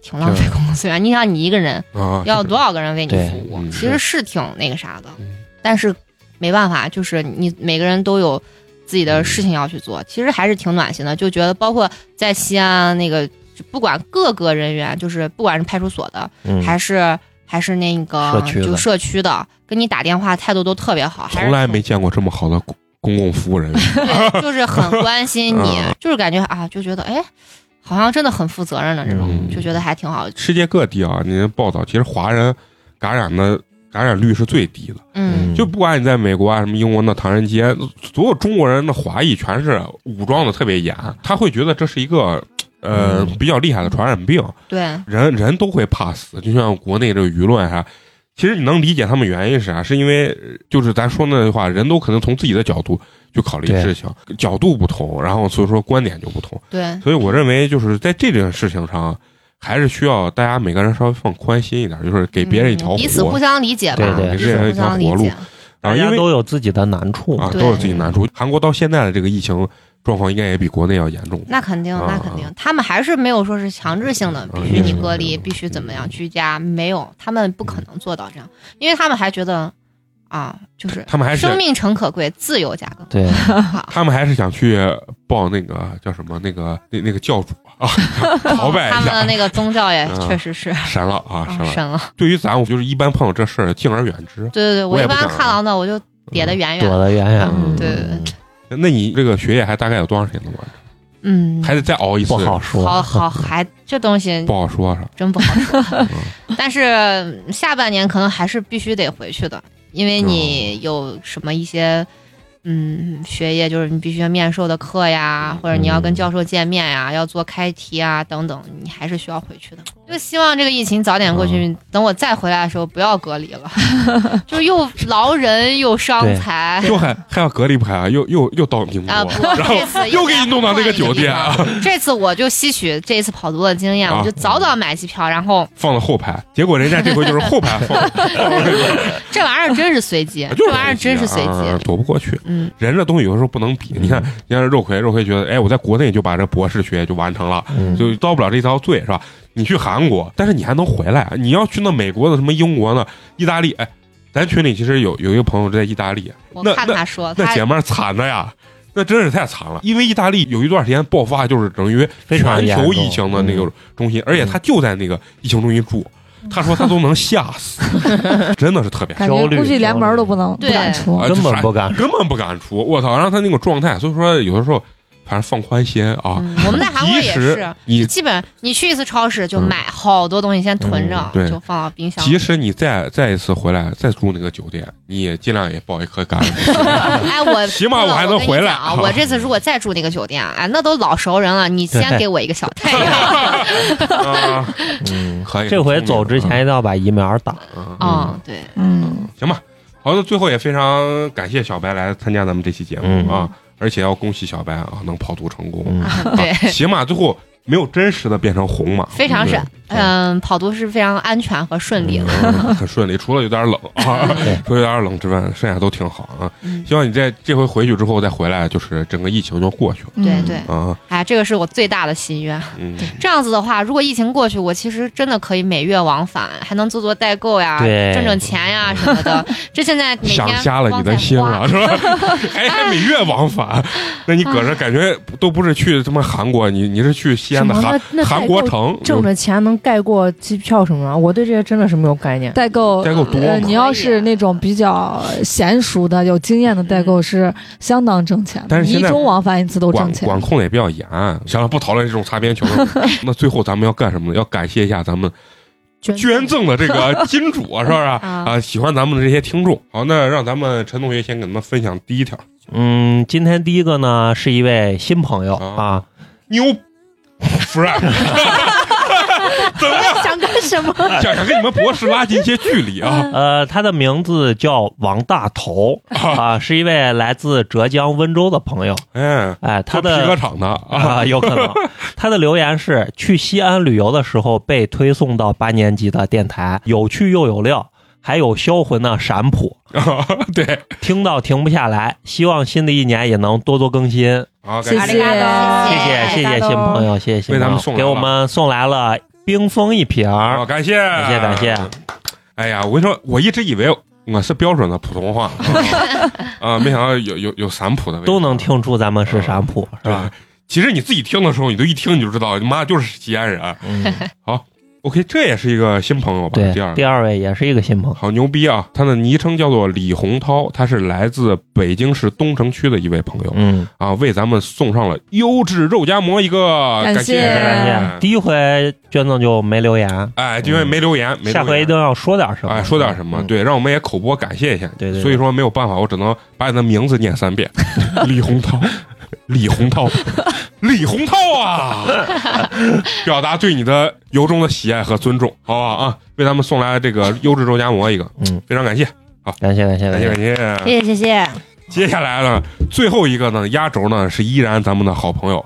S5: 挺浪费公共资源。你想，你一个人
S1: 啊，
S5: 要
S1: 就是
S5: 多少个人为你
S3: 对
S5: 服务？
S1: 嗯
S5: 其实是挺那个啥的
S1: 嗯，
S5: 但是没办法，就是你每个人都有自己的
S1: 嗯
S5: 事情要去做，其实还是挺暖心的。就觉得包括在西安啊那个，就不管各个人员，就是不管是派出所的，
S3: 嗯
S5: 还是还是那个
S3: 社区的
S5: 就社区的，跟你打电话态度都特别好，还是
S1: 从来没见过这么好的公公共服务 人员。
S5: 对，就是很关心你
S1: 嗯，
S5: 就是感觉啊，就觉得哎，好像真的很负责任的这种，
S1: 嗯
S5: 就觉得还挺好。
S1: 世界各地啊，你的报道，其实华人感染的感染率是最低的。
S5: 嗯，
S1: 就不管你在美国啊，什么英国那唐人街，所有中国人的华裔全是武装的特别严，他会觉得这是一个呃
S3: 嗯
S1: 比较厉害的传染病，
S5: 对，
S1: 人人都会怕死，就像国内这个舆论哈。其实你能理解他们原因是啥？是因为呃就是咱说那句话，人都可能从自己的角度去考虑
S3: 对
S1: 事情，角度不同，然后所以说观点就不同。
S5: 对，
S1: 所以我认为就是在这件事情上，还是需要大家每个人稍微放宽心一点，就是给别人一条
S5: 嗯
S1: 活
S5: 彼此互
S1: 路，
S5: 相理解吧，
S3: 对对
S5: 彼此互相理
S1: 给别人一条活路
S5: 解。
S1: 啊，
S3: 大
S1: 因
S3: 家
S1: 为
S3: 都有自己的难处嘛
S1: 啊，
S5: 对
S1: 都有自己难处。韩国到现在的这个疫情状况，应该也比国内要严重。
S5: 那肯定，那
S1: 啊
S5: 肯定，他们还是没有说是强制性的，
S1: 嗯
S5: 必须你
S1: 嗯
S5: 隔离，
S1: 嗯
S5: 必须怎么样居家，没有，他们不可能做到这样，因为他们还觉得啊，就是
S1: 他们还是
S5: 生命诚可贵，自由价更
S3: 对，
S5: 好。
S1: 他们还是想去报那个叫什么那个那那个教主 啊， 朝拜
S5: 他
S1: 一
S5: 们的
S1: 下，
S5: 那个宗教也
S1: 嗯
S5: 确实是
S1: 神了啊，神
S5: 啊
S1: 了。
S5: 神了。
S1: 对于咱，我就是一般碰到这事儿敬而远之。
S5: 对对对，
S1: 我
S5: 我
S1: 也
S5: 一
S1: 不嗯敢
S5: 般看到那我就
S1: 别
S5: 叠得远远
S3: 躲
S5: 的。
S3: 得远远的，
S1: 嗯
S5: 对对对，
S1: 那你这个学业还大概有多长时间能完成？
S5: 嗯，
S1: 还得再熬一次
S3: 不，好说。
S5: 好好还这东西
S1: 不好说啊 啥。
S5: 真不好 说。但是下半年可能还是必须得回去的，因为你
S3: 哦
S5: 有什么一些。嗯，学业就是你必须要面授的课呀，或者你要
S3: 嗯
S5: 跟教授见面呀，要做开题啊等等，你还是需要回去的。就希望这个疫情早点过去，
S3: 哦
S5: 等我再回来的时候不要隔离了， 就又劳人又伤
S3: 对
S5: 财
S1: 又还还要隔离不开啊？又又又到英国，
S5: 啊！不，
S1: 然后
S5: 这次
S1: 又给
S5: 应该
S1: 你弄到
S5: 换
S1: 那个
S5: 一
S1: 酒
S5: 地
S1: 店
S5: 方
S1: 啊，
S5: 这次我就吸取这一次跑图的经验，
S1: 啊
S5: 我就早早买机票，然后
S1: 放到后排，结果人家这回就是后排放， 放那个
S5: 这玩意儿真是随机，
S1: 就
S5: 这
S1: 是
S5: 玩意儿真是随
S1: 啊
S5: 机。
S1: 躲不过去。
S5: 嗯，
S1: 人这东西有的时候不能比，你看，你看肉葵，肉葵觉得，哎，我在国内就把这博士学业就完成了，
S3: 嗯
S1: 就遭不了这条罪，是吧？你去韩国，但是你还能回来，啊你要去那美国的什么英国呢？意大利，哎，咱群里其实有有一个朋友在意大利，
S5: 我
S1: 那
S5: 看他说
S1: 那
S5: 他
S1: 姐们儿惨的呀，那真是太惨了，因为意大利有一段时间爆发就是等于
S3: 非常
S1: 全
S3: 严
S1: 球
S3: 重
S1: 疫情的那个中心，而且
S3: 嗯
S1: 他就在那个疫情中心住，他说他都能吓 死，真的是特别
S2: 感
S3: 焦
S2: 觉
S3: 虑
S2: 估计连
S3: 焦
S2: 门儿
S3: 虑
S2: 都不能不
S5: 对
S2: 敢出
S1: 啊。
S3: 根本不敢。
S1: 根本不敢出，我操！然后他那个状态，所以说有的时候反正放宽心啊，
S5: 嗯我们在 韩国
S1: 即
S5: 也
S1: 使
S5: 是，
S1: 你
S5: 基本你去一次超市就买好多东西，先囤着
S1: 嗯，对
S5: 就放到冰箱。
S1: 即使你再再一次回来再住那个酒店，你也尽量也抱一颗 感恩的心。
S5: 哎，我
S1: 起码我还能回来
S5: 啊！ 我这次如果再住那个酒店，哎，那都老熟人了，你先
S3: 对
S5: 给我一个小太阳。
S1: 啊
S3: 嗯，
S1: 可以，
S3: 这回走之前一定要把疫苗打。
S1: 啊，
S5: 嗯，对，
S2: 嗯，
S1: 行吧。好的，最后也非常感谢小白来参加咱们这期节目啊，而且要恭喜小白啊，能跑图成功。
S3: 嗯，
S5: 啊对，
S1: 起码最后没有真实的变成红马，
S5: 非常是
S1: 嗯，对
S5: 嗯，跑图是非常安全和顺利的。
S1: 嗯 很顺利，除了有点冷啊，除了有点冷之外，剩下都挺好啊。
S5: 嗯，
S1: 希望你在这回回去之后再回来，就是整个疫情就过去了
S5: 对
S2: 嗯
S5: 对，
S1: 啊。
S5: 哎，这个是我最大的心愿。
S1: 嗯，
S5: 这样子的话，如果疫情过去，我其实真的可以每月往返，还能做做代购呀，
S3: 对
S5: 挣挣钱呀什么的。这 现在每
S1: 想
S5: 天
S1: 瞎了你的心了，
S5: 光在花。
S1: 是 吧？还还每月往返，那你搁这感觉都不是去他妈韩国，你你是去西西安的
S4: 什么
S1: 韩
S4: 那那
S1: 韩国城
S4: 挣
S1: 有
S4: 的钱能盖过机票什么的，我对这些真的是没有概念。
S2: 代购，
S1: 代购多
S2: 呃，
S1: 嘛
S2: 你要是那种比较娴熟的、有经验的代购，是相当挣钱的。
S1: 但是
S2: 你
S1: 现
S2: 一
S1: 在
S2: 周往返一次都
S1: 管
S2: 挣钱。
S1: 管控的也比较严。行了，不讨论这种擦边球了。 那最后咱们要干什么呢？要感谢一下咱们
S4: 捐
S1: 捐赠的这 个金主，是不是？
S5: 啊
S1: 啊，喜欢咱们的这些听众。好，那让咱们陈同学先给他们分享第一条。
S3: 嗯，今天第一个呢是一位新朋友啊
S1: 啊，牛 friend，
S4: 想干什么？
S1: 想想跟你们博士拉近一些距离啊。
S3: 呃，他的名字叫王大 头啊，是一位来自浙江温州的朋友。
S4: 嗯
S1: 哎，
S3: 哎，他
S1: 做皮革
S3: 的
S1: 厂的啊，
S3: 啊，有可能 他的留言是：去西安旅游的时候被推送到八年级的电台，有趣又有料，还有销魂的闪谱，
S1: 对
S3: 听到停不下来。希望新的一年也能多多更新。
S1: 啊，
S2: 谢
S1: 感谢
S2: 谢
S3: 谢谢
S5: 谢
S3: 谢谢
S5: 哎大
S3: 新
S5: 东
S3: 朋友，谢谢新
S1: 为咱
S3: 朋
S1: 们
S3: 友
S1: 送来
S3: 给
S1: 了
S3: 我们送来了冰封一瓶儿
S1: 啊，，感谢，
S3: 感谢感谢。。
S1: 哎呀，我跟你说，我一直以为我是标准的普通 话啊啊，没想到有有有散普的味道
S3: 都能。听出咱们是啥谱，是
S1: 对
S3: 吧？
S1: 其实你自己听的时候，你都一听你就知道，你妈就是西安人。啊
S3: 嗯，
S1: OK，这也是一个新朋友吧？
S3: 对
S1: 啊第二，个
S3: 第二位也是一个新朋友，
S1: 好牛逼啊！他的昵称叫做李洪涛，他是来自北京市东城区的一位朋友
S3: 嗯，
S1: 啊，为咱们送上了优质肉夹馍一个，
S2: 感
S1: 感
S2: 谢
S3: 感谢。第一回捐赠就没留言，
S1: 哎，因为没留言，没留言啊
S3: 下回一定要说点什么，
S1: 哎，说点什么？
S3: 嗯，
S1: 对，让我们也口播感谢一下。
S3: 对对对
S1: 所以说没有办法，我只能把你的名字念三遍： 李洪涛，李洪涛， 李洪涛啊！ 表达对你的由衷的喜爱和尊重，好不好啊？为咱们送来这个优质肉夹馍一个，
S3: 嗯，
S1: 非常感谢，
S3: 感谢感谢
S1: 感谢感谢。
S4: 谢谢谢谢，
S1: 接下来呢，最后一个呢，压轴呢是依然咱们的好朋友，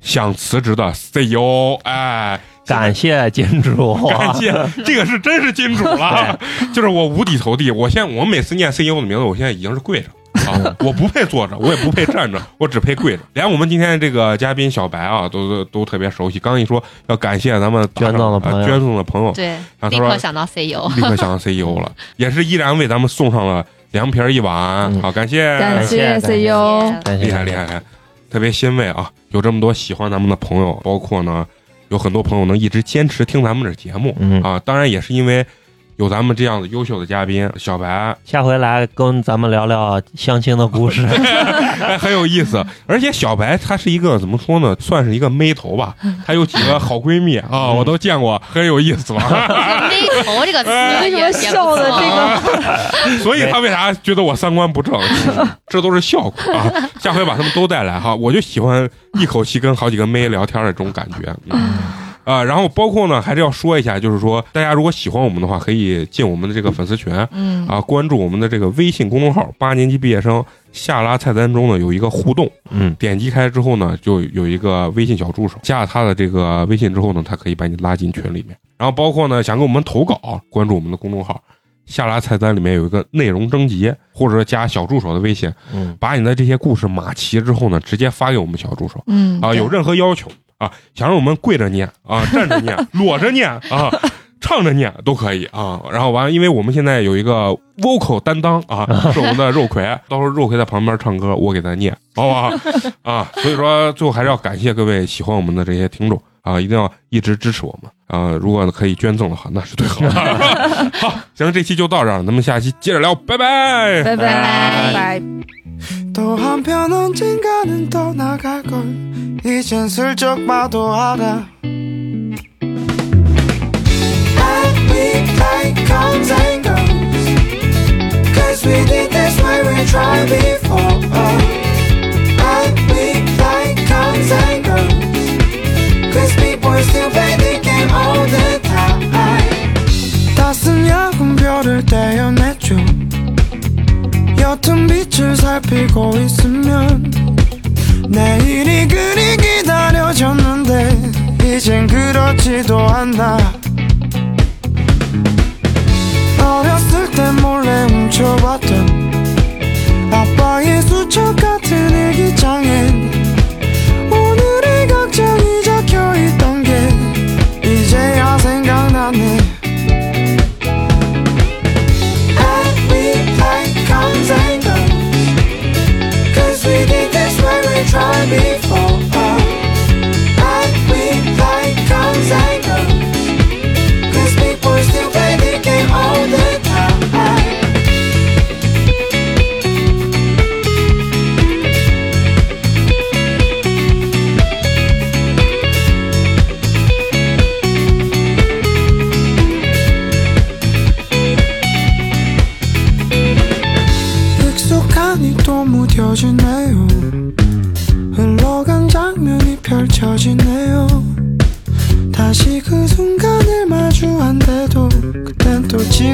S1: 想辞职的 CEO，哎，
S3: 感谢金主，
S1: 感谢，这个是真是金主了，就是我五体投地。我现在我每次念 CEO 的名字，我现在已经是跪着。 啊，我不配坐着，我也不配站着，我只配跪着。连我们今天这个嘉宾小白啊，都都都特别熟悉。刚一说要感谢咱们
S3: 捐赠的朋友
S1: 呃捐赠的朋友，
S5: 对，
S1: 啊然后他
S5: 立
S1: 说
S5: 刻想到 E CEO，
S1: 立刻想到 CEO 了，也是依然为咱们送上了凉皮儿一碗。
S3: 嗯
S1: 好，感谢，
S2: 感
S3: 谢
S2: 谢 CEO，
S3: 感谢
S1: 厉害厉害，厉害，特别欣慰啊！有这么多喜欢咱们的朋友，包括呢，有很多朋友能一直坚持听咱们的节目。
S3: 嗯，
S1: 啊，当然也是因为有咱们这样的优秀的嘉宾小白，
S3: 下回来跟咱们聊聊相亲的故事，
S1: 哎，很有意思。而且小白她是一个怎么说呢，算是一个妹头吧，她有几个好闺蜜啊，我都见过，很有意思吧。
S5: 那一头 E 这 个词
S1: 哎
S5: 也
S2: 为什么笑的这个？
S1: 所以她为啥觉得我三观不正？这都是效果啊！下回把他们都带来哈，我就喜欢一口气跟好几个妹聊天的这种感觉。嗯啊，然后包括呢，还是要说一下，就是说，大家如果喜欢我们的话，可以进我们的这个粉丝群，
S2: 嗯，
S1: 啊，关注我们的这个微信公众号“八年级毕业生”，下拉菜单中呢有一个互动，
S3: 嗯，
S1: 点击开之后呢，就有一个微信小助手，加了他的这个微信之后呢，他可以把你拉进群里面。然后包括呢，想给我们投稿，关注我们的公众号，下拉菜单里面有一个内容征集，或者说加小助手的微信，
S3: 嗯，
S1: 把你的这些故事码齐之后呢，直接发给我们小助手。
S2: 嗯
S1: 啊，有任何要求啊，想让我们跪着念啊，站着念，裸着念啊。唱着念都可以啊，然后完了，因为我们现在有一个 vocal 担当啊，是我们的肉葵，到时候肉葵在旁边唱歌，我给他念，好不好？啊，所以说最后还是要感谢各位喜欢我们的这些听众啊，一定要一直支持我们啊，如果可以捐赠的话，那是最好的。 好，行，这期就到这儿，咱们下期接着聊，拜拜。
S2: 拜拜。
S8: 또 한편 언젠가는 떠나갈 걸 이젠 슬쩍 봐도 알아 As we play comes and goes Cause we did this way we tried before As we play comes and goes Cause people still play the game all the time 따스운 야구 별을 떼어내죠 옅은 빛을 살피고 있으면 내일이 그리 기다려졌는데 이젠 그렇지도 않나 어렸을 때 몰래 훔쳐봤던 아빠의 수첩 같은 일기장엔 오늘의 걱정이 적혀있던 게 이제야 생각나네 And we play comes and goes. Cause we did this when we tried before. And we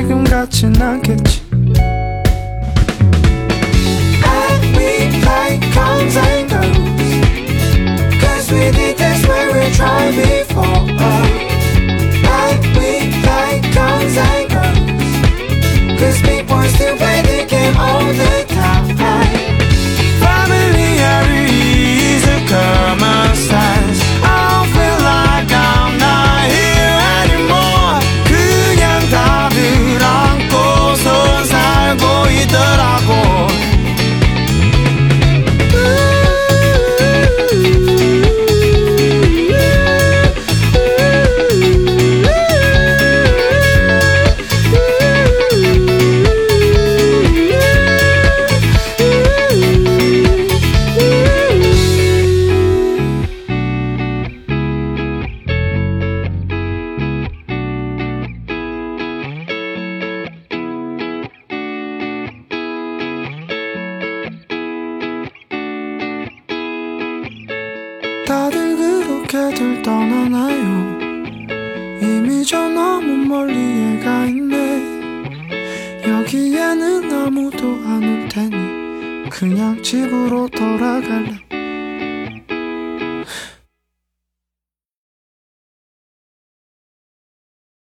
S8: 그 같이 나겠지 And we play comes and goes Cause we did this when we tried before And we play comes and goes Cause big boys still play the game all the time Familiarity is a common sense. I don't feel like I'm not here anymore. 그냥 답을 안고선 살고 있더라고. 다들 그렇게들 떠나나요 이미 저 너무 멀리에 가 있네 여기에는 아무도 안 올 테니 그냥 집으로 돌아갈래